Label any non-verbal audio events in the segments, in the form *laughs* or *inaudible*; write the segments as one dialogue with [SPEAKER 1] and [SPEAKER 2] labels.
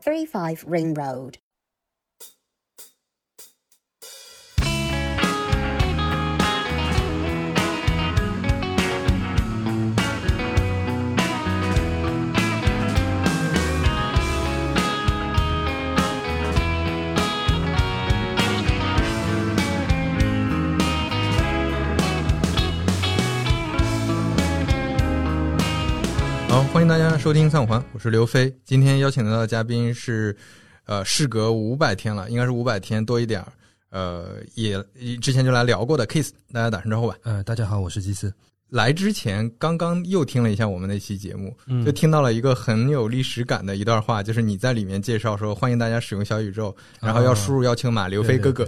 [SPEAKER 1] 35 Ring Road. ”
[SPEAKER 2] 好，欢迎大家收听《三五环》，我是刘飞。今天邀请到的嘉宾是，呃，事隔五百天了，应该是五百天多一点儿。呃，也之前就来聊过的 Kiss，大家打声招呼吧。
[SPEAKER 3] 呃，大家好，我是祭司。
[SPEAKER 2] 来之前刚刚又听了一下我们那期节目，
[SPEAKER 3] 嗯
[SPEAKER 2] 就听到了一个很有历史感的一段话，就是你在里面介绍说欢迎大家使用小宇宙，然后要输入邀请码刘飞哥哥。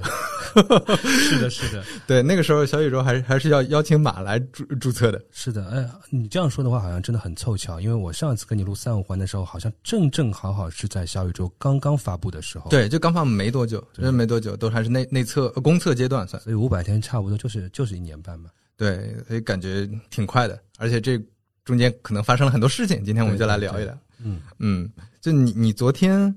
[SPEAKER 3] *laughs* 是的，是的，
[SPEAKER 2] *laughs* 对，那个时候小宇宙还是还是要邀请码来注注册的。
[SPEAKER 3] *laughs* 是的。哎，你这样说的话，好像真的很凑巧，因为我上次跟你录三五环的时候，好像正正好好是在小宇宙刚刚发布的时候。，
[SPEAKER 2] 对，就刚发布没多久，
[SPEAKER 3] 哦对
[SPEAKER 2] 真的没多久，都还是内内测、呃公测阶段算。
[SPEAKER 3] 所以五百天差不多就是就是一年半吧。
[SPEAKER 2] 对，所以感觉挺快的，而且这中间可能发生了很多事情，今天我们就来聊一聊。
[SPEAKER 3] 嗯，
[SPEAKER 2] 嗯，就你你昨天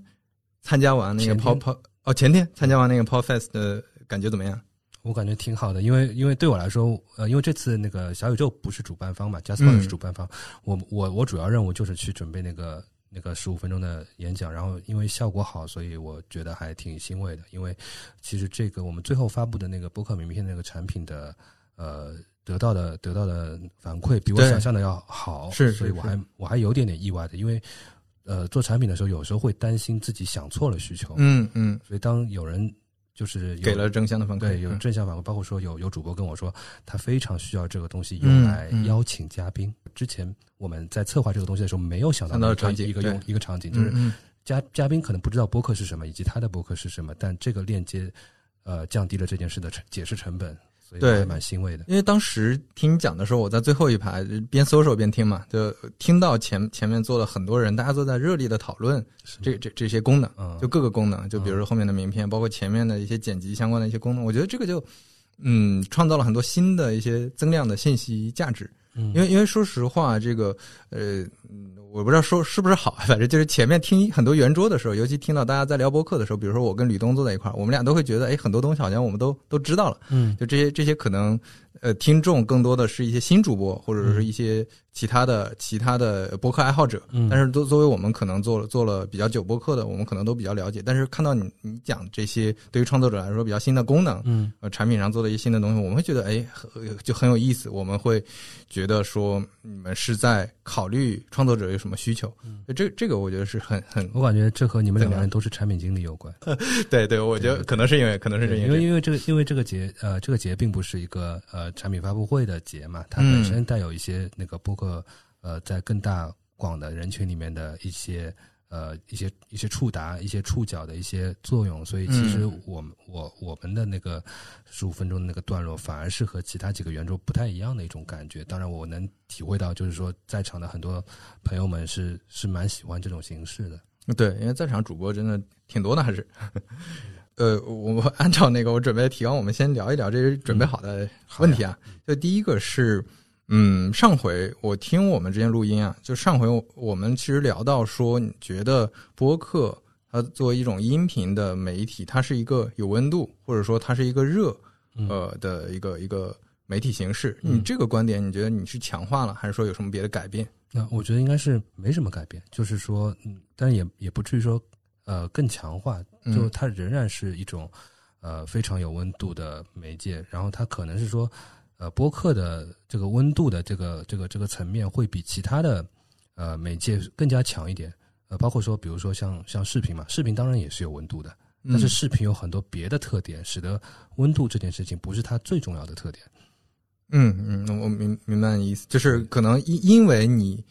[SPEAKER 2] 参加完那个
[SPEAKER 3] 前
[SPEAKER 2] Paul
[SPEAKER 3] 天
[SPEAKER 2] Paul 哦，前天参加完那个 Paul Fest 的感觉怎么样？
[SPEAKER 3] 我感觉挺好的，因为因为对我来说，呃，因为这次那个小宇宙不是主办方嘛 j a s p e
[SPEAKER 2] 嗯
[SPEAKER 3] 是主办方，我我我主要任务就是去准备那个那个十五分钟的演讲，然后因为效果好，所以我觉得还挺欣慰的，因为其实这个我们最后发布的那个播客名片那个产品的呃。得到的得到的反馈比我
[SPEAKER 2] 对
[SPEAKER 3] 想象的要好，
[SPEAKER 2] 是
[SPEAKER 3] 所以
[SPEAKER 2] 是
[SPEAKER 3] 我
[SPEAKER 2] 是
[SPEAKER 3] 还我还有点点意外的，因为，呃，做产品的时候有时候会担心自己想错了需求，
[SPEAKER 2] 嗯嗯，
[SPEAKER 3] 所以当有人就是有
[SPEAKER 2] 给了正向的反馈。
[SPEAKER 3] 对，有
[SPEAKER 2] 嗯
[SPEAKER 3] 正向反馈，包括说有有主播跟我说，他非常需要这个东西
[SPEAKER 2] 嗯
[SPEAKER 3] 用来
[SPEAKER 2] 嗯
[SPEAKER 3] 邀请嘉宾。之前我们在策划这个东西的时候，没有想到
[SPEAKER 2] 想到
[SPEAKER 3] 一个
[SPEAKER 2] 场景
[SPEAKER 3] 一个
[SPEAKER 2] 对
[SPEAKER 3] 用一个场景，就
[SPEAKER 2] 嗯
[SPEAKER 3] 是
[SPEAKER 2] 嗯
[SPEAKER 3] 嘉嘉宾可能不知道播客是什么，以及他的播客是什么，但这个链接呃降低了这件事的成解释成本，所以我
[SPEAKER 2] 对
[SPEAKER 3] 还蛮欣慰的。
[SPEAKER 2] 因为当时听你讲的时候，我在最后一排边搜索边听嘛，就听到前前面坐了很多人，大家都在热烈的讨论这这这些功能，
[SPEAKER 3] 嗯，
[SPEAKER 2] 就各个功能，就比如说后面的名片，包括前面的一些剪辑相关的一些功能，我觉得这个就嗯创造了很多新的一些增量的信息价值。
[SPEAKER 3] 因
[SPEAKER 2] 因为因为说实话，这个呃，嗯我不知道说是不是好，反正就是前面听很多圆桌的时候，尤其听到大家在聊播客的时候，比如说我跟吕东坐在一块儿，我们俩都会觉得，哎，很多东西好像我们都都知道了。
[SPEAKER 3] 嗯
[SPEAKER 2] 就这些这些可能呃，听众更多的是一些新主播，或者是一些其他的、其他的播客爱好者。
[SPEAKER 3] 嗯
[SPEAKER 2] 但是都作为我们可能做了做了比较久播客的，我们可能都比较了解。但是看到你你讲这些对于创作者来说比较新的功能，
[SPEAKER 3] 嗯
[SPEAKER 2] 呃产品上做的一些新的东西，我们会觉得哎很就很有意思，我们会觉得说你们是在考虑创作者有什么需求，
[SPEAKER 3] 嗯
[SPEAKER 2] 这这个我觉得是很
[SPEAKER 3] *laughs*
[SPEAKER 2] 很
[SPEAKER 3] 我感觉这和你们两
[SPEAKER 2] 怎么
[SPEAKER 3] 个
[SPEAKER 2] 样
[SPEAKER 3] 人都是产品经理有关。
[SPEAKER 2] 对对，我觉得可能是因为可能是
[SPEAKER 3] 对
[SPEAKER 2] 因
[SPEAKER 3] 因为
[SPEAKER 2] 为
[SPEAKER 3] 因为这个因为这个节呃这个节并不是一个呃产品发布会的节嘛，它
[SPEAKER 2] 嗯
[SPEAKER 3] 本身带有一些那个播客呃在更大广的人群里面的一些呃一些一些触达、一些触角的一些作用，所以其实
[SPEAKER 2] 嗯
[SPEAKER 3] 我们、我我们的那个十五分钟的那个段落，反而是和其他几个圆桌不太一样的一种感觉。当然，我能体会到，就是说在场的很多朋友们是是蛮喜欢这种形式的。
[SPEAKER 2] 这对，因为在场主播真的挺多的，还是呃，我我按照那个我准备的提纲，我们先聊一聊这些准
[SPEAKER 3] 嗯
[SPEAKER 2] 备好的问题啊。就第一个是，嗯，上回我听我们之前录音啊，就上回我我们其实聊到说，你觉得播客它作为一种音频的媒体，它是一个有温度，或者说它是一个热
[SPEAKER 3] 嗯
[SPEAKER 2] 呃的一个一个媒体形式。
[SPEAKER 3] 嗯
[SPEAKER 2] 你这个观点，你觉得你是强化了，还是说有什么别的改变？
[SPEAKER 3] 那我觉得应该是没什么改变，就是说，嗯，但也也不至于说，呃，更强化，
[SPEAKER 2] 嗯
[SPEAKER 3] 就它仍然是一种，呃，非常有温度的媒介。然后它可能是说，呃，播客的这个温度的这个这个这个层面会比其他的呃媒介更加强一点。呃，包括说，比如说像像视频嘛，视频当然也是有温度的，
[SPEAKER 2] 嗯
[SPEAKER 3] 但是视频有很多别的特点，使得温度这件事情不是它最重要的特点。
[SPEAKER 2] 嗯嗯，我明明白你意思，就是可能因因为你，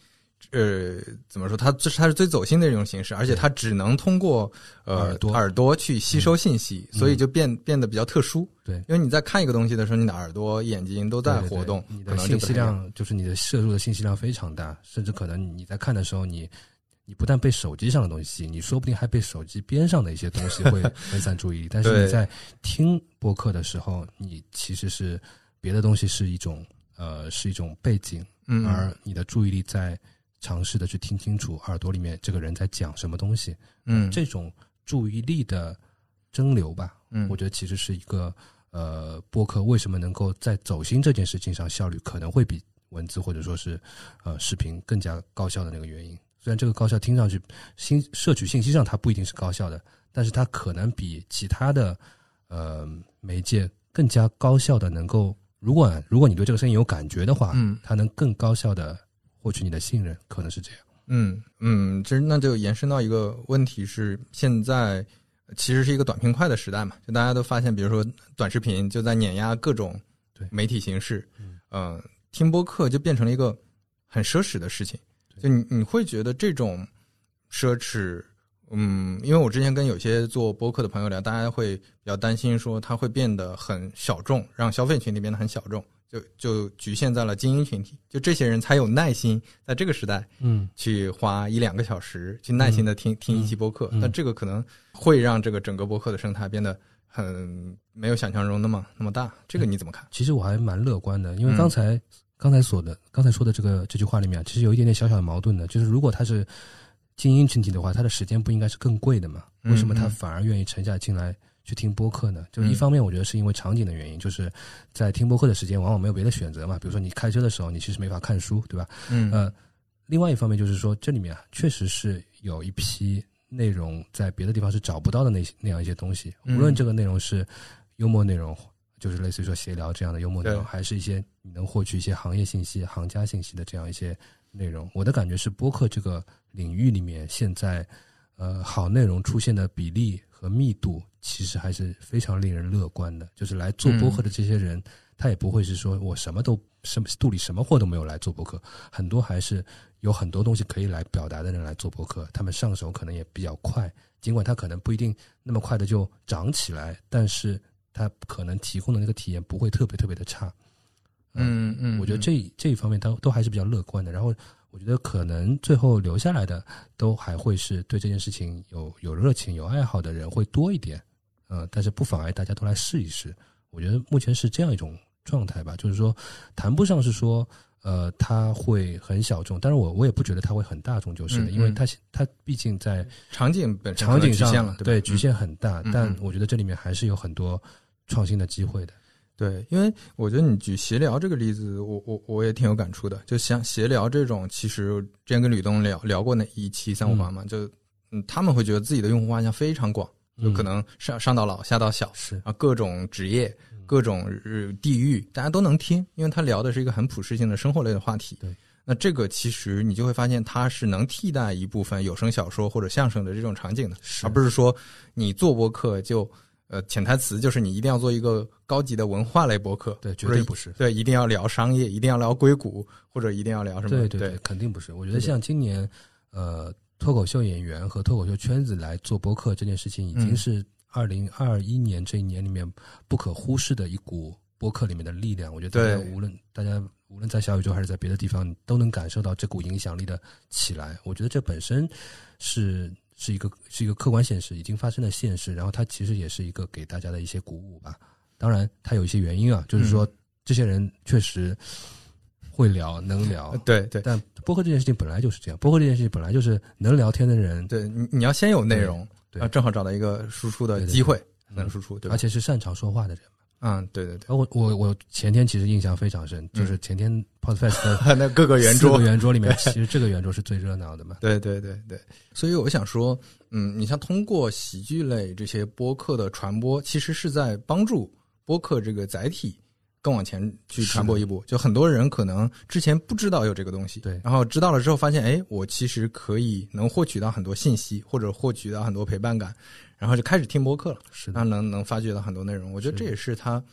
[SPEAKER 2] 呃，怎么说，它这是它是最走心的一种形式，而且它只能通过呃
[SPEAKER 3] 耳朵嗯
[SPEAKER 2] 去吸收信息，所以就变变得比较特殊。
[SPEAKER 3] 对
[SPEAKER 2] 因为你在看一个东西的时候，你的耳朵、眼睛都在
[SPEAKER 3] 对对
[SPEAKER 2] 活动，
[SPEAKER 3] 你
[SPEAKER 2] 可
[SPEAKER 3] 的
[SPEAKER 2] 能就
[SPEAKER 3] 信
[SPEAKER 2] 不太
[SPEAKER 3] 息
[SPEAKER 2] 一样。
[SPEAKER 3] 量就是你的摄入的信息量非常大，甚至可能你在看的时候你。你不但被手机上的东西吸引，你说不定还被手机边上的一些东西
[SPEAKER 2] *laughs*
[SPEAKER 3] 会分散注意力。但是
[SPEAKER 2] 对
[SPEAKER 3] 你在听播客的时候，你其实是别的东西是一种呃是一种背景，
[SPEAKER 2] 嗯，
[SPEAKER 3] 而你的注意力在尝试的去听清楚耳朵里面这个人在讲什么东西。
[SPEAKER 2] 嗯
[SPEAKER 3] 这种注意力的蒸馏吧，
[SPEAKER 2] 嗯
[SPEAKER 3] 我觉得其实是一个呃，播客为什么能够在走心这件事情上效率可能会比文字或者说是呃视频更加高效的那个原因。虽然这个高效听上去新摄取信息上它不一定是高效的，但是它可能比其他的呃媒介更加高效的能够，如果如果你对这个声音有感觉的话，
[SPEAKER 2] 嗯
[SPEAKER 3] 它能更高效的获取你的信任，可能是这样。
[SPEAKER 2] 嗯嗯，其实那就延伸到一个问题是，现在其实是一个短平快的时代嘛，就大家都发现，比如说短视频就在碾压各种
[SPEAKER 3] 对
[SPEAKER 2] 媒体形式，
[SPEAKER 3] 嗯
[SPEAKER 2] 呃，听播客就变成了一个很奢侈的事情，就你你会觉得这种奢侈。嗯，因为我之前跟有些做播客的朋友聊，大家会比较担心说它会变得很小众，让消费群体变得很小众，就就局限在了精英群体，就这些人才有耐心在这个时代
[SPEAKER 3] 嗯，
[SPEAKER 2] 去花一两个小时去耐心的听、听一期播客，
[SPEAKER 3] 嗯
[SPEAKER 2] 但这个可能会让这个整个播客的生态变得很没有想象中那么那么大。这个
[SPEAKER 3] 嗯
[SPEAKER 2] 你怎么看？
[SPEAKER 3] 其实我还蛮乐观的，因为
[SPEAKER 2] 嗯
[SPEAKER 3] 刚才、刚才所的刚才说的这个这句话里面啊，其实有一点点小小的矛盾的，就是如果他是精英群体的话，他的时间不应该是更贵的嘛？
[SPEAKER 2] 嗯
[SPEAKER 3] 为什么他反而愿意沉下心来去听播客呢？就
[SPEAKER 2] 嗯
[SPEAKER 3] 一方面，我觉得是因为场景的原因，就是在听播客的时间往往没有别的选择嘛，比如说你开车的时候，你其实没法看书，对吧？
[SPEAKER 2] 嗯
[SPEAKER 3] 呃，另外一方面就是说，这里面啊，确实是有一批内容在别的地方是找不到的那些那样一些东西，
[SPEAKER 2] 嗯
[SPEAKER 3] 无论这个内容是幽默内容，就是类似于说闲聊这样的幽默内容，
[SPEAKER 2] 对
[SPEAKER 3] 还是一些你能获取一些行业信息、行家信息的这样一些内容。我的感觉是，播客这个领域里面现在。呃，好内容出现的比例和密度其实还是非常令人乐观的。就是来做播客的这些人，他也不会是说我什么都什么肚里什么货都没有来做播客，很多还是有很多东西可以来表达的人来做播客，他们上手可能也比较快，尽管他可能不一定那么快的就长起来，但是他可能提供的那个体验不会特别特别的差。
[SPEAKER 2] 嗯嗯
[SPEAKER 3] 我觉得这这一方面都都还是比较乐观的。然后我觉得可能最后留下来的都还会是对这件事情有有热情、有爱好的人会多一点，呃，但是不妨碍大家都来试一试。我觉得目前是这样一种状态吧，就是说谈不上是说。呃，它会很小众，但是我我也不觉得它会很大众，就是了，
[SPEAKER 2] 嗯
[SPEAKER 3] 因为
[SPEAKER 2] 嗯
[SPEAKER 3] 它它毕竟在
[SPEAKER 2] 场景本身
[SPEAKER 3] 场景
[SPEAKER 2] 可能
[SPEAKER 3] 上
[SPEAKER 2] 局限了，对吧
[SPEAKER 3] 局。限很大，
[SPEAKER 2] 嗯
[SPEAKER 3] 但
[SPEAKER 2] 嗯
[SPEAKER 3] 我觉得这里面还是有很多创新的机会的。
[SPEAKER 2] 对，因为我觉得你举闲聊这个例子，我我我也挺有感触的。就像闲聊这种，其实之前跟吕东聊聊过那一期三五八嘛，就嗯，他们会觉得自己的用户画像非常广，就
[SPEAKER 3] 嗯
[SPEAKER 2] 可能上上到老下到小，
[SPEAKER 3] 是，
[SPEAKER 2] 啊，各种职业、
[SPEAKER 3] 嗯
[SPEAKER 2] 各种呃地域，大家都能听，因为他聊的是一个很普适性的生活类的话题。
[SPEAKER 3] 对，
[SPEAKER 2] 那这个其实你就会发现，它是能替代一部分有声小说或者相声的这种场景的，
[SPEAKER 3] 是
[SPEAKER 2] 而不是说你做播客就呃潜台词就是你一定要做一个高级的文化类播客，
[SPEAKER 3] 对，绝
[SPEAKER 2] 或者
[SPEAKER 3] 对不是。
[SPEAKER 2] 对，一定要聊商业，一定要聊硅谷，或者一定要聊什么？
[SPEAKER 3] 对
[SPEAKER 2] 对
[SPEAKER 3] 对，肯定不是。我觉得
[SPEAKER 2] 对的
[SPEAKER 3] 像今年，呃，脱口秀演员和脱口秀圈子来做播客这件事情，已经
[SPEAKER 2] 嗯
[SPEAKER 3] 是二零二一年这一年里面不可忽视的一股播客里面的力量。我觉得大
[SPEAKER 2] 对
[SPEAKER 3] 家无论大家无论在小宇宙还是在别的地方，你都能感受到这股影响力的起来。我觉得这本身是。是一个是一个客观现实，已经发生的现实，然后它其实也是一个给大家的一些鼓舞吧。当然，它有一些原因啊，就是
[SPEAKER 2] 嗯
[SPEAKER 3] 说这些人确实会聊，能聊
[SPEAKER 2] 呃，对对
[SPEAKER 3] 但播客这件事情本来就是这样，播客这件事情本来就是能聊天的人，
[SPEAKER 2] 对，你你要先有内容，
[SPEAKER 3] 对对
[SPEAKER 2] 然后正好找到一个输出
[SPEAKER 3] 对
[SPEAKER 2] 的
[SPEAKER 3] 对对
[SPEAKER 2] 机会，
[SPEAKER 3] 嗯
[SPEAKER 2] 能输出，对吧
[SPEAKER 3] 而？且是擅长说话的人。
[SPEAKER 2] 嗯，对对对。 *laughs*
[SPEAKER 3] 然后我我我前天其实印象非常深，就是前天 Podfest 的
[SPEAKER 2] 那各个嗯 *laughs* 圆
[SPEAKER 3] 四
[SPEAKER 2] 桌
[SPEAKER 3] 个，圆桌里面，其实这个圆桌是最热闹的嘛。
[SPEAKER 2] 对对对对，所以我想说，嗯，你像通过喜剧类这些播客的传播，其实是在帮助播客这个载体更往前去传播一步。就很多人可能之前不知道有这个东西，
[SPEAKER 3] 对
[SPEAKER 2] 然后知道了之后发现，哎，我其实可以能获取到很多信息，或者获取到很多陪伴感，然后就开始听播客了，
[SPEAKER 3] 是
[SPEAKER 2] 然
[SPEAKER 3] 的
[SPEAKER 2] 后，能能发掘到很多内容。我觉得
[SPEAKER 3] 是
[SPEAKER 2] 这也是它，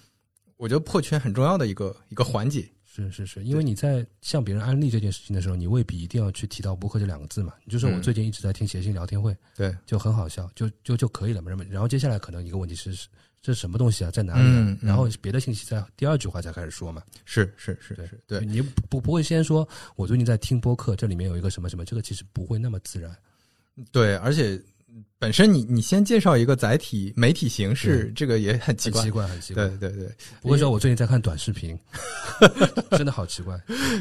[SPEAKER 2] 我觉得破圈很重要的一个一个环节。
[SPEAKER 3] 是是是，因为你在向别人安利这件事情的时候，你未必一定要去提到播客这两个字嘛。你就说我
[SPEAKER 2] 嗯
[SPEAKER 3] 最近一直在听谐星聊天会，
[SPEAKER 2] 对，
[SPEAKER 3] 就很好笑，就就就可以了嘛。然后然后接下来可能一个问题是，是这是什么东西啊，在哪里啊？
[SPEAKER 2] 嗯嗯
[SPEAKER 3] 然后别的信息在第二句话才开始说嘛。
[SPEAKER 2] 是是是
[SPEAKER 3] 对
[SPEAKER 2] 是，对，
[SPEAKER 3] 你不不不会先说我最近在听播客，这里面有一个什么什么，这个其实不会那么自然。
[SPEAKER 2] 对，而且本身你你先介绍一个载体媒体形式，这个也很奇
[SPEAKER 3] 很
[SPEAKER 2] 怪
[SPEAKER 3] 奇。怪，很奇怪
[SPEAKER 2] 对。对对 *laughs*
[SPEAKER 3] 不会说我最近在看短视频，真的好奇怪。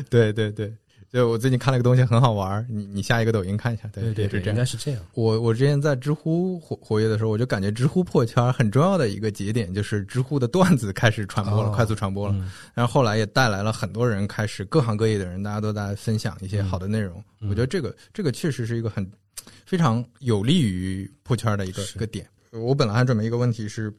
[SPEAKER 2] 对对对，就我最近看了个东西很好玩儿，你你下一个抖音看一下，
[SPEAKER 3] 对
[SPEAKER 2] 对，
[SPEAKER 3] 对
[SPEAKER 2] 是这
[SPEAKER 3] 对，应
[SPEAKER 2] 样。
[SPEAKER 3] 该是这样。
[SPEAKER 2] 我我之前在知乎活活跃的时候，我就感觉知乎破圈儿很重要的一个节点就是知乎的段子开始传播了，
[SPEAKER 3] 哦
[SPEAKER 2] 快速传播了。
[SPEAKER 3] 嗯
[SPEAKER 2] 然后后来也带来了很多人开始各行各业的人，大家都在分享一些好的内容。
[SPEAKER 3] 嗯
[SPEAKER 2] 我觉得这个这个确实是一个很非常有利于破圈的一个
[SPEAKER 3] 是
[SPEAKER 2] 一个点。我本来还准备一个问题是，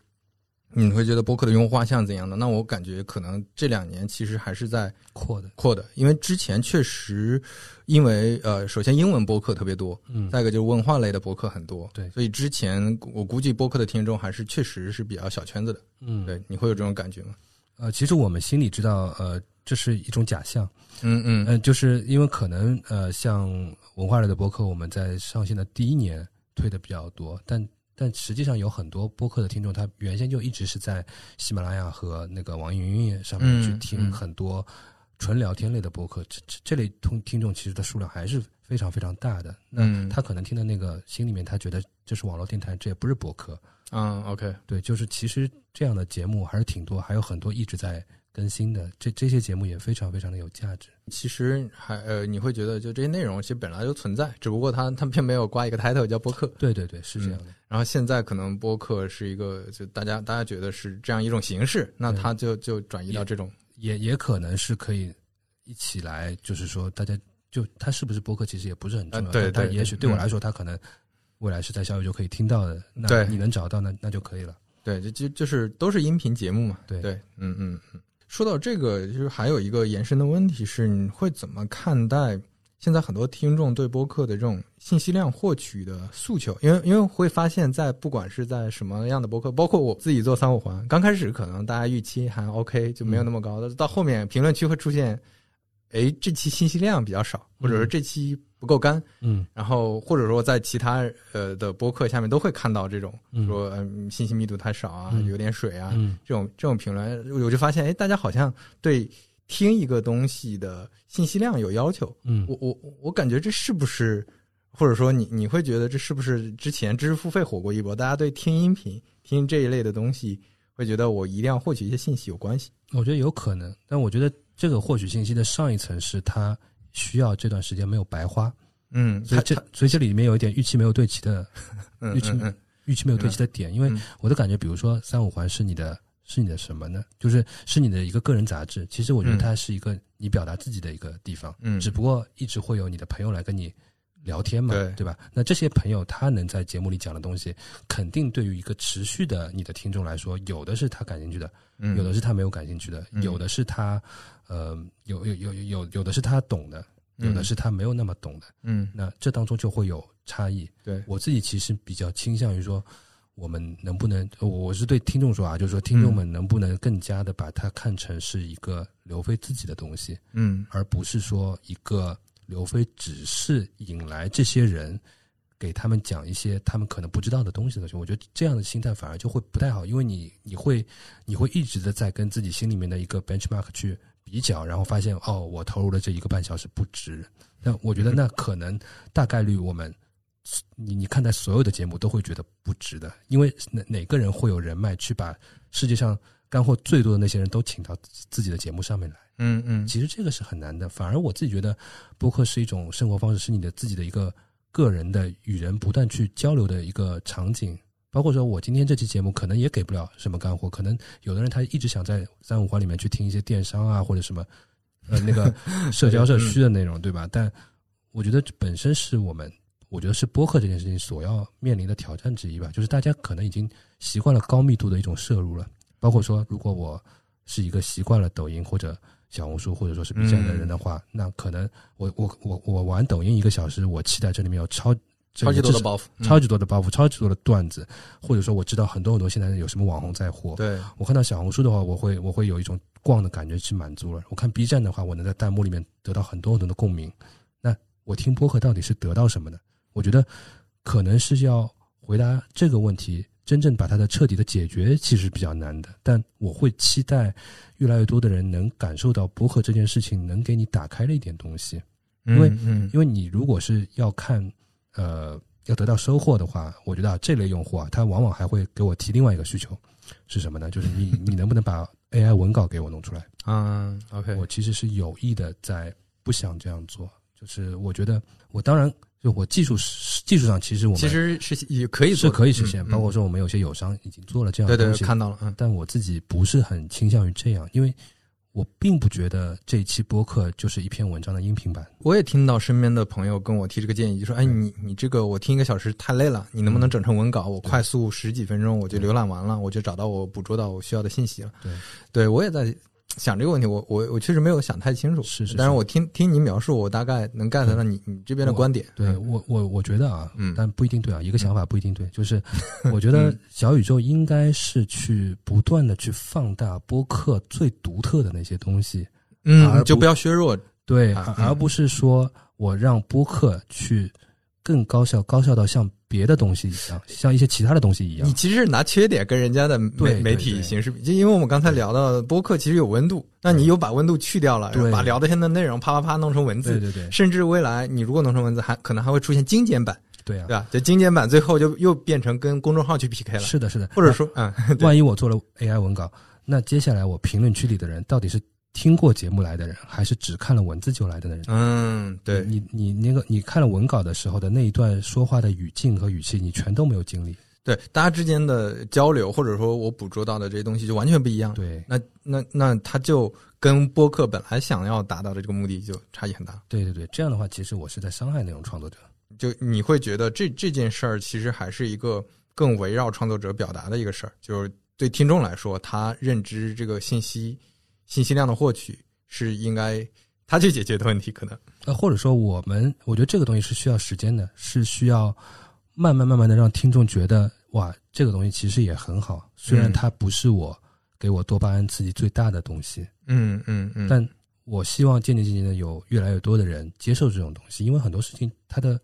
[SPEAKER 2] 你会觉得播客的用户画像怎样的？那我感觉可能这两年其实还是在
[SPEAKER 3] 扩的，
[SPEAKER 2] 扩的，因为之前确实因为呃，首先英文播客特别多，
[SPEAKER 3] 嗯，
[SPEAKER 2] 再一个就是文化类的播客很多，
[SPEAKER 3] 对
[SPEAKER 2] 所以之前我估计播客的听众还是确实是比较小圈子的。
[SPEAKER 3] 嗯，
[SPEAKER 2] 对，你会有这种感觉吗？
[SPEAKER 3] 呃，其实我们心里知道，呃，这是一种假象，
[SPEAKER 2] 嗯嗯
[SPEAKER 3] 嗯、就是因为可能呃，像文化类的播客，我们在上线的第一年推的比较多，但但实际上有很多播客的听众，他原先就一直是在喜马拉雅和那个网易云音乐上面
[SPEAKER 2] 嗯
[SPEAKER 3] 去
[SPEAKER 2] 嗯
[SPEAKER 3] 听很多纯聊天类的播客，这这这类通听众其实的数量还是非常非常大的。那
[SPEAKER 2] 嗯
[SPEAKER 3] 他可能听的那个心里面，他觉得这是网络电台，这也不是播客，
[SPEAKER 2] 嗯，OK，
[SPEAKER 3] 对，就是其实这样的节目还是挺多，还有很多一直在更新的，这这些节目也非常非常的有价值。
[SPEAKER 2] 其实还呃，你会觉得就这些内容其实本来就存在，只不过它它并没有挂一个 title 叫播客。
[SPEAKER 3] 对对对，是
[SPEAKER 2] 嗯
[SPEAKER 3] 这样的。
[SPEAKER 2] 然后现在可能播客是一个就大家大家觉得是这样一种形式，那
[SPEAKER 3] 对
[SPEAKER 2] 它就就转移到这种
[SPEAKER 3] 也也可能是可以一起来，就是说大家就它是不是播客，其实也不是很重要。
[SPEAKER 2] 啊对
[SPEAKER 3] 但
[SPEAKER 2] 对
[SPEAKER 3] 但也许
[SPEAKER 2] 对
[SPEAKER 3] 对我
[SPEAKER 2] 嗯
[SPEAKER 3] 来说，它可能未来是在小宇宙可以听到的。那
[SPEAKER 2] 对
[SPEAKER 3] 你能找到那那就可以了。
[SPEAKER 2] 对，就就就是都是音频节目嘛。
[SPEAKER 3] 对
[SPEAKER 2] 对，嗯嗯嗯。说到这个，就是还有一个延伸的问题是，你会怎么看待现在很多听众对播客的这种信息量获取的诉求？因为因为会发现，在不管是在什么样的播客，包括我自己做三五环，刚开始可能大家预期还 OK，就没
[SPEAKER 3] 嗯
[SPEAKER 2] 有那么高，但是到后面评论区会出现，哎，这期信息量比较少，或者说
[SPEAKER 3] 嗯
[SPEAKER 2] 这期不够干，
[SPEAKER 3] 嗯
[SPEAKER 2] 然后或者说在其他呃的播客下面都会看到这种
[SPEAKER 3] 嗯
[SPEAKER 2] 说、嗯、信息密度太少啊，
[SPEAKER 3] 嗯
[SPEAKER 2] 有点水啊、
[SPEAKER 3] 嗯
[SPEAKER 2] 这种这种评论，我就发现哎，大家好像对听一个东西的信息量有要求。
[SPEAKER 3] 嗯，
[SPEAKER 2] 我我我感觉这是不是，或者说你你会觉得这是不是之前知识付费火过一波，大家对听音频、听这一类的东西会觉得我一定要获取一些信息有关系？
[SPEAKER 3] 我觉得有可能，但我觉得这个获取信息的上一层是它需要这段时间没有白花，
[SPEAKER 2] 嗯，
[SPEAKER 3] 所以
[SPEAKER 2] 它
[SPEAKER 3] 这
[SPEAKER 2] 它
[SPEAKER 3] 所以这里面有一点预期没有对齐的
[SPEAKER 2] 嗯
[SPEAKER 3] 预期
[SPEAKER 2] 嗯嗯
[SPEAKER 3] 预期没有对齐的点，因为
[SPEAKER 2] 嗯
[SPEAKER 3] 我的感觉，比如说三五环是你的是你的什么呢？就是是你的一个个人杂志。其实我觉得
[SPEAKER 2] 嗯
[SPEAKER 3] 它是一个你表达自己的一个地方，
[SPEAKER 2] 嗯
[SPEAKER 3] 只不过一直会有你的朋友来跟你聊天嘛，
[SPEAKER 2] 对
[SPEAKER 3] 吧？那这些朋友他能在节目里讲的东西，肯定对于一个持续的你的听众来说，有的是他感兴趣的，
[SPEAKER 2] 嗯
[SPEAKER 3] 有的是他没有感兴趣的，
[SPEAKER 2] 嗯
[SPEAKER 3] 有的是他呃有有有有有有的是他懂的，有的是他没有那么懂的。
[SPEAKER 2] 嗯
[SPEAKER 3] 那这当中就会有差异。
[SPEAKER 2] 对
[SPEAKER 3] 我自己其实比较倾向于说，我们能不能，呃我是对听众说啊，就是说听众们能不能更加的把它看成是一个刘飞自己的东西，
[SPEAKER 2] 嗯
[SPEAKER 3] 而不是说一个刘飞只是引来这些人。给他们讲一些他们可能不知道的东西的东西，我觉得这样的心态反而就会不太好，因为你你会你会一直的在跟自己心里面的一个 benchmark 去比较，然后发现哦，我投入了这一个半小时不值。那我觉得那可能大概率我们你你看待所有的节目都会觉得不值的，因为哪哪个人会有人脉去把世界上干货最多的那些人都请到自自己的节目上面来？
[SPEAKER 2] 嗯嗯
[SPEAKER 3] 其实这个是很难的。反而我自己觉得，播客是一种生活方式，是你的自己的一个个人的与人不断去交流的一个场景。包括说，我今天这期节目可能也给不了什么干货，可能有的人他一直想在三五环里面去听一些电商啊或者什么，呃，那个社交社区的内容，对吧？但我觉得这本身是我们，我觉得是播客这件事情所要面临的挑战之一吧，就是大家可能已经习惯了高密度的一种摄入了，包括说，如果我是一个习惯了抖音或者小红书或者说是 B 站的人的话，那可能我我我我玩抖音一个小时，我期待这里面有超
[SPEAKER 2] 超级多的
[SPEAKER 3] 包。
[SPEAKER 2] 包袱，嗯
[SPEAKER 3] 超级多的包袱，超级多的段子，或者说我知道很多很多现在有什么网红在火。
[SPEAKER 2] 对
[SPEAKER 3] 我看到小红书的话，我会我会有一种逛的感觉去满足了。我看 B 站的话，我能在弹幕里面得到很多很多的共鸣。那我听播客到底是得到什么呢？我觉得可能是要回答这个问题，真正把它的彻底的解决，其实比较难的。但我会期待越来越多的人能感受到播客这件事情能给你打开了一点东西。因为
[SPEAKER 2] 嗯嗯
[SPEAKER 3] 因为你如果是要看，呃，要得到收获的话，我觉得啊，这类用户啊，他往往还会给我提另外一个需求，是什么呢？就是你你能不能把 AI 文稿给我弄出来？
[SPEAKER 2] 嗯 OK
[SPEAKER 3] 我其实是有意的在不想这样做，就是我觉得我当然就我技术技术上其实我们
[SPEAKER 2] 其实是也可以
[SPEAKER 3] 是
[SPEAKER 2] 做的
[SPEAKER 3] 可以实现，
[SPEAKER 2] 嗯嗯
[SPEAKER 3] 包括说我们有些友商已经做了这样
[SPEAKER 2] 对
[SPEAKER 3] 的
[SPEAKER 2] 对
[SPEAKER 3] 东
[SPEAKER 2] 对
[SPEAKER 3] 西，
[SPEAKER 2] 看到了，嗯
[SPEAKER 3] 但我自己不是很倾向于这样，因为我并不觉得这一期播客就是一篇文章的音频版。
[SPEAKER 2] 我也听到身边的朋友跟我提这个建议，就说：“哎，你你这个我听一个小时太累了，你能
[SPEAKER 3] 嗯
[SPEAKER 2] 不能整成文稿？我快速十几分钟我就浏览完了，我就找到我捕捉到我需要的信息了。”
[SPEAKER 3] 对，
[SPEAKER 2] 对我也在想这个问题，我我我确实没有想太清楚，
[SPEAKER 3] 是是是
[SPEAKER 2] 但是我听听你描述，我大概能 get 到你、你这边的观点。
[SPEAKER 3] 对
[SPEAKER 2] 嗯
[SPEAKER 3] 我我我觉得啊，
[SPEAKER 2] 嗯
[SPEAKER 3] 但不一定对啊，一个想法不一定对，就是
[SPEAKER 2] *laughs*
[SPEAKER 3] 我觉得小宇宙应该是去不断的去放大播客最独特的那些东西，而
[SPEAKER 2] 嗯，
[SPEAKER 3] 不
[SPEAKER 2] 就不要削弱，
[SPEAKER 3] 对，
[SPEAKER 2] 啊
[SPEAKER 3] 而
[SPEAKER 2] 嗯
[SPEAKER 3] 而不是说我让播客去更高效，高效到像别的东西一样，像一些其他的东西一样
[SPEAKER 2] 你。其实是拿缺点跟人家的
[SPEAKER 3] 对
[SPEAKER 2] 媒
[SPEAKER 3] 对
[SPEAKER 2] 媒
[SPEAKER 3] 对
[SPEAKER 2] 体形式比，就因为我们刚才聊到播客其实有温度，那你又把温度去掉了，
[SPEAKER 3] 对
[SPEAKER 2] 把聊天的内容啪啪啪弄成文
[SPEAKER 3] 对
[SPEAKER 2] 字。*laughs*
[SPEAKER 3] 对对，
[SPEAKER 2] 甚至未来，你如果弄成文字，还可能还会出现精简版，
[SPEAKER 3] 对啊
[SPEAKER 2] 对，吧？这精简版最后就又变成跟公众号去 PK 了，
[SPEAKER 3] 是的，是的，
[SPEAKER 2] 或者
[SPEAKER 3] *laughs*
[SPEAKER 2] 说，嗯，
[SPEAKER 3] 万一我做了 AI 文稿，那接下来我评论区里的人到底是听过节目来的人，还是只看了文字就来的人？
[SPEAKER 2] 嗯，对，
[SPEAKER 3] 你你你那个你看了文稿的时候的那一段说话的语境和语气，你全都没有经历。
[SPEAKER 2] 对，大家之间的交流，或者说我捕捉到的这些东西就完全不一样。
[SPEAKER 3] 对
[SPEAKER 2] 那那那它就跟播客本来想要达到的这个目的就差异很大。
[SPEAKER 3] 对对对，这样的话，其实我是在伤害内容创作者。
[SPEAKER 2] 就你会觉得这这件事儿其实还是一个更围绕创作者表达的一个事儿，就是对听众来说，他认知这个信息信息量的获取是应该他去解决的问题，可能。
[SPEAKER 3] 呃，或者说我们，我觉得这个东西是需要时间的，是需要慢慢慢慢的让听众觉得，哇，这个东西其实也很好，虽然
[SPEAKER 2] 嗯
[SPEAKER 3] 它不是我给我多巴胺刺激最大的东西，
[SPEAKER 2] 嗯嗯嗯，
[SPEAKER 3] 但我希望渐渐渐渐的有越来越多的人接受这种东西，因为很多事情它的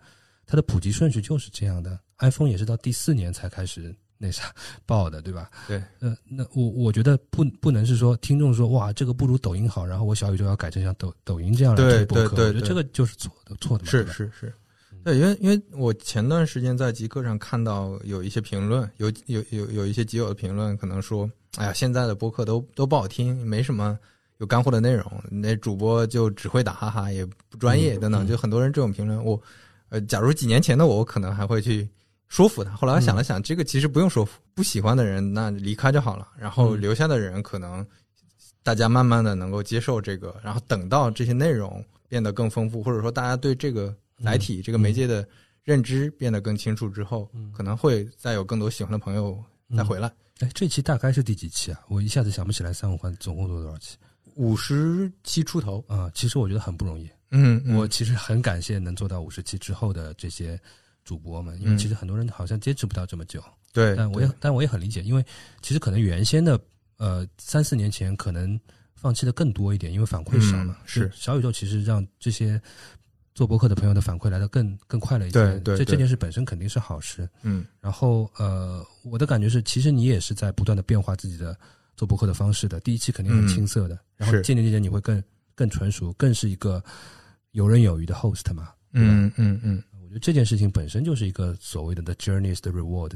[SPEAKER 3] 它的普及顺序就是这样的。iPhone 也是到第四年才开始那啥爆的，对吧？
[SPEAKER 2] 对，
[SPEAKER 3] 呃，那我我觉得不不能是说听众说哇这个不如抖音好，然后我小宇宙要改成像抖抖音这样来
[SPEAKER 2] 对
[SPEAKER 3] 推播
[SPEAKER 2] 对
[SPEAKER 3] 客，
[SPEAKER 2] 对
[SPEAKER 3] 我觉得
[SPEAKER 2] 对
[SPEAKER 3] 这个就是错的错的嘛。对
[SPEAKER 2] 是
[SPEAKER 3] 吧嗯
[SPEAKER 2] 是是，对，因为因为我前段时间在极客上看到有一些评论，有有有有一些极友的评论，可能说，哎呀，现在的播客都都不好听，没什么有干货的内容，那主播就只会打哈哈，也不专业
[SPEAKER 3] 嗯
[SPEAKER 2] 等等，
[SPEAKER 3] 嗯
[SPEAKER 2] 就很多人这种评论，我呃，假如几年前的我，我可能还会去。说服他。后来我
[SPEAKER 3] 嗯
[SPEAKER 2] 想了想，这个其实不用说服，不喜欢的人那离开就好了，然后
[SPEAKER 3] 嗯
[SPEAKER 2] 留下的人可能大家慢慢的能够接受这个，然后等到这些内容变得更丰富，或者说大家对这个载体、这个媒介的认知变得更清楚之后，
[SPEAKER 3] 嗯
[SPEAKER 2] 可能会再有更多喜欢的朋友再回来。
[SPEAKER 3] 哎，这期大概是第几期啊？我一下子想不起来三五环总共做多少期
[SPEAKER 2] 五十期出头，
[SPEAKER 3] 啊、其实我觉得很不容易，
[SPEAKER 2] 嗯，嗯
[SPEAKER 3] 我其实很感谢能做到五十期之后的这些主播们，因为
[SPEAKER 2] 嗯
[SPEAKER 3] 其实很多人好像坚持不到这么久。
[SPEAKER 2] 对，
[SPEAKER 3] 但我
[SPEAKER 2] 对
[SPEAKER 3] 也但我也很理解，因为其实可能原先的呃三四年前可能放弃的更多一点，因为反馈少嘛。
[SPEAKER 2] 嗯是
[SPEAKER 3] 小宇宙其实让这些做博客的朋友的反馈来的更更快了一些。
[SPEAKER 2] 对对对
[SPEAKER 3] 这这件事本身肯定是好事。
[SPEAKER 2] 嗯
[SPEAKER 3] 然后呃，我的感觉是，其实你也是在不断的变化自己的做博客的方式的。第一期肯定很
[SPEAKER 2] 嗯
[SPEAKER 3] 青涩的，然后
[SPEAKER 2] 是
[SPEAKER 3] 渐渐渐渐你会更更成熟，更是一个游刃有余的 host 嘛。
[SPEAKER 2] 嗯嗯嗯
[SPEAKER 3] 我觉得这件事情本身就是一个所谓的 the journey is the reward，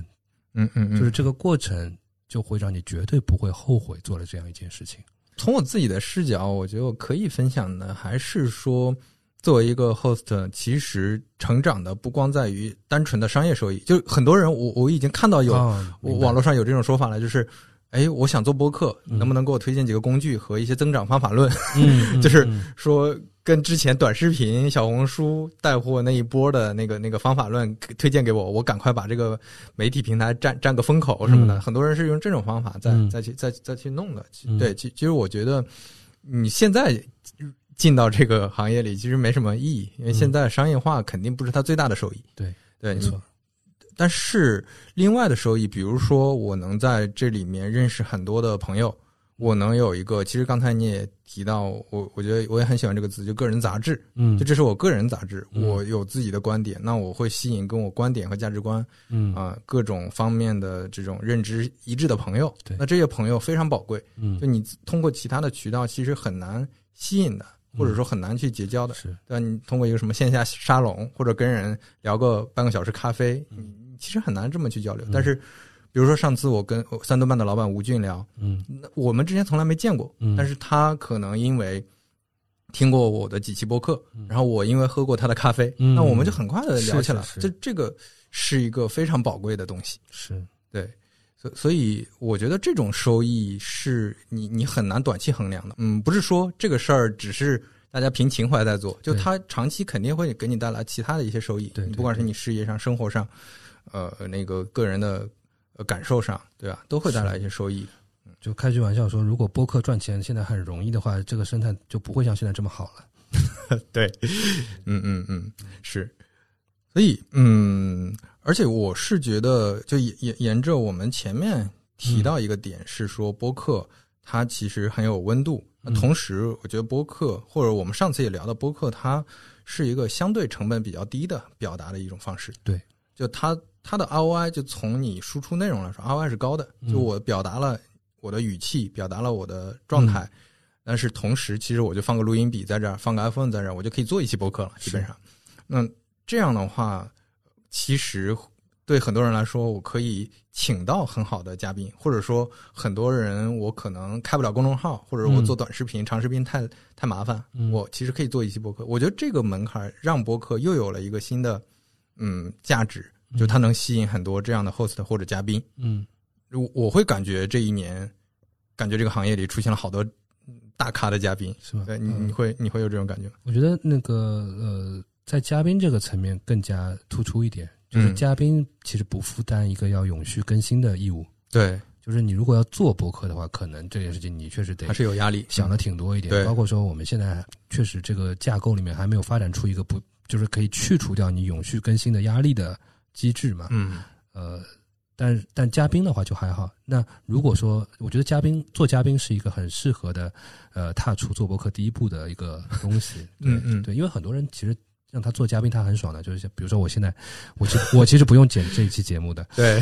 [SPEAKER 2] 嗯嗯，
[SPEAKER 3] 就是这个过程就会让你绝对不会后悔做了这样一件事情。
[SPEAKER 2] 从我自己的视角，我觉得我可以分享的还是说，作为一个 host，其实成长的不光在于单纯的商业收益，就是很多人我我已经看到有、
[SPEAKER 3] 啊
[SPEAKER 2] 我网络上有这种说法了，就是。哎，我想做播客，
[SPEAKER 3] 嗯
[SPEAKER 2] 能不能给我推荐几个工具和一些增长方法论？ *laughs*
[SPEAKER 3] 嗯，
[SPEAKER 2] 就是
[SPEAKER 3] 嗯
[SPEAKER 2] 说跟之前短视频、小红书带货那一波的那个那个方法论给推荐给我，我赶快把这个媒体平台占占个风口什么的。
[SPEAKER 3] 嗯
[SPEAKER 2] 很多人是用这种方法再、
[SPEAKER 3] 嗯
[SPEAKER 2] 再去再再去弄的。
[SPEAKER 3] 嗯
[SPEAKER 2] 对，其其实我觉得你现在进到这个行业里其实没什么意义，因为
[SPEAKER 3] 嗯
[SPEAKER 2] 现在商业化肯定不是它最大的收益。
[SPEAKER 3] 对
[SPEAKER 2] 对，
[SPEAKER 3] 没
[SPEAKER 2] 你
[SPEAKER 3] 错，
[SPEAKER 2] 但是另外的收益，比如说我能在这里面认识很多的朋友，我能有一个，其实刚才你也提到，我我觉得我也很喜欢这个词，就个人杂志，
[SPEAKER 3] 嗯
[SPEAKER 2] 就这是我个人杂志，
[SPEAKER 3] 嗯
[SPEAKER 2] 我有自己的观点，那我会吸引跟我观点和价值观
[SPEAKER 3] 嗯
[SPEAKER 2] 啊、各种方面的这种认知一致的朋友
[SPEAKER 3] 对，
[SPEAKER 2] 那这些朋友非常宝贵，
[SPEAKER 3] 嗯
[SPEAKER 2] 就你通过其他的渠道其实很难吸引的，或
[SPEAKER 3] 嗯
[SPEAKER 2] 者说很难去结交的，
[SPEAKER 3] 是
[SPEAKER 2] 对吧？你通过一个什么线下沙龙，或者跟人聊个半个小时咖啡，
[SPEAKER 3] 嗯
[SPEAKER 2] 你其实很难这么去交流。但是，比如说上次我跟我三顿半的老板吴俊聊，
[SPEAKER 3] 嗯
[SPEAKER 2] 那我们之前从来没见过，
[SPEAKER 3] 嗯
[SPEAKER 2] 但是他可能因为听过我的几期播客，然后我因为喝过他的咖啡，
[SPEAKER 3] 嗯
[SPEAKER 2] 那我们就很快的聊起来了。
[SPEAKER 3] 是是是
[SPEAKER 2] 这这个是一个非常宝贵的东西，
[SPEAKER 3] 是
[SPEAKER 2] 对，所所以我觉得这种收益是你你很难短期衡量的。嗯，不是说这个事儿只是大家凭情怀在做，就
[SPEAKER 3] 对
[SPEAKER 2] 它长期肯定会给你带来其他的一些收益。
[SPEAKER 3] 对对
[SPEAKER 2] 你不管是你事业上、生活上，呃，那个个人的呃感受上，对吧，都会带来一些收益。
[SPEAKER 3] 就开句玩笑说，如果播客赚钱现在很容易的话，这个生态就不会像现在这么好了。
[SPEAKER 2] 对，嗯嗯嗯，是，所以嗯，而且我是觉得，就沿沿沿着我们前面提到一个点，是说播客它其实很有温度，那
[SPEAKER 3] 嗯
[SPEAKER 2] 同时我觉得播客或者我们上次也聊到播客，它是一个相对成本比较低的表达的一种方式。
[SPEAKER 3] 对，
[SPEAKER 2] 就它它的 ROI 就从你输出内容来说，ROI 是高的，就
[SPEAKER 3] 嗯
[SPEAKER 2] 我表达了我的语气，表达了我的状态。
[SPEAKER 3] 嗯
[SPEAKER 2] 但是同时，其实我就放个录音笔在这儿，放个 iPhone 在这儿，我就可以做一期播客了，基本上。那这样的话，其实对很多人来说，我可以请到很好的嘉宾，或者说很多人我可能开不了公众号，或者我
[SPEAKER 3] 嗯
[SPEAKER 2] 做短视频、长视频太太麻烦，
[SPEAKER 3] 嗯
[SPEAKER 2] 我其实可以做一期播客。我觉得这个门槛让播客又有了一个新的嗯价值，就它能吸引很多这样的 host 或者嘉宾。
[SPEAKER 3] 嗯，
[SPEAKER 2] 我我会感觉这一年，感觉这个行业里出现了好多嗯大咖的嘉宾。
[SPEAKER 3] 是吧？
[SPEAKER 2] 对你，你
[SPEAKER 3] 嗯
[SPEAKER 2] 会你会有这种感觉吗？
[SPEAKER 3] 我觉得那个呃，在嘉宾这个层面更加突出一点，就是
[SPEAKER 2] 嗯
[SPEAKER 3] 嘉宾其实不负担一个要永续更新的义务。
[SPEAKER 2] 对，
[SPEAKER 3] 就是你如果要做博客的话，可能这件事情你确实得
[SPEAKER 2] 还是有压力。
[SPEAKER 3] 想的挺多一
[SPEAKER 2] 对
[SPEAKER 3] 点，包括说我们现在确实这个架构里面还没有发展出一个不就是可以去除掉你永续更新的压力的机制嘛。
[SPEAKER 2] 嗯，
[SPEAKER 3] 呃，但但嘉宾的话就还好。那如果说，我觉得嘉宾做嘉宾是一个很适合的，呃，踏出做博客第一步的一个东
[SPEAKER 2] *laughs*
[SPEAKER 3] 西。对
[SPEAKER 2] 嗯嗯
[SPEAKER 3] 对，因为很多人其实让他做嘉宾，他很爽的，就是比如说我现在，我其我其实不用剪这一期节目的，
[SPEAKER 2] 对，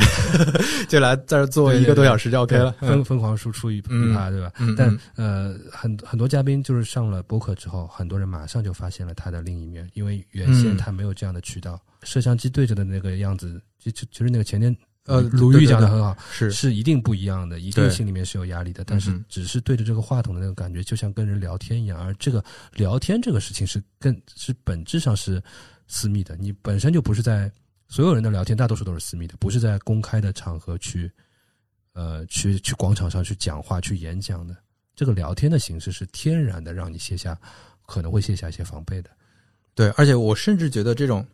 [SPEAKER 2] 就来这儿坐
[SPEAKER 3] 对对
[SPEAKER 2] 一个多小时就 *laughs* OK 了。
[SPEAKER 3] 疯疯狂输出一
[SPEAKER 2] 嗯
[SPEAKER 3] 一趴，对吧？
[SPEAKER 2] 嗯，嗯
[SPEAKER 3] 但呃，很很多嘉宾就是上了播客之后，很多人马上就发现了他的另一面，因为原
[SPEAKER 2] 嗯
[SPEAKER 3] 先他没有这样的渠道。摄像机对着的那个样子，其实其实那个前天
[SPEAKER 2] 呃
[SPEAKER 3] 鲁
[SPEAKER 2] 对
[SPEAKER 3] 豫
[SPEAKER 2] 对
[SPEAKER 3] 讲的
[SPEAKER 2] 对
[SPEAKER 3] 很好，
[SPEAKER 2] 是
[SPEAKER 3] 是一定不一样的，一
[SPEAKER 2] 对
[SPEAKER 3] 定心里面是有压力的。但是
[SPEAKER 2] 嗯
[SPEAKER 3] 只是对着这个话筒的那个感觉，就像跟人聊天一样。而这个聊天这个事情是更是本质上是私密的，你本身就不是在所有人的聊天，大多数都是私密的，不是在公开的场合去，呃，去去广场上去讲话、去演讲的。这个聊天的形式是天然的，让你卸下可能会卸下一些防备的。
[SPEAKER 2] 对，而且我甚至觉得这种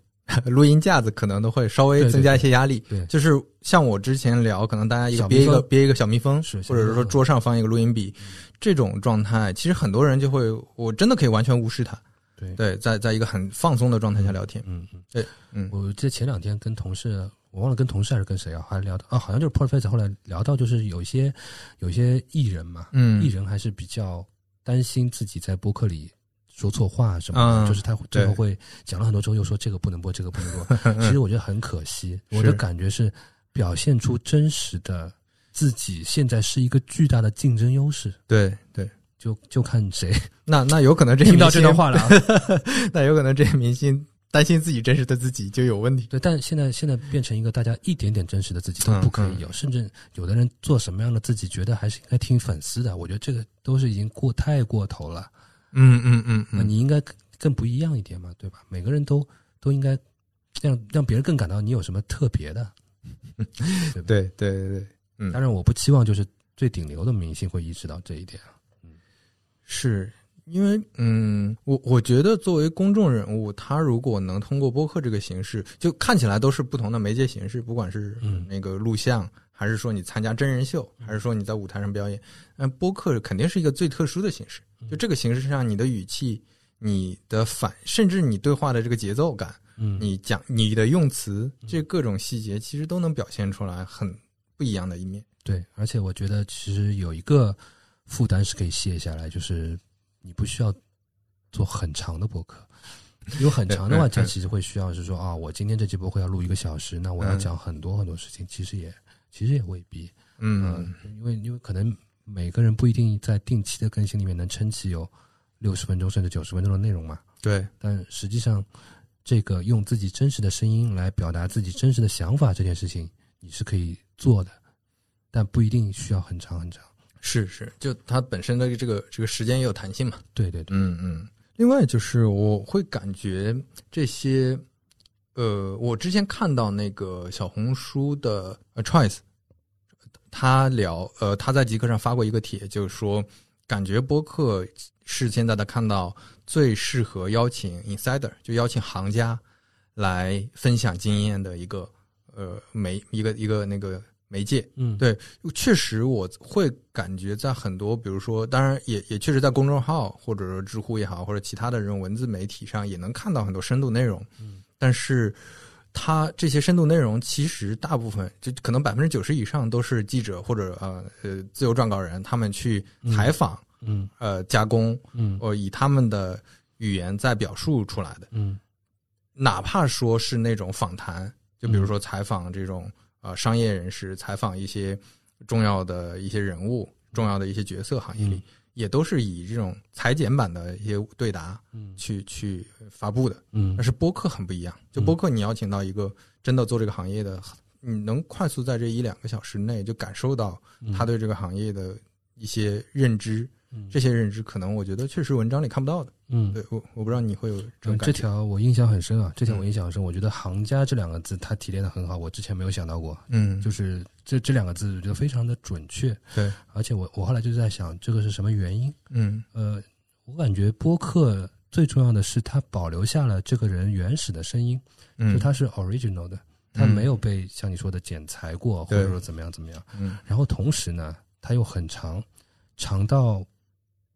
[SPEAKER 2] 录音架子可能都会稍微
[SPEAKER 3] 对对
[SPEAKER 2] 增加一些压力。
[SPEAKER 3] 对
[SPEAKER 2] 就是像我之前聊，可能大家一个
[SPEAKER 3] 小
[SPEAKER 2] 憋一
[SPEAKER 3] 蜜
[SPEAKER 2] 个
[SPEAKER 3] 蜂
[SPEAKER 2] 憋一个小蜜蜂，
[SPEAKER 3] 是
[SPEAKER 2] 或者是
[SPEAKER 3] 小蜜
[SPEAKER 2] 说
[SPEAKER 3] 蜂嗯
[SPEAKER 2] 桌上放一个录音笔，这种状态，其实很多人就会，我真的可以完全无视它。
[SPEAKER 3] 对，
[SPEAKER 2] 对，在在一个很放松的状态下聊天。
[SPEAKER 3] 嗯嗯，
[SPEAKER 2] 对，嗯
[SPEAKER 3] 我记得前两天跟同事，我忘了跟同事还是跟谁啊，还聊到啊，好像就是 Professor 后来聊到，就是有一些有一些艺人嘛，艺
[SPEAKER 2] 嗯，
[SPEAKER 3] 人还是比较担心自己在播客里说错话什么的，
[SPEAKER 2] 嗯
[SPEAKER 3] 就是他会最后会讲了很多之后又说这个不能播，这个不能播。 *laughs* 其实我觉得很可惜，
[SPEAKER 2] 是
[SPEAKER 3] 我的感觉是表现出真实的自己，现在是一个巨大的竞争优势。
[SPEAKER 2] 对对。
[SPEAKER 3] 就就看谁
[SPEAKER 2] 那那有可能这
[SPEAKER 3] 听到这段
[SPEAKER 2] 段话。
[SPEAKER 3] 话了啊！
[SPEAKER 2] 那有可能这些明星担心自己真实的自己就有问题。
[SPEAKER 3] 对，但现在现在变成一个大家一点点真实的自己都
[SPEAKER 2] 嗯
[SPEAKER 3] 不可以有，甚至有的人做什么样的自己，觉得还是应该听粉丝的。我觉得这个都是已经过太过头了，
[SPEAKER 2] 嗯嗯嗯
[SPEAKER 3] 那你应该更更不一样一点嘛，对吧？每个人都都应该让让别人更感到你有什么特
[SPEAKER 2] *laughs*
[SPEAKER 3] 别的。
[SPEAKER 2] 对对对对，嗯
[SPEAKER 3] 当然，我不期望就是最顶流的明星会意识到这一点啊。
[SPEAKER 2] 是因为嗯，我我觉得作为公众人物，他如果能通过播客这个形式，就看起来都是不同的媒介形式，不管是
[SPEAKER 3] 嗯
[SPEAKER 2] 那个录像，还是说你参加真人秀，还是说你在舞台上表演，嗯，播客肯定是一个最特殊的形式。
[SPEAKER 3] 嗯
[SPEAKER 2] 就这个形式上，你的语气、你的反，甚至你对话的这个节奏感，
[SPEAKER 3] 嗯，
[SPEAKER 2] 你讲你的用词，这各种细节其实都能表现出来很不一样的一面。
[SPEAKER 3] 对，而且我觉得其实有一个负担是可以卸下来，就是你不需要做很长的博客。因为很长的
[SPEAKER 2] 嗯
[SPEAKER 3] 话，
[SPEAKER 2] 嗯
[SPEAKER 3] 它其实会需要是说啊，我今天这期播客要录一个小时，那我要
[SPEAKER 2] 嗯
[SPEAKER 3] 讲很多很多事情，其实也其实也未必，
[SPEAKER 2] 嗯
[SPEAKER 3] 嗯，因为因为可能每个人不一定在定期的更新里面能撑起有六十分钟甚至九十分钟的内容嘛，
[SPEAKER 2] 对，
[SPEAKER 3] 但实际上，这个用自己真实的声音来表达自己真实的想法这件事情，你是可以做的，但不一定需要很长很长。
[SPEAKER 2] 是是，就它本身的这个这个时间也有弹性嘛。
[SPEAKER 3] 对对对，
[SPEAKER 2] 嗯嗯，另外就是我会感觉这些，呃，我之前看到那个小红书的呃 Choice，他聊呃他在极客上发过一个帖，就是说感觉播客是现在的看到最适合邀请 insider，就邀请行家来分享经验的一个呃媒一个一个那个媒介。
[SPEAKER 3] 嗯，
[SPEAKER 2] 对确实，我会感觉在很多，比如说，当然也也确实在公众号或者说知乎也好，或者其他的这种文字媒体上，也能看到很多深度内容。
[SPEAKER 3] 嗯，
[SPEAKER 2] 但是它这些深度内容，其实大部分就可能百分之九十以上都是记者或者呃呃自由撰稿人他们去采访、
[SPEAKER 3] 嗯
[SPEAKER 2] 呃加工，
[SPEAKER 3] 嗯
[SPEAKER 2] 呃以他们的语言在表述出来的。
[SPEAKER 3] 嗯
[SPEAKER 2] 哪怕说是那种访谈，就比如
[SPEAKER 3] 嗯
[SPEAKER 2] 说采访这种呃商业人士，采访一些重要的一些人物、重要的一些角色，行业里、
[SPEAKER 3] 嗯
[SPEAKER 2] 也都是以这种裁剪版的一些对答
[SPEAKER 3] 嗯
[SPEAKER 2] 去去发布的。
[SPEAKER 3] 嗯
[SPEAKER 2] 但是播客很不一样，就播客你邀请到一个真的做这个行业的，你能快速在这一两个小时内就感受到他对这个行业的一些认知，
[SPEAKER 3] 嗯
[SPEAKER 2] 这些认知可能我觉得确实文章里看不到的。
[SPEAKER 3] 嗯
[SPEAKER 2] 对我我不知道你会有这种
[SPEAKER 3] 嗯，
[SPEAKER 2] 感
[SPEAKER 3] 这
[SPEAKER 2] 觉。
[SPEAKER 3] 条我印象很深啊，这条
[SPEAKER 2] 嗯
[SPEAKER 3] 我印象很深。我觉得“行家”这两个字，它提炼的很好，我之前没有想到过。
[SPEAKER 2] 嗯，
[SPEAKER 3] 就是这这两个字，我觉得非常的准确。
[SPEAKER 2] 对，
[SPEAKER 3] 而且我我后来就在想，这个是什么原因？
[SPEAKER 2] 嗯
[SPEAKER 3] 呃，我感觉播客最重要的是它保留下了这个人原始的声音，
[SPEAKER 2] 嗯，
[SPEAKER 3] 就它是 original 的，它
[SPEAKER 2] 嗯
[SPEAKER 3] 没有被像你说的剪裁过，或
[SPEAKER 2] 对
[SPEAKER 3] 者说怎么样怎么样。
[SPEAKER 2] 嗯
[SPEAKER 3] 然后同时呢，它又很长，长到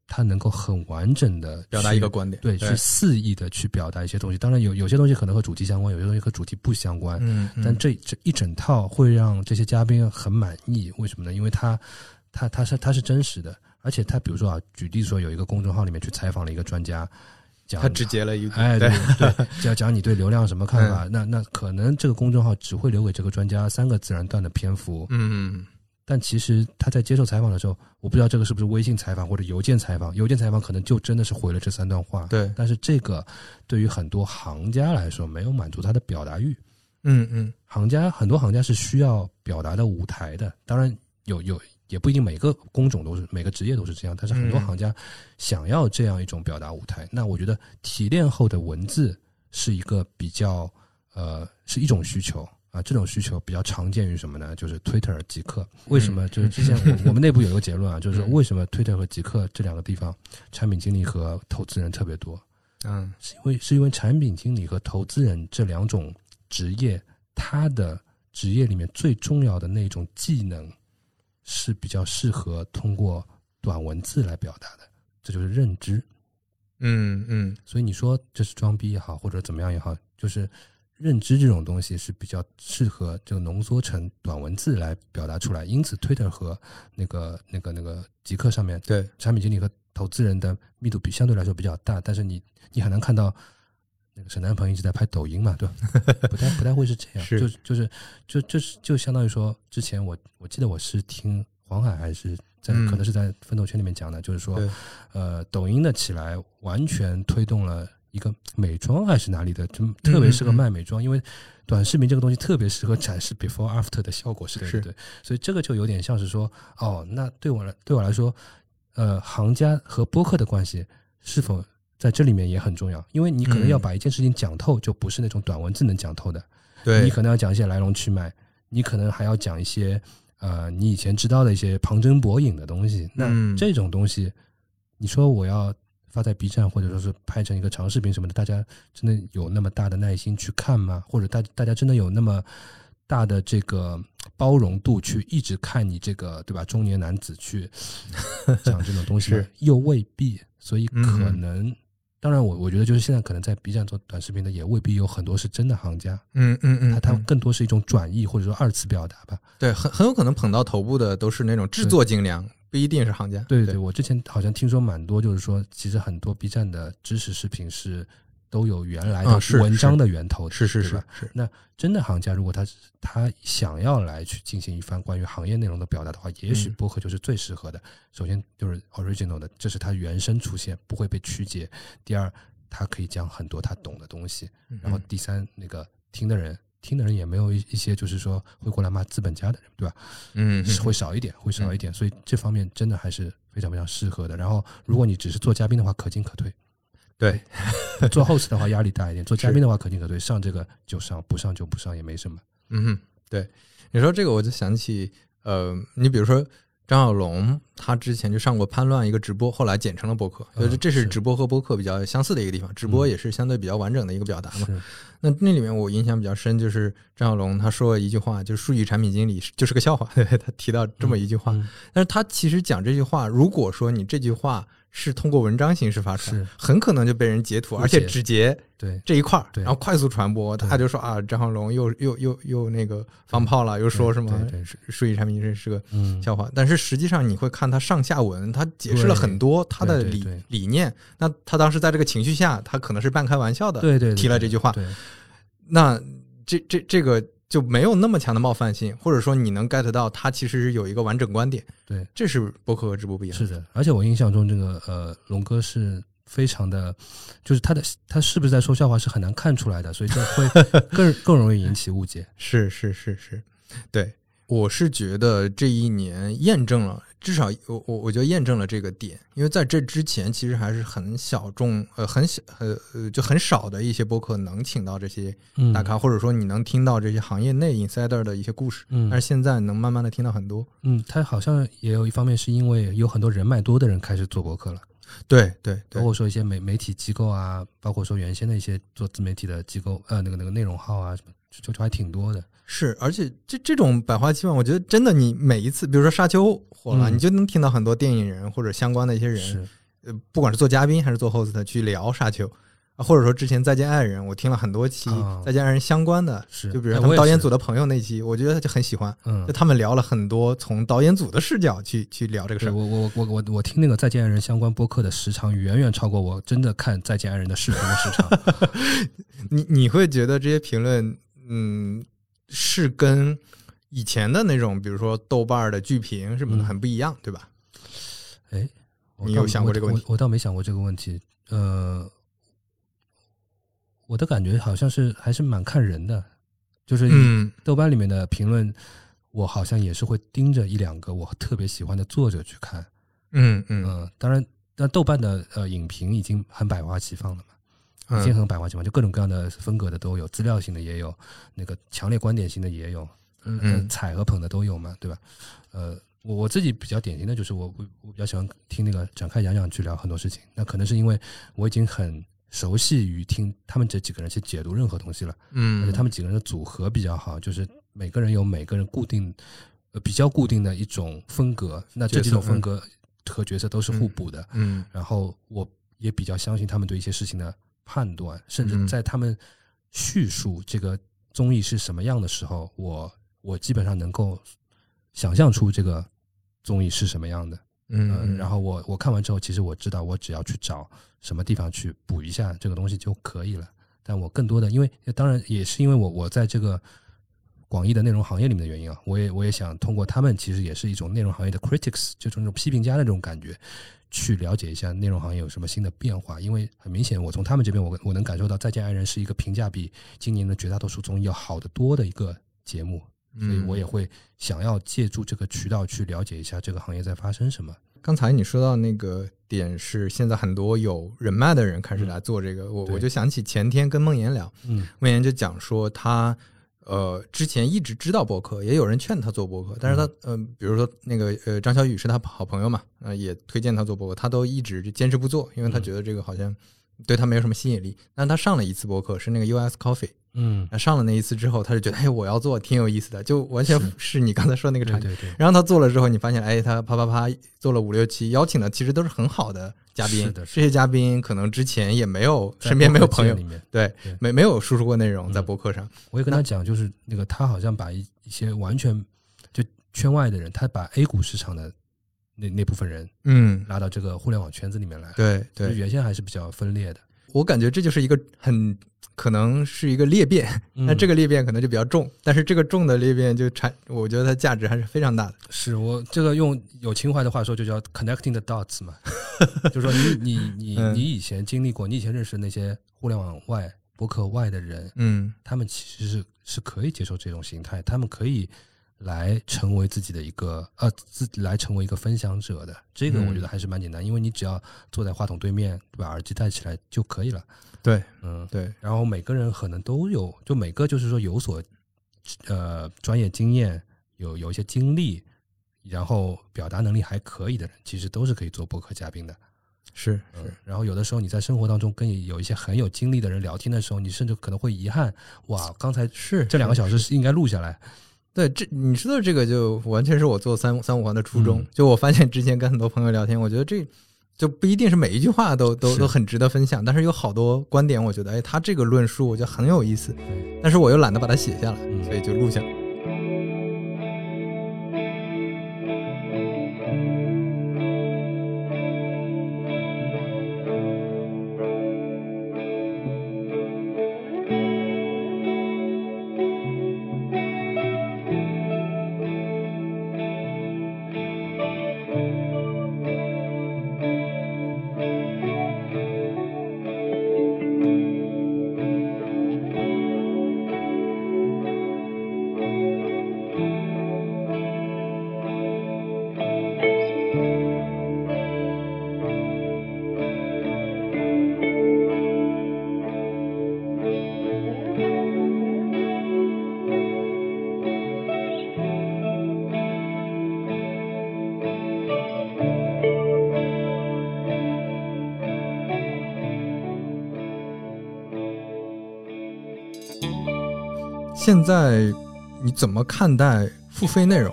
[SPEAKER 3] 它能够很完整的
[SPEAKER 2] 表达一个观点，
[SPEAKER 3] 对，去肆意的去表达一些东西。当然有有些东西可能和主题相关，有些东西和主题不相关。
[SPEAKER 2] 嗯，嗯
[SPEAKER 3] 但这这一整套会让这些嘉宾很满意，为什么呢？因为他他他是他是真实的，而且他比如说啊，举例说有一个公众号里面去采访了一个专家，讲
[SPEAKER 2] 他只截了一个，*laughs*
[SPEAKER 3] 哎
[SPEAKER 2] 对
[SPEAKER 3] 对，对，讲讲你对流量什么看
[SPEAKER 2] 嗯
[SPEAKER 3] 法？那那可能这个公众号只会留给这个专家三个自然段的篇幅，
[SPEAKER 2] 嗯
[SPEAKER 3] 但其实他在接受采访的时候，我不知道这个是不是微信采访或者邮件采访，邮件采访可能就真的是回了这三段话，
[SPEAKER 2] 对
[SPEAKER 3] 但是这个对于很多行家来说，没有满足他的表达欲。
[SPEAKER 2] 嗯嗯
[SPEAKER 3] 行家很多行家是需要表达的舞台的，当然有有也不一定每个工种都是每个职业都是这样，但是很多
[SPEAKER 2] 嗯
[SPEAKER 3] 行家想要这样一种表达舞台。那我觉得提炼后的文字是一个比较呃是一种需求。啊，这种需求比较常见于什么呢？就是 Twitter、极客。为什么？就是之前
[SPEAKER 2] *laughs*
[SPEAKER 3] 我我们内部有一个结论啊，就是说
[SPEAKER 2] 嗯
[SPEAKER 3] 为什么 Twitter 和极客这两个地方产品经理和投资人特别多？
[SPEAKER 2] 嗯
[SPEAKER 3] 是因为是因为产品经理和投资人这两种职业，他的职业里面最重要的那种技能是比较适合通过短文字来表达的，这就是认知。
[SPEAKER 2] 嗯嗯
[SPEAKER 3] 所以你说这是装逼也好，或者怎么样也好，就是认知这种东西是比较适合这个浓缩成短文字来表达出来。因此，Twitter 和那个那个那个极客上面
[SPEAKER 2] 对，
[SPEAKER 3] 产品经理和投资人的密度比相对来说比较大，但是你你很难看到那个沈南鹏一直在拍抖音
[SPEAKER 2] *laughs*
[SPEAKER 3] 嘛，对吧？不太不太会是这样，
[SPEAKER 2] 是
[SPEAKER 3] 就就是就就是就相当于说，之前我我记得我是听黄海还是在、
[SPEAKER 2] 嗯
[SPEAKER 3] 可能是在奋斗圈里面讲的，就是说
[SPEAKER 2] 对，
[SPEAKER 3] 呃，抖音的起来完全推动了。一个美妆还是哪里的，就特别适合
[SPEAKER 2] 嗯嗯
[SPEAKER 3] 卖美妆，因为短视频这个东西特别适合展示 before after 的效果，是对
[SPEAKER 2] 是
[SPEAKER 3] 对对，所以这个就有点像是说，哦，那对我来对我来说，呃，行家和播客的关系是否在这里面也很重要，因为你可
[SPEAKER 2] 嗯
[SPEAKER 3] 能要把一件事情讲透，就不是那种短文字能讲透的，
[SPEAKER 2] 对
[SPEAKER 3] 你可能要讲一些来龙去脉，你可能还要讲一些呃你以前知道的一些旁征博引的东西。那
[SPEAKER 2] 嗯
[SPEAKER 3] 这种东西，你说我要发在 B 站，或者说是拍成一个长视频什么的，大家真的有那么大的耐心去看吗？或者大大家真的有那么大的这个包容度去一直看你这个对吧中年男
[SPEAKER 2] *laughs*
[SPEAKER 3] 子去讲这种东西吗
[SPEAKER 2] 是
[SPEAKER 3] 又未必，所以
[SPEAKER 2] 嗯
[SPEAKER 3] 可能。当然我，我觉得就是现在可能在 B 站做短视频的也未必有很多是真的行家，
[SPEAKER 2] 嗯嗯嗯，
[SPEAKER 3] 它它
[SPEAKER 2] 嗯
[SPEAKER 3] 更多是一种转译或者说二次表达吧。
[SPEAKER 2] 对很很有可能捧到头部的都是那种制作精良，不一定是行家，
[SPEAKER 3] 对对，
[SPEAKER 2] 对
[SPEAKER 3] 我之前好像听说蛮多，就是说其实很多 B 站的知识视频是都有原来的
[SPEAKER 2] 啊是
[SPEAKER 3] 文章的源头的，
[SPEAKER 2] 是是
[SPEAKER 3] 对
[SPEAKER 2] 是
[SPEAKER 3] 吧
[SPEAKER 2] 是，
[SPEAKER 3] 真的行家如果他他想要来去进行一番关于行业内容的表达的话，也许
[SPEAKER 2] 嗯
[SPEAKER 3] 播客就是最适合的。首先就是 original 的，这是它原生出现，不会被曲解。第二，他可以讲很多他懂的东西。然后
[SPEAKER 2] 嗯
[SPEAKER 3] 第三，那个听的人，听的人也没有一一些就是说会过来骂资本家的人，对吧？
[SPEAKER 2] 嗯
[SPEAKER 3] 是会少一点，会少一
[SPEAKER 2] *laughs*
[SPEAKER 3] 点，所以这方面真的还是非常非常适合的。然后，如果你只是做嘉宾的话，可进可退。
[SPEAKER 2] 对，
[SPEAKER 3] 做 host 的话压力大一点，做嘉宾的话可进可退，上这个就上，不上就不上也没什么。
[SPEAKER 2] 嗯哼，对，你说这个我就想起，呃，你比如说张小龙，他之前就上过潘乱一个直播，后来剪成了播客，
[SPEAKER 3] 嗯
[SPEAKER 2] 就是这是
[SPEAKER 3] 是嗯
[SPEAKER 2] 直播和播客比较相似的一个地方，直播也是相对比较完整的一个表达嘛。
[SPEAKER 3] 是，
[SPEAKER 2] 那那里面我印象比较深，就是张小龙他说了一句话，就是数据产品经理是就是个笑话，对 *laughs* 他提到这么一句话，
[SPEAKER 3] 嗯
[SPEAKER 2] 但是他其实讲这句话，如果说你这句话是通过文章形式发出来
[SPEAKER 3] 是，
[SPEAKER 2] 很可能就被人截图，
[SPEAKER 3] 误解
[SPEAKER 2] 而且只截
[SPEAKER 3] 对，
[SPEAKER 2] 这一块儿，
[SPEAKER 3] 对
[SPEAKER 2] 然后快速传播。
[SPEAKER 3] 对
[SPEAKER 2] 大家就说啊，张小龙又又又又那个放炮了，又说什么
[SPEAKER 3] 对对是，
[SPEAKER 2] 数据产品经理是个
[SPEAKER 3] 嗯，
[SPEAKER 2] 笑话。但是实际上你会看他上下文，他解释了
[SPEAKER 3] 对
[SPEAKER 2] 很多他的
[SPEAKER 3] 对对
[SPEAKER 2] 理
[SPEAKER 3] 对
[SPEAKER 2] 理念。那他当时在这个情绪下，他可能是半开玩笑的，
[SPEAKER 3] 对对对
[SPEAKER 2] 提了这句话
[SPEAKER 3] 对，
[SPEAKER 2] 那这这这个就没有那么强的冒犯性，或者说你能 get 到他其实是有一个完整观点。
[SPEAKER 3] 对，
[SPEAKER 2] 这是播客和直播不一样。
[SPEAKER 3] 是的，而且我印象中，这个呃，龙哥是非常的，就是他的他是不是在说笑话是很难看出来的，所以这
[SPEAKER 2] *laughs*
[SPEAKER 3] 会更更容易引起误解。
[SPEAKER 2] 是是是是，对，我是觉得这一年验证了，至少我我我觉得验证了这个点，因为在这之前其实还是很小众，呃，很小呃呃就很少的一些播客能请到这些
[SPEAKER 3] 嗯
[SPEAKER 2] 大咖，或者说你能听到这些行业内 insider 的一些故事，
[SPEAKER 3] 嗯
[SPEAKER 2] 但是现在能慢慢的听到很多。
[SPEAKER 3] 嗯，他好像也有一方面是因为有很多人脉多的人开始做博客了，
[SPEAKER 2] 对对
[SPEAKER 3] 包
[SPEAKER 2] 对，
[SPEAKER 3] 括说一些媒媒体机构啊，包括说原先的一些做自媒体的机构，呃，那个那个内容号啊什么，就就还挺多的。
[SPEAKER 2] 是，而且这这种百花齐放，我觉得真的你每一次，比如说沙丘火了，
[SPEAKER 3] 嗯
[SPEAKER 2] 你就能听到很多电影人或者相关的一些人，
[SPEAKER 3] 是，
[SPEAKER 2] 呃，不管是做嘉宾还是做 host 去聊沙丘，啊，或者说之前《再见爱人》，我听了很多期
[SPEAKER 3] 啊
[SPEAKER 2] 《再见爱人》相关的，
[SPEAKER 3] 是
[SPEAKER 2] 就比如
[SPEAKER 3] 哎
[SPEAKER 2] 他们
[SPEAKER 3] 我也
[SPEAKER 2] 导演
[SPEAKER 3] 是
[SPEAKER 2] 组的朋友那期，我觉得就很喜欢，
[SPEAKER 3] 嗯
[SPEAKER 2] 就，他们聊了很多从导演组的视角去去聊这个事
[SPEAKER 3] 对
[SPEAKER 2] 儿。
[SPEAKER 3] 我我我我我听那个《再见爱人》相关播客的时长远远超过我真的看《再见爱人》的视频的时长。
[SPEAKER 2] 你你会觉得这些评论，嗯，是跟以前的那种，比如说豆瓣儿的剧评什么的
[SPEAKER 3] 嗯
[SPEAKER 2] 很不一样，对吧？
[SPEAKER 3] 哎，我
[SPEAKER 2] 你
[SPEAKER 3] 倒
[SPEAKER 2] 有想过这个问题
[SPEAKER 3] 我我？我倒没想过这个问题。呃，我的感觉好像是还是蛮看人的，就是
[SPEAKER 2] 嗯，
[SPEAKER 3] 豆瓣里面的评论，我好像也是会盯着一两个我特别喜欢的作者去看。
[SPEAKER 2] 嗯嗯
[SPEAKER 3] 嗯、当然，但豆瓣的呃影评已经很百花齐放了嘛。已经
[SPEAKER 2] 嗯，
[SPEAKER 3] 很百花齐放，就各种各样的风格的都有，资料性的也有，那个强烈观点性的也有，嗯
[SPEAKER 2] 嗯
[SPEAKER 3] 踩和捧的都有嘛，对吧？呃，我我自己比较典型的就是我我我比较喜欢听那个展开讲讲去聊很多事情，那可能是因为我已经很熟悉于听他们这几个人去解读任何东西了，而且
[SPEAKER 2] 嗯，
[SPEAKER 3] 他们几个人的组合比较好，就是每个人有每个人固定呃比较固定的一种风格，那这
[SPEAKER 2] 角
[SPEAKER 3] 几
[SPEAKER 2] 色
[SPEAKER 3] 种风
[SPEAKER 2] 嗯
[SPEAKER 3] 格和角色都是互补的，
[SPEAKER 2] 嗯
[SPEAKER 3] 然后我也比较相信他们对一些事情的判断，
[SPEAKER 2] 嗯
[SPEAKER 3] 甚至在他们叙述这个综艺是什么样的时候，我我基本上能够想象出这个综艺是什么样的。
[SPEAKER 2] 嗯
[SPEAKER 3] 嗯，
[SPEAKER 2] 嗯，
[SPEAKER 3] 然后我我看完之后，其实我知道我只要去找什么地方去补一下这个东西就可以了。但我更多的，因为当然也是因为我我在这个广义的内容行业里面的原因啊，我也我也想通过他们，其实也是一种内容行业的 critics，就是那种批评家的这种感觉，去了解一下内容行业有什么新的变化。因为很明显，我从他们这边我我能感受到，《再见爱人》是一个评价比今年的绝大多数综艺要好得多的一个节目，所以
[SPEAKER 2] 嗯
[SPEAKER 3] 我也会想要借助这个渠道去了解一下这个行业在发生什么。
[SPEAKER 2] 刚才你说到那个点是，现在很多有人脉的人开始来做这个，我
[SPEAKER 3] 嗯对
[SPEAKER 2] 我就想起前天跟梦岩聊，
[SPEAKER 3] 嗯
[SPEAKER 2] 梦岩就讲说他呃之前一直知道播客，也有人劝他做播客，但是他嗯、呃，比如说那个呃张小雨是他好朋友嘛，呃也推荐他做播客，他都一直就坚持不做，因为他
[SPEAKER 3] 嗯
[SPEAKER 2] 觉得这个好像对他没有什么吸引力。但是他上了一次播客，是那个 US Coffee， *laughs*
[SPEAKER 3] 嗯，
[SPEAKER 2] 那上了那一次之后，他就觉得哎我要做，挺有意思的，就完全
[SPEAKER 3] 是
[SPEAKER 2] 是你刚才说那个场景。
[SPEAKER 3] 对对，
[SPEAKER 2] 然后他做了之后，你发现，哎，他啪啪啪做了五六期，邀请的其实都是很好的嘉宾。
[SPEAKER 3] 是的是的
[SPEAKER 2] 这些嘉宾可能之前也没有身边没有朋友
[SPEAKER 3] 里，面，
[SPEAKER 2] 对
[SPEAKER 3] 对，嗯
[SPEAKER 2] 没没有输出过内容在博客上。
[SPEAKER 3] 我也跟他讲，就是那个他好像把一一些完全就圈外的人，他把 A 股市场的那那部分人
[SPEAKER 2] 嗯，
[SPEAKER 3] 拉到这个互联网圈子里面来，
[SPEAKER 2] 对
[SPEAKER 3] 就
[SPEAKER 2] 对，
[SPEAKER 3] 原先还是比较分裂的。
[SPEAKER 2] 我感觉这就是一个很可能是一个裂变，
[SPEAKER 3] 那
[SPEAKER 2] 那这
[SPEAKER 3] 个
[SPEAKER 2] 个裂变可能就比较重，但是这个重的裂变就产，我觉得它价值还是非常大的。
[SPEAKER 3] 是我这个用有情怀的话说，就叫 connecting the dots 嘛， *laughs* 就说你你你
[SPEAKER 2] 嗯
[SPEAKER 3] 你以前经历过，你以前认识的那些互联网外、博客外的人，
[SPEAKER 2] 嗯
[SPEAKER 3] 他们其实是是可以接受这种形态，他们可以来成为自己的一个呃自来成为一个分享者的。这个我觉得还是蛮简单，因为你只要坐在话筒对面，把耳机戴起来就可以了。
[SPEAKER 2] 对
[SPEAKER 3] 嗯，
[SPEAKER 2] 对，
[SPEAKER 3] 然后每个人可能都有，就每个就是说有所呃专业经验，有有一些经历，然后表达能力还可以的人，其实都是可以做播客嘉宾的。
[SPEAKER 2] 是
[SPEAKER 3] 嗯
[SPEAKER 2] 是，，
[SPEAKER 3] 然后有的时候你在生活当中跟有一些很有经历的人聊天的时候，你甚至可能会遗憾，哇，刚才
[SPEAKER 2] 是
[SPEAKER 3] 这两个小时是应该录下来。
[SPEAKER 2] 对，这你知道这个就完全是我做三三五环的初衷。
[SPEAKER 3] 嗯
[SPEAKER 2] 就我发现之前跟很多朋友聊天，我觉得这就不一定是每一句话都都
[SPEAKER 3] 是
[SPEAKER 2] 都很值得分享，但是有好多观点，我觉得哎，他这个论述我觉得很有意思
[SPEAKER 3] 对，
[SPEAKER 2] 但是我又懒得把它写下来，
[SPEAKER 3] 嗯
[SPEAKER 2] 所以就录下来。现在你怎么看待付费内容？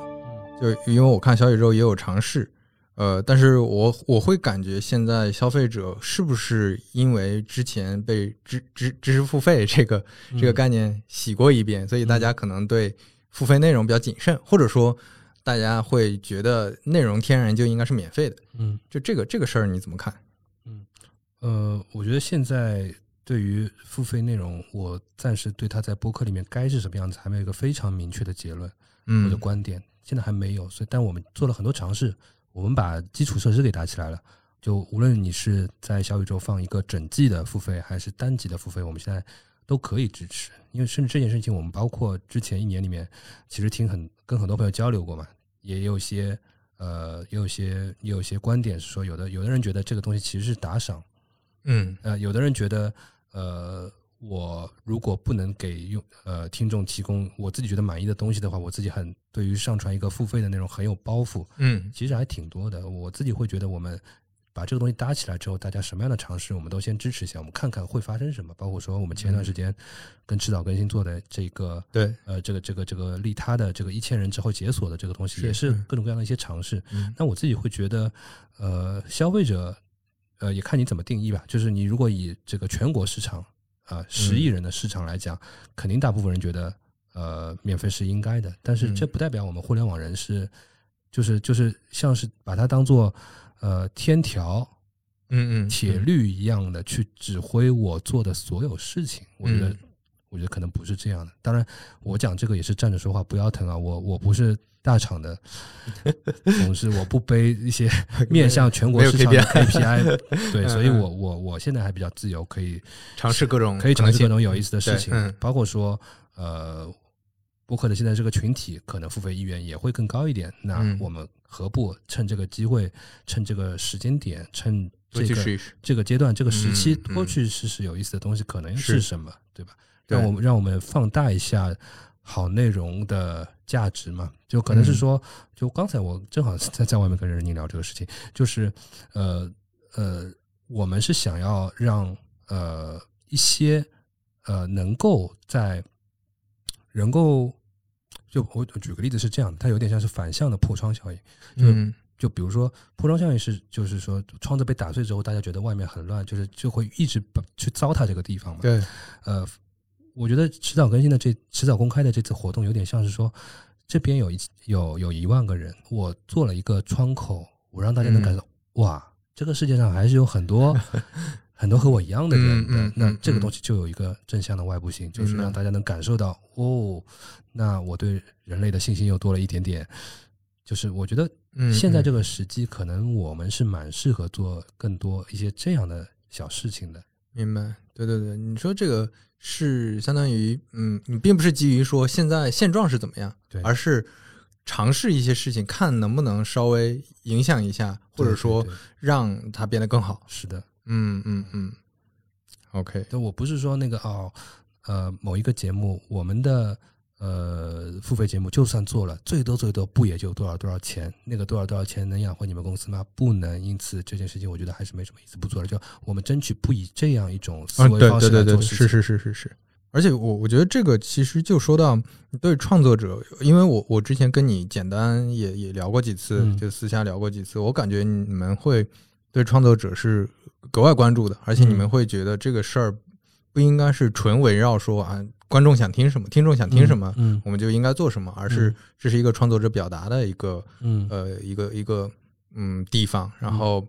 [SPEAKER 2] 就因为我看小宇宙也有尝试，呃，但是我我会感觉现在消费者是不是因为之前被知知知识付费这个这个概念洗过一遍，所以大家可能对付费内容比较谨慎，或者说大家会觉得内容天然就应该是免费的。
[SPEAKER 3] 嗯，
[SPEAKER 2] 就这个这个事儿你怎么看？
[SPEAKER 3] 呃，我觉得现在对于付费内容，我暂时对它在播客里面该是什么样子，还没有一个非常明确的结论或者
[SPEAKER 2] 嗯
[SPEAKER 3] 观点，现在还没有。所以，但我们做了很多尝试，我们把基础设施给打起来了。就无论你是在小宇宙放一个整季的付费，还是单集的付费，我们现在都可以支持。因为甚至这件事情，我们包括之前一年里面，其实听很跟很多朋友交流过嘛，也有些呃，也有些也有些观点是说，有的有的人觉得这个东西其实是打赏。
[SPEAKER 2] 嗯
[SPEAKER 3] 呃，有的人觉得，呃，我如果不能给用呃听众提供我自己觉得满意的东西的话，我自己很对于上传一个付费的内容很有包袱。
[SPEAKER 2] 嗯
[SPEAKER 3] 其实还挺多的，我自己会觉得我们。把这个东西搭起来之后，大家什么样的尝试，我们都先支持一下，我们看看会发生什么。包括说，我们
[SPEAKER 2] 嗯
[SPEAKER 3] 前段时间跟迟早更新做的这个
[SPEAKER 2] 对
[SPEAKER 3] 呃，这个这个这个利他的这个一千人之后解锁的这个东西，
[SPEAKER 2] 是
[SPEAKER 3] 也是
[SPEAKER 2] 是
[SPEAKER 3] 各种各样的一些尝试。
[SPEAKER 2] 嗯
[SPEAKER 3] 那我自己会觉得，呃，消费者，呃，也看你怎么定义吧。就是你如果以这个全国市场啊十、0亿人
[SPEAKER 2] 嗯
[SPEAKER 3] 的市场来讲，肯定大部分人觉得，呃，免费是应该的。但是这
[SPEAKER 2] 嗯
[SPEAKER 3] 不代表我们互联网人是，就是就是像是把它当做呃天条
[SPEAKER 2] 嗯嗯
[SPEAKER 3] 铁律一样的去指挥我做的所有事情。我觉
[SPEAKER 2] 嗯
[SPEAKER 3] 得，我觉得可能不是这样的。当然，我讲这个也是站着说话不腰疼啊。我我不是大厂
[SPEAKER 2] *laughs*
[SPEAKER 3] 的总是我不背一些面向全国
[SPEAKER 2] 没有
[SPEAKER 3] 市场的
[SPEAKER 2] *laughs* KPI
[SPEAKER 3] KPI。对，所以
[SPEAKER 2] 嗯嗯嗯
[SPEAKER 3] 我我我现在还比较自由，可以
[SPEAKER 2] 尝试各种
[SPEAKER 3] 可以尝试各
[SPEAKER 2] 各
[SPEAKER 3] 种有意思的事情
[SPEAKER 2] 对嗯，
[SPEAKER 3] 包括说呃。播客的现在这个群体，可能付费意愿也会更高一点。那
[SPEAKER 2] 嗯
[SPEAKER 3] 我们何不趁这个机会，趁这个时间点，趁这
[SPEAKER 2] 多
[SPEAKER 3] 个
[SPEAKER 2] 去试一试。
[SPEAKER 3] 这个阶段、这个时期，
[SPEAKER 2] 嗯
[SPEAKER 3] 多去试试有意思的东西，可能
[SPEAKER 2] 是
[SPEAKER 3] 是什么，对吧？
[SPEAKER 2] 对
[SPEAKER 3] 让我们让我们放大一下好内容的价值嘛。就
[SPEAKER 2] 嗯
[SPEAKER 3] 可能是说，就刚才我正好在在外面跟任宁聊这个事情，就是呃呃，我们是想要让呃一些呃能够在能够就我我举个例子是这样的，它有点像是反向的破窗效应。
[SPEAKER 2] 嗯
[SPEAKER 3] 就比如说铺装效应是，就是说窗子被打碎之后，大家觉得外面很乱，就是就会一直把去糟蹋这个地方嘛。
[SPEAKER 2] 对
[SPEAKER 3] 呃，我觉得迟早更新的这迟早公开的这次活动，有点像是说，这边有一有有一万个人，我做了一个窗口，我让大
[SPEAKER 2] 嗯
[SPEAKER 3] 家能感受，哇，这个世界上还是有
[SPEAKER 2] *laughs*
[SPEAKER 3] 很多很多和我一样的人的。
[SPEAKER 2] 嗯嗯
[SPEAKER 3] 那
[SPEAKER 2] 嗯
[SPEAKER 3] 这个
[SPEAKER 2] 嗯
[SPEAKER 3] 东西就有一个正向的外部性，就是
[SPEAKER 2] 明白
[SPEAKER 3] 让大家能感受到，哦，那我对人类的信心又多了一点点。就是我觉得
[SPEAKER 2] 嗯，
[SPEAKER 3] 现在
[SPEAKER 2] 嗯
[SPEAKER 3] 这个时机，可能我们是蛮适合做更多一些这样的小事情的。
[SPEAKER 2] 明白，对对对，你说这个是相当于，嗯，你并不是基于说现在现状是怎么样，
[SPEAKER 3] 对
[SPEAKER 2] 而是尝试一些事情，看能不能稍微影响一下，或者说
[SPEAKER 3] 对对对
[SPEAKER 2] 让它变得更好。
[SPEAKER 3] 是的，
[SPEAKER 2] 嗯嗯嗯，OK，
[SPEAKER 3] 但我不是说那个哦，呃，某一个节目，我们的呃付费节目就算做了，最多最多不也就多少多少钱？那个多少多少钱能养活你们公司吗？不能。因此这件事情，我觉得还是没什么意思，不做了。就我们争取不以这样一种思
[SPEAKER 2] 嗯，
[SPEAKER 3] 维
[SPEAKER 2] 对
[SPEAKER 3] 方式
[SPEAKER 2] 对
[SPEAKER 3] 来
[SPEAKER 2] 对
[SPEAKER 3] 做
[SPEAKER 2] 对，
[SPEAKER 3] 事情。
[SPEAKER 2] 是是是是是。而且我我觉得这个其实就说到对创作者，因为我我之前跟你简单也也聊过几次，
[SPEAKER 3] 嗯
[SPEAKER 2] 就私下聊过几次，我感觉你们会对创作者是格外关注的，而且你们
[SPEAKER 3] 嗯
[SPEAKER 2] 会觉得这个事儿不应该是纯围绕说啊观众想听什么，听众想听什么，
[SPEAKER 3] 嗯
[SPEAKER 2] 我们就应该做什么，而是这是一个创作者表达的一个
[SPEAKER 3] 嗯嗯
[SPEAKER 2] 呃一个一个嗯地方，然后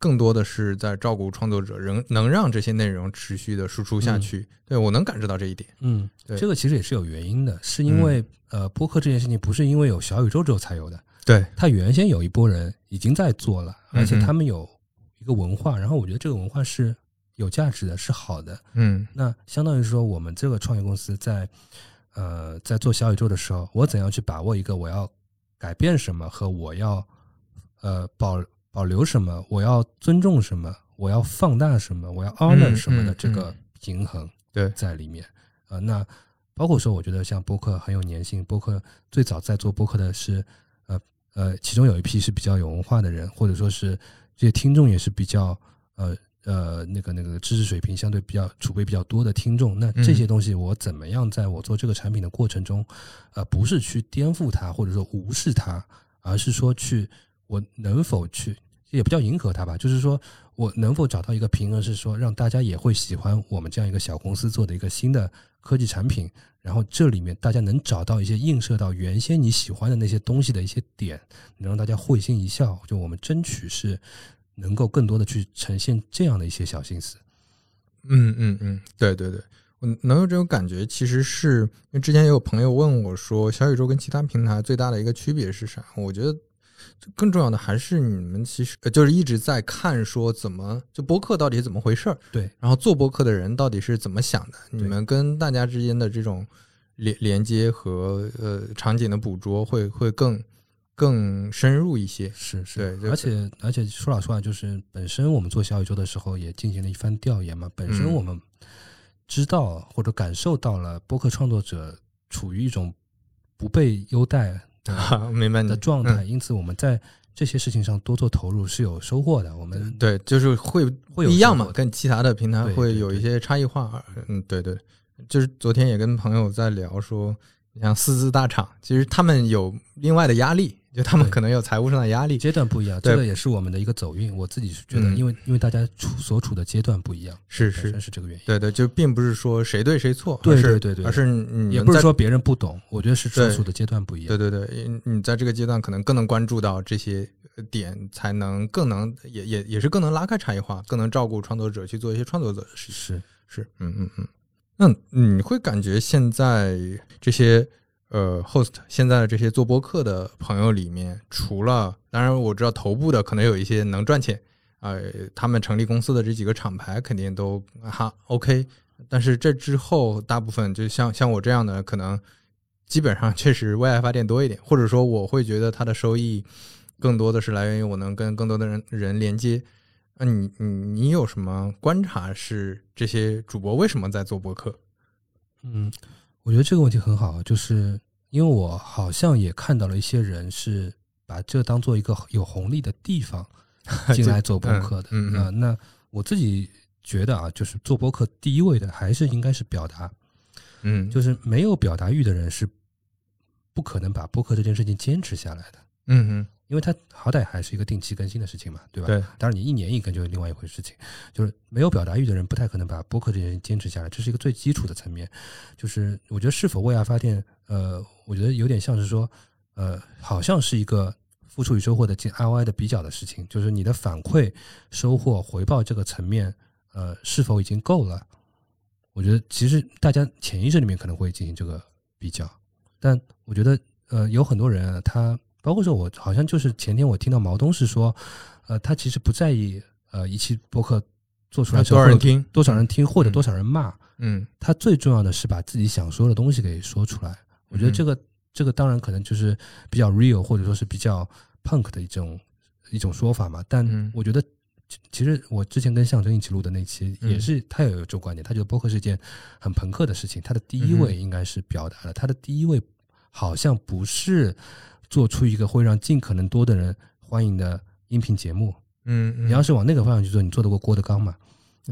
[SPEAKER 2] 更多的是在照顾创作者，仍能让这些内容持续的输出下去。对我能感知到这一点，
[SPEAKER 3] 嗯
[SPEAKER 2] 对嗯
[SPEAKER 3] 这个其实也是有原因的，是因为、呃，播客这件事情不是因为有小宇宙之后才有的，
[SPEAKER 2] 对，
[SPEAKER 3] 它原先有一波人已经在做了，而且
[SPEAKER 2] 嗯哼
[SPEAKER 3] 他们有一个文化，然后我觉得这个文化是有价值的，是好的。
[SPEAKER 2] 嗯
[SPEAKER 3] 那相当于说，我们这个创业公司在呃在做小宇宙的时候，我怎样去把握一个我要改变什么和我要呃保保留什么，我要尊重什么，我要放大什么，我要 honor
[SPEAKER 2] 嗯
[SPEAKER 3] 什么的
[SPEAKER 2] 嗯
[SPEAKER 3] 这个
[SPEAKER 2] 嗯
[SPEAKER 3] 平衡
[SPEAKER 2] 对
[SPEAKER 3] 在里面。呃，那包括说，我觉得像播客很有粘性，播客最早在做播客的是呃呃，其中有一批是比较有文化的人，或者说是这些听众也是比较呃呃那个那个知识水平相对比较储备比较多的听众。那这些东西我怎么样在我做这个产品的过程中，呃，不是去颠覆它或者说无视它，而是说去我能否去。也不叫迎合它吧，就是说我能否找到一个平衡，是说让大家也会喜欢我们这样一个小公司做的一个新的科技产品，然后这里面大家能找到一些映射到原先你喜欢的那些东西的一些点，能让大家会心一笑。就我们争取是能够更多的去呈现这样的一些小心思。
[SPEAKER 2] 嗯嗯嗯，对对对。我能有这种感觉，其实是因为之前也有朋友问我说，小宇宙跟其他平台最大的一个区别是啥？我觉得更重要的还是你们其实呃就是一直在看说怎么就播客到底是怎么回事儿，
[SPEAKER 3] 对，
[SPEAKER 2] 然后做播客的人到底是怎么想的？
[SPEAKER 3] 对
[SPEAKER 2] 你们跟大家之间的这种连连接和呃场景的捕捉会会更更深入一些。
[SPEAKER 3] 是
[SPEAKER 2] 对
[SPEAKER 3] 是，
[SPEAKER 2] 就
[SPEAKER 3] 而且而且说老实话，就是本身我们做小宇宙的时候也进行了一番调研嘛，本身
[SPEAKER 2] 嗯
[SPEAKER 3] 我们知道或者感受到了播客创作者处于一种不被优待的
[SPEAKER 2] 哈， *laughs* 明白你嗯
[SPEAKER 3] 的状态，因此我们在这些事情上多做投入是有收获的。我们
[SPEAKER 2] 嗯。对，就是会
[SPEAKER 3] 会
[SPEAKER 2] 不
[SPEAKER 3] 有
[SPEAKER 2] 一样
[SPEAKER 3] 收获
[SPEAKER 2] 嘛，跟其他的平台
[SPEAKER 3] 对
[SPEAKER 2] 会
[SPEAKER 3] 对
[SPEAKER 2] 有一
[SPEAKER 3] 对
[SPEAKER 2] 些差异化。嗯，对对，就是昨天也跟朋友在聊说，你像四字大厂，其实他们有另外的压力，就他们
[SPEAKER 3] 对
[SPEAKER 2] 可能有财务上的压力。
[SPEAKER 3] 阶段不一样，
[SPEAKER 2] 对
[SPEAKER 3] 这个也是我们的一个走运。我自己是觉得，
[SPEAKER 2] 嗯
[SPEAKER 3] 因为、因为大家处所处的阶段不一样，
[SPEAKER 2] 是
[SPEAKER 3] 本身
[SPEAKER 2] 是，
[SPEAKER 3] 是这个原因，
[SPEAKER 2] 对对，就并不是说谁对谁错，
[SPEAKER 3] 对
[SPEAKER 2] 而是
[SPEAKER 3] 对对对
[SPEAKER 2] 而是你
[SPEAKER 3] 也
[SPEAKER 2] 们
[SPEAKER 3] 不
[SPEAKER 2] 嗯
[SPEAKER 3] 是
[SPEAKER 2] 在
[SPEAKER 3] 说别人不懂，我觉得是所
[SPEAKER 2] 对
[SPEAKER 3] 处的阶段不一样
[SPEAKER 2] 对。对对，你你在这个阶段可能更能关注到这些呃点，才能更能也也也是更能拉开差异化，更能照顾创作者去做一些创作者的事情。
[SPEAKER 3] 是，
[SPEAKER 2] 是，嗯嗯嗯。那你会感觉现在这些呃 host 现在的这些做播客的朋友里面，除了当然我知道头部的可能有一些能赚钱，呃，他们成立公司的这几个厂牌肯定都哈 OK，但是这之后大部分就像像我这样的，可能基本上确实为爱发电多一点，或者说我会觉得它的收益更多的是来源于我能跟更多的人人连接。那你你你有什么观察是这些主播为什么在做播客？
[SPEAKER 3] 嗯，我觉得这个问题很好，啊就是因为我好像也看到了一些人是把这当做一个有红利的地方
[SPEAKER 2] *laughs*
[SPEAKER 3] 进来做播客的。
[SPEAKER 2] 嗯嗯嗯
[SPEAKER 3] 呃那我自己觉得啊，就是做播客第一位的还是应该是表达，
[SPEAKER 2] 嗯
[SPEAKER 3] 就是没有表达欲的人是不可能把播客这件事情坚持下来的。
[SPEAKER 2] 嗯
[SPEAKER 3] 因为它好歹还是一个定期更新的事情嘛，对吧？
[SPEAKER 2] 对
[SPEAKER 3] 当然，你一年一更就是另外一回事情。就是没有表达欲的人，不太可能把播客这件事情坚持下来，这是一个最基础的层面。就是我觉得是否为爱发电，呃，我觉得有点像是说，呃，好像是一个付出与收获的进 ROI 的比较的事情，就是你的反馈、收获、回报这个层面，呃，是否已经够了？我觉得其实大家潜意识里面可能会进行这个比较，但我觉得呃，有很多人啊他包括说我好像就是前天我听到毛东是说，呃，他其实不在意呃一期播客做出来
[SPEAKER 2] 嗯，
[SPEAKER 3] 之后
[SPEAKER 2] 多少人听？
[SPEAKER 3] 多少人听或者
[SPEAKER 2] 嗯
[SPEAKER 3] 多少人骂，
[SPEAKER 2] 嗯嗯
[SPEAKER 3] 他最重要的是把自己想说的东西给说出来。我觉得这个这个当然可能就是比较 real 或者说是比较 punk 的一种一种说法嘛。但
[SPEAKER 2] 嗯
[SPEAKER 3] 我觉得其，其实我之前跟象征一起录的那期
[SPEAKER 2] 嗯
[SPEAKER 3] 也是，他也有这个观点，他觉得播客是一件很朋克的事情。他的第一
[SPEAKER 2] 嗯
[SPEAKER 3] 位应该是表达了，他的第一位好像不是做出一个会让尽可能多的人欢迎的音频节目。
[SPEAKER 2] 嗯，嗯
[SPEAKER 3] 你要是往那个方向去做，你做得过郭德纲吗？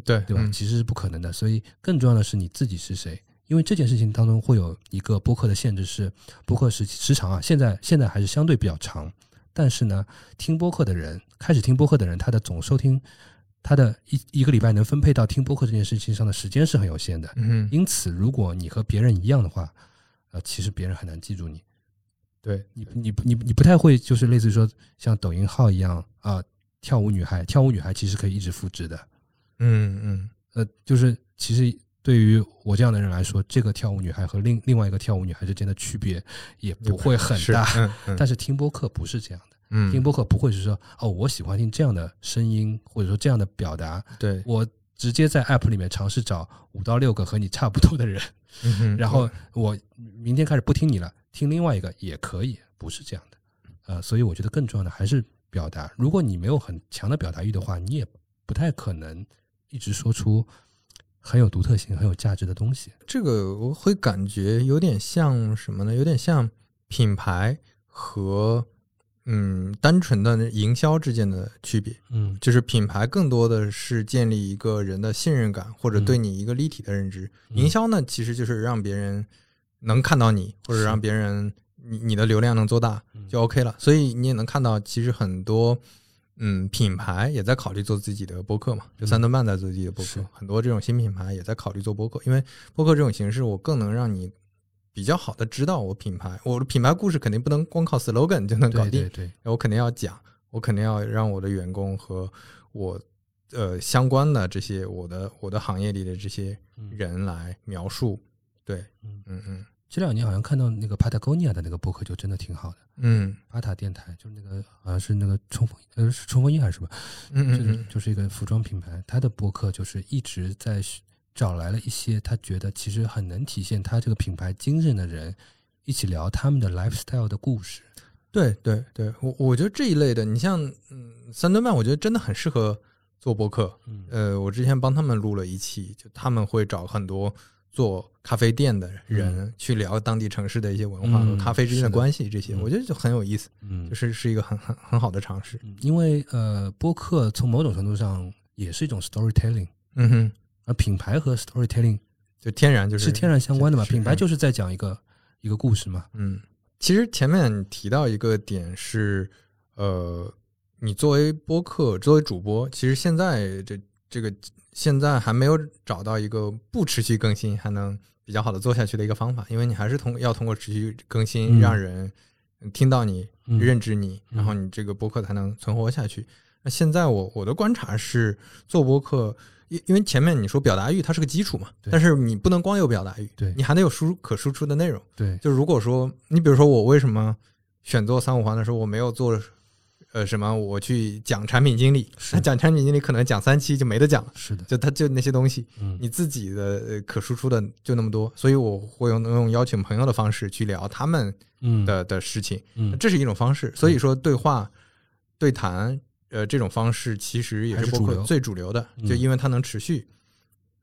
[SPEAKER 2] 对
[SPEAKER 3] 对吧？
[SPEAKER 2] 嗯
[SPEAKER 3] 其实是不可能的。所以更重要的是你自己是谁，因为这件事情当中会有一个播客的限制是，播客时时长啊，现在现在还是相对比较长，但是呢，听播客的人开始听播客的人，他的总收听，他的一一个礼拜能分配到听播客这件事情上的时间是很有限的。
[SPEAKER 2] 嗯，
[SPEAKER 3] 因此，如果你和别人一样的话，呃，其实别人很难记住你。
[SPEAKER 2] 对，
[SPEAKER 3] 你你你你不太会，就是类似于说像抖音号一样啊、跳舞女孩，跳舞女孩其实可以一直复制的，
[SPEAKER 2] 嗯嗯
[SPEAKER 3] 呃，就是其实对于我这样的人来说，这个跳舞女孩和另另外一个跳舞女孩之间的区别也不会很
[SPEAKER 2] 是
[SPEAKER 3] 大。
[SPEAKER 2] 嗯嗯，
[SPEAKER 3] 但是听播客不是这样的，
[SPEAKER 2] 嗯
[SPEAKER 3] 听播客不会是说哦，我喜欢听这样的声音，或者说这样的表达，
[SPEAKER 2] 对，
[SPEAKER 3] 我直接在 app 里面尝试找五到六个和你差不多的人，
[SPEAKER 2] 嗯哼
[SPEAKER 3] 然后我明天开始不听你了，听另外一个也可以，不是这样的。呃，所以我觉得更重要的还是表达。如果你没有很强的表达欲的话，你也不太可能一直说出很有独特性、很有价值的东西。
[SPEAKER 2] 这个我会感觉有点像什么呢？有点像品牌和嗯单纯的营销之间的区别。
[SPEAKER 3] 嗯
[SPEAKER 2] 就是品牌更多的是建立一个人的信任感，或者
[SPEAKER 3] 嗯
[SPEAKER 2] 对你一个立体的认知。
[SPEAKER 3] 嗯
[SPEAKER 2] 营销呢，其实就是让别人能看到你，或者
[SPEAKER 3] 是
[SPEAKER 2] 让别人你你的流量能做大
[SPEAKER 3] 嗯
[SPEAKER 2] 就 OK 了。所以你也能看到，其实很多嗯品牌也在考虑做自己的播客嘛，就
[SPEAKER 3] 嗯
[SPEAKER 2] 三顿半在做自己的播客
[SPEAKER 3] 是，
[SPEAKER 2] 很多这种新品牌也在考虑做播客，因为播客这种形式，我更能让你。比较好的知道我品牌，我的品牌故事肯定不能光靠 slogan 就能搞
[SPEAKER 3] 对
[SPEAKER 2] 定
[SPEAKER 3] 对，对，
[SPEAKER 2] 我肯定要讲，我肯定要让我的员工和我呃相关的这些我的我的行业里的这些
[SPEAKER 3] 嗯
[SPEAKER 2] 人来描述。对，
[SPEAKER 3] 嗯
[SPEAKER 2] 嗯嗯
[SPEAKER 3] 这两年好像看到那个 Patagonia 的那个播客就真的挺好的，
[SPEAKER 2] 嗯
[SPEAKER 3] 巴塔电台就是那个好像是那个冲锋呃是冲锋衣还是什么，
[SPEAKER 2] 嗯嗯
[SPEAKER 3] 就是
[SPEAKER 2] 嗯，
[SPEAKER 3] 就是一个服装品牌，它的播客就是一直在寻找来了一些他觉得其实很能体现他这个品牌精神的人，一起聊他们的 lifestyle 的故事。
[SPEAKER 2] 对对对，我我觉得这一类的，你像嗯三顿半，我觉得真的很适合做播客。
[SPEAKER 3] 嗯
[SPEAKER 2] 呃，我之前帮他们录了一期，就他们会找很多。做咖啡店的人去聊当地城市的一些文化和
[SPEAKER 3] 嗯
[SPEAKER 2] 咖啡之间
[SPEAKER 3] 是
[SPEAKER 2] 的
[SPEAKER 3] 的
[SPEAKER 2] 关系，这些
[SPEAKER 3] 嗯
[SPEAKER 2] 我觉得就很有意思，
[SPEAKER 3] 嗯
[SPEAKER 2] 就，是是一个很很很好的尝试。
[SPEAKER 3] 嗯因为呃，播客从某种程度上也是一种 storytelling，
[SPEAKER 2] 嗯哼，
[SPEAKER 3] 而品牌和 storytelling
[SPEAKER 2] 就天然就是
[SPEAKER 3] 是天然相关的嘛，
[SPEAKER 2] 是
[SPEAKER 3] 品牌就是在讲一个一个故事嘛。
[SPEAKER 2] 嗯，其实前面你提到一个点是，呃，你作为播客，作为主播，其实现在这这个现在还没有找到一个不持续更新还能比较好的做下去的一个方法，因为你还是通要通过持续更新
[SPEAKER 3] 嗯
[SPEAKER 2] 让人听到你、
[SPEAKER 3] 嗯
[SPEAKER 2] 认知你，
[SPEAKER 3] 嗯
[SPEAKER 2] 然后你这个播客才能存活下去。那现在我我的观察是，做播客，因因为前面你说表达欲它是个基础嘛，
[SPEAKER 3] 对
[SPEAKER 2] 但是你不能光有表达欲，
[SPEAKER 3] 对
[SPEAKER 2] 你还得有输可输出的内容。
[SPEAKER 3] 对，
[SPEAKER 2] 就如果说你比如说我为什么选做三五环的时候，我没有做呃什么，我去讲产品经理，
[SPEAKER 3] 是
[SPEAKER 2] 那讲产品经理可能讲三期就没得讲了，
[SPEAKER 3] 是的，
[SPEAKER 2] 就他就那些东西，
[SPEAKER 3] 嗯
[SPEAKER 2] 你自己的呃可输出的就那么多，所以我会用用邀请朋友的方式去聊他们
[SPEAKER 3] 嗯
[SPEAKER 2] 的的事情，
[SPEAKER 3] 嗯，
[SPEAKER 2] 这是一种方式。所以说对话、对谈，呃，这种方式其实也
[SPEAKER 3] 还
[SPEAKER 2] 是
[SPEAKER 3] 是
[SPEAKER 2] 播
[SPEAKER 3] 主
[SPEAKER 2] 客
[SPEAKER 3] 流
[SPEAKER 2] 最主流的，
[SPEAKER 3] 嗯
[SPEAKER 2] 就因为它能持续。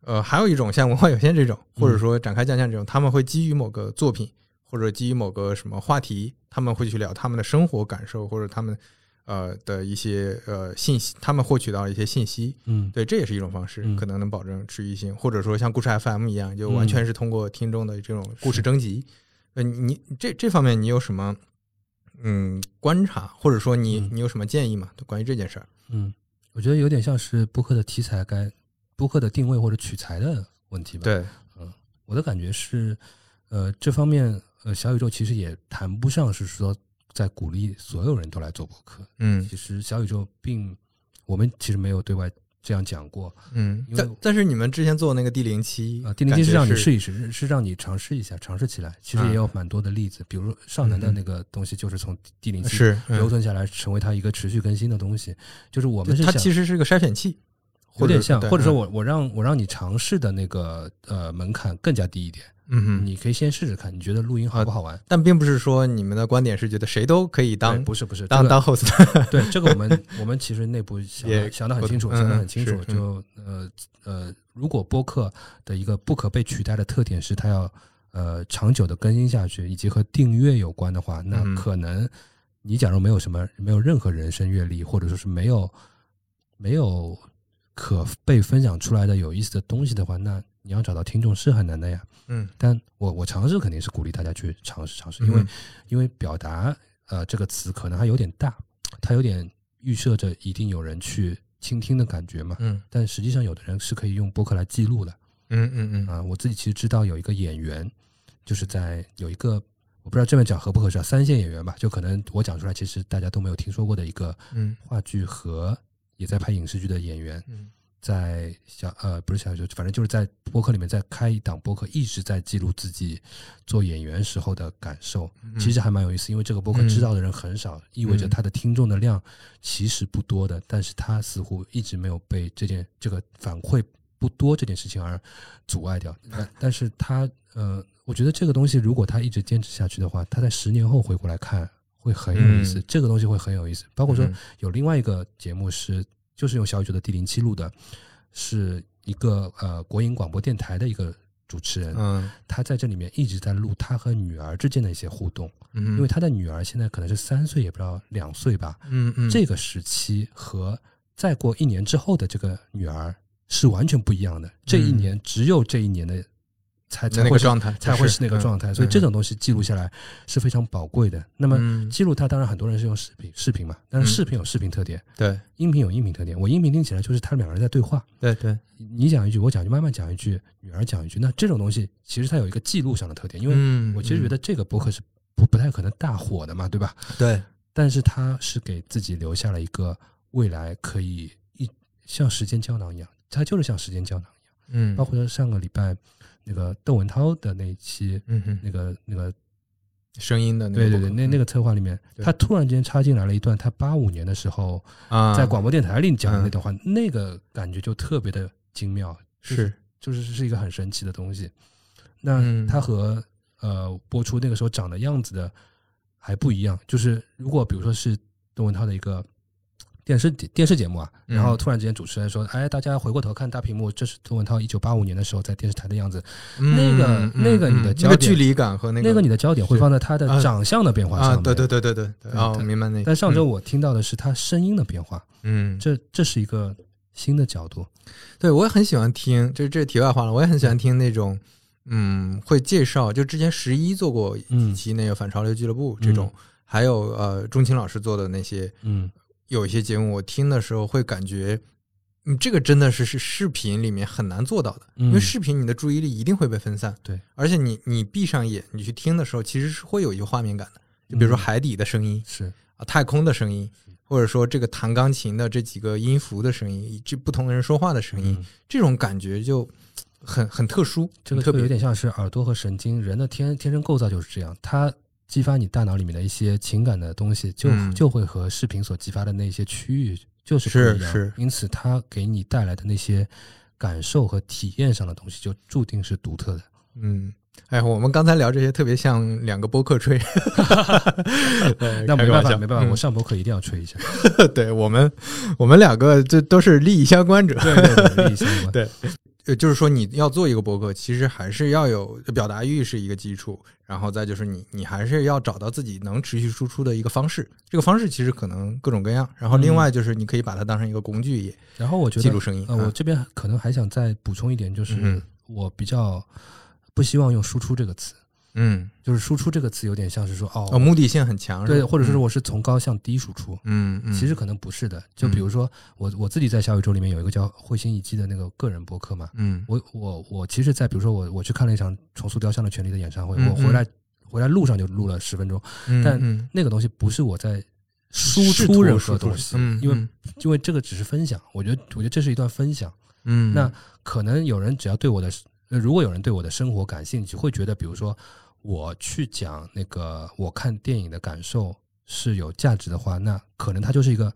[SPEAKER 2] 呃，还有一种像文化有限这种，或者
[SPEAKER 3] 嗯
[SPEAKER 2] 说展开讲讲这种，他们会基于某个作品或者基于某个什么话题，他们会去聊他们的生活感受或者他们呃的一些呃信息，他们获取到一些信息，
[SPEAKER 3] 嗯
[SPEAKER 2] 对，这也是一种方式，
[SPEAKER 3] 嗯
[SPEAKER 2] 可能能保证持续性，或者说像故事 FM 一样，就完全是通过听众的这种故事征集。呃，你你这这方面你有什么嗯观察，或者说你
[SPEAKER 3] 嗯
[SPEAKER 2] 你有什么建议吗？就关于这件事儿？
[SPEAKER 3] 嗯，我觉得有点像是播客的题材该播客的定位或者取材的问题吧。
[SPEAKER 2] 对，
[SPEAKER 3] 我的感觉是，呃，这方面呃，小宇宙其实也谈不上是说在鼓励所有人都来做播客。
[SPEAKER 2] 嗯
[SPEAKER 3] 其实小宇宙并我们其实没有对外这样讲过
[SPEAKER 2] 嗯
[SPEAKER 3] 因。为
[SPEAKER 2] 但但是你们之前做那个第零期
[SPEAKER 3] 啊。第零期
[SPEAKER 2] 是嗯
[SPEAKER 3] 是让你试一试，是是让你尝试一下，尝试起来。其实也有蛮多的例子，比如上南的那个东西就是从第零期
[SPEAKER 2] 是，
[SPEAKER 3] 留
[SPEAKER 2] 嗯
[SPEAKER 3] 存下来，成为它一个持续更新的东西。就是我们
[SPEAKER 2] 就是它
[SPEAKER 3] 想
[SPEAKER 2] 其实是个筛选器，
[SPEAKER 3] 有点像，
[SPEAKER 2] 对
[SPEAKER 3] 或者说
[SPEAKER 2] 嗯
[SPEAKER 3] 我我让我让你尝试的那个呃门槛更加低一点，
[SPEAKER 2] 嗯哼，
[SPEAKER 3] 你可以先试试看，你觉得录音好不好玩？
[SPEAKER 2] 但并不是说你们的观点是觉得谁都可以
[SPEAKER 3] 对
[SPEAKER 2] 当
[SPEAKER 3] 哎不是不是
[SPEAKER 2] 当
[SPEAKER 3] 这个
[SPEAKER 2] 当 host，
[SPEAKER 3] *laughs* 对这个我们我们其实
[SPEAKER 2] *laughs*
[SPEAKER 3] 内部想
[SPEAKER 2] 也
[SPEAKER 3] 得想得很
[SPEAKER 2] 不
[SPEAKER 3] 清楚，
[SPEAKER 2] 嗯
[SPEAKER 3] 想得很清楚
[SPEAKER 2] 是。嗯
[SPEAKER 3] 就呃呃，如果播客的一个不可被取代的特点是它要呃长久的更新下去，以及和订阅有关的话，那
[SPEAKER 2] 嗯
[SPEAKER 3] 可能你假如没有什么没有任何人生阅历，或者说是没有没有可被分享出来的有意思的东西的话，那你要找到听众是很难的呀。
[SPEAKER 2] 嗯，
[SPEAKER 3] 但我我尝试肯定是鼓励大家去尝试尝试，因为、
[SPEAKER 2] 嗯
[SPEAKER 3] 因为表达呃这个词可能还有点大，它有点预设着一定有人去倾听的感觉嘛。
[SPEAKER 2] 嗯
[SPEAKER 3] 但实际上，有的人是可以用播客来记录的
[SPEAKER 2] 嗯嗯嗯
[SPEAKER 3] 啊、我自己其实知道有一个演员，就是在有一个我不知道这么讲合不合适啊，三线演员吧，就可能我讲出来，其实大家都没有听说过的一个
[SPEAKER 2] 嗯
[SPEAKER 3] 话剧和也在拍影视剧的演员，
[SPEAKER 2] 嗯
[SPEAKER 3] 在小呃不是小说，反正就是在播客里面在开一档播客，一直在记录自己做演员时候的感受，
[SPEAKER 2] 嗯
[SPEAKER 3] 其实还蛮有意思。因为这个播客
[SPEAKER 2] 嗯
[SPEAKER 3] 知道的人很少，意味着
[SPEAKER 2] 嗯
[SPEAKER 3] 他的听众的量其实不多的，但是他似乎一直没有被这件这个反馈不多这件事情而阻碍掉。但但是他呃，我觉得这个东西如果他一直坚持下去的话，他在十年后回过来看会很有意思，
[SPEAKER 2] 嗯
[SPEAKER 3] 这个东西会很有意思。包括说
[SPEAKER 2] 嗯
[SPEAKER 3] 有另外一个节目是就是用小宇宙的第零七录的，是一个呃国营广播电台的一个主持人，
[SPEAKER 2] 嗯
[SPEAKER 3] 他在这里面一直在录他和女儿之间的一些互动，
[SPEAKER 2] 嗯，
[SPEAKER 3] 因为他的女儿现在可能是三岁，也不知道两岁吧，
[SPEAKER 2] 嗯嗯
[SPEAKER 3] 这个时期和再过一年之后的这个女儿是完全不一样的。这一年只有这一年的才才
[SPEAKER 2] 嗯那
[SPEAKER 3] 会
[SPEAKER 2] 个
[SPEAKER 3] 是
[SPEAKER 2] 状态嗯
[SPEAKER 3] 才会是那个状态，所以这
[SPEAKER 2] 种
[SPEAKER 3] 种东西记录下来是非常宝贵的。那么
[SPEAKER 2] 嗯
[SPEAKER 3] 记录它，当然很多人是用视频视频嘛，但是
[SPEAKER 2] 嗯
[SPEAKER 3] 视频有视频特点，
[SPEAKER 2] 对
[SPEAKER 3] 音频有音频特点。我音频听起来就是他们两个人在对话，
[SPEAKER 2] 对对，
[SPEAKER 3] 你讲一句，我讲一句，妈妈讲一句，女儿讲一句。那这种东西其实它有一个记录上的特点，因为
[SPEAKER 2] 嗯
[SPEAKER 3] 我其实觉得这个博客是不不太可能大火的嘛，对吧？
[SPEAKER 2] 对
[SPEAKER 3] 但是他是给自己留下了一个未来可以一像时间胶囊一样，他就是像时间胶囊一样。
[SPEAKER 2] 嗯
[SPEAKER 3] 包括说上个礼拜那个窦文涛的那一期，
[SPEAKER 2] 嗯嗯
[SPEAKER 3] 那个那个
[SPEAKER 2] 声音的那
[SPEAKER 3] 对
[SPEAKER 2] 个
[SPEAKER 3] 对
[SPEAKER 2] 部
[SPEAKER 3] 对，
[SPEAKER 2] 分
[SPEAKER 3] 那那个策划里面，
[SPEAKER 2] 对
[SPEAKER 3] 他突然间插进来了一段他八五年的时候
[SPEAKER 2] 啊
[SPEAKER 3] 在广播电台里讲的
[SPEAKER 2] 嗯
[SPEAKER 3] 那段话，那个感觉就特别的精妙，就是就是是一个很神奇的东西。那
[SPEAKER 2] 嗯
[SPEAKER 3] 它和呃播出那个时候长的样子的还不一样，就是如果比如说是窦文涛的一个电视电视节目啊，
[SPEAKER 2] 嗯
[SPEAKER 3] 然后突然之间主持人说：“哎，大家回过头看大屏幕，这是窦文涛一九八五年的时候在电视台的样子。那个
[SPEAKER 2] 嗯嗯
[SPEAKER 3] 那个你的
[SPEAKER 2] 嗯
[SPEAKER 3] 焦
[SPEAKER 2] 那个
[SPEAKER 3] 点
[SPEAKER 2] 距离感和”那
[SPEAKER 3] 那个你的焦点会
[SPEAKER 2] 是
[SPEAKER 3] 放在他的
[SPEAKER 2] 啊
[SPEAKER 3] 长相的变化上
[SPEAKER 2] 啊
[SPEAKER 3] 面。
[SPEAKER 2] 对对。对对对对
[SPEAKER 3] 对
[SPEAKER 2] 哦
[SPEAKER 3] 对
[SPEAKER 2] 明白那个
[SPEAKER 3] 但上周我听到的是他声音的变化，
[SPEAKER 2] 嗯
[SPEAKER 3] 这这是一个新的角度。
[SPEAKER 2] 对，我也很喜欢听，这这是题外话了，我也很喜欢听那种，嗯，会介绍，就之前十一做过
[SPEAKER 3] 嗯
[SPEAKER 2] 几期那个反潮流俱乐部这种，还有呃钟情老师做的那些，
[SPEAKER 3] 嗯
[SPEAKER 2] 有一些节目我听的时候会感觉，嗯，这个真的是是视频里面很难做到的，
[SPEAKER 3] 嗯
[SPEAKER 2] 因为视频你的注意力一定会被分散，
[SPEAKER 3] 对，
[SPEAKER 2] 而且你你闭上眼你去听的时候，其实是会有一些画面感的，就比如说
[SPEAKER 3] 嗯
[SPEAKER 2] 海底的声音，
[SPEAKER 3] 是
[SPEAKER 2] 啊，太空的声音，或者说这个弹钢琴的这几个音符的声音，以及不同的人说话的声音，
[SPEAKER 3] 嗯
[SPEAKER 2] 这种感觉就很很特殊，
[SPEAKER 3] 这
[SPEAKER 2] 很
[SPEAKER 3] 个
[SPEAKER 2] 特
[SPEAKER 3] 特
[SPEAKER 2] 别
[SPEAKER 3] 别有点像是耳朵和神经，人的天天生构造就是这样，它激发你大脑里面的一些情感的东西，就、
[SPEAKER 2] 嗯
[SPEAKER 3] 就会和视频所激发的那些区域就是不一样。
[SPEAKER 2] 是是
[SPEAKER 3] 因此它给你带来的那些感受和体验上的东西，就注定是独特的。
[SPEAKER 2] 嗯。哎，我们刚才聊这些特别像两个播客
[SPEAKER 3] *laughs*
[SPEAKER 2] 吹，对
[SPEAKER 3] 呃那
[SPEAKER 2] *laughs* 开
[SPEAKER 3] 没
[SPEAKER 2] 个
[SPEAKER 3] 办
[SPEAKER 2] 玩
[SPEAKER 3] 法，
[SPEAKER 2] 笑
[SPEAKER 3] 没办法，
[SPEAKER 2] 嗯
[SPEAKER 3] 我上播课一定要吹
[SPEAKER 2] *laughs*
[SPEAKER 3] 一下。
[SPEAKER 2] 对我们，我们两个这都是利益相关者。
[SPEAKER 3] 对对对，利益相关。
[SPEAKER 2] 对呃，就是说你要做一个博客，其实还是要有表达欲是一个基础，然后再就是你你还是要找到自己能持续输出的一个方式。这个方式其实可能各种各样，然后另外就是你可以把它当成一个工具也
[SPEAKER 3] 然后我嗯觉
[SPEAKER 2] 记录
[SPEAKER 3] 得，
[SPEAKER 2] 声音。啊
[SPEAKER 3] 呃，我这边可能还想再补充一点，就
[SPEAKER 2] 嗯
[SPEAKER 3] 是
[SPEAKER 2] 哼
[SPEAKER 3] 我比较不希望用“输出”这个词，
[SPEAKER 2] 嗯，
[SPEAKER 3] 就是“输出”这个词有点像是说哦
[SPEAKER 2] 哦，目的性很强，是
[SPEAKER 3] 对，
[SPEAKER 2] 吧
[SPEAKER 3] 或者说是我是从高向低输出。
[SPEAKER 2] 嗯嗯，
[SPEAKER 3] 其实可能不是的，就比如说我我自己在小宇宙里面有一个叫“会心一击”的那个个人博客嘛，
[SPEAKER 2] 嗯
[SPEAKER 3] 我我我其实，在比如说我我去看了一场重塑雕像的权利的演唱会，
[SPEAKER 2] 嗯
[SPEAKER 3] 我回来回来路上就录了十分钟，
[SPEAKER 2] 嗯，
[SPEAKER 3] 但
[SPEAKER 2] 嗯
[SPEAKER 3] 那个东西不是我在输
[SPEAKER 2] 试图
[SPEAKER 3] 出任何
[SPEAKER 2] 输出
[SPEAKER 3] 东西，
[SPEAKER 2] 嗯，
[SPEAKER 3] 因为
[SPEAKER 2] 嗯
[SPEAKER 3] 因为这个只是分享，我觉得我觉得这是一段分享，
[SPEAKER 2] 嗯，
[SPEAKER 3] 那可能有人只要对我的，呃如果有人对我的生活感兴趣，会觉得，比如说我去讲那个我看电影的感受是有价值的话，那可能它就是一个，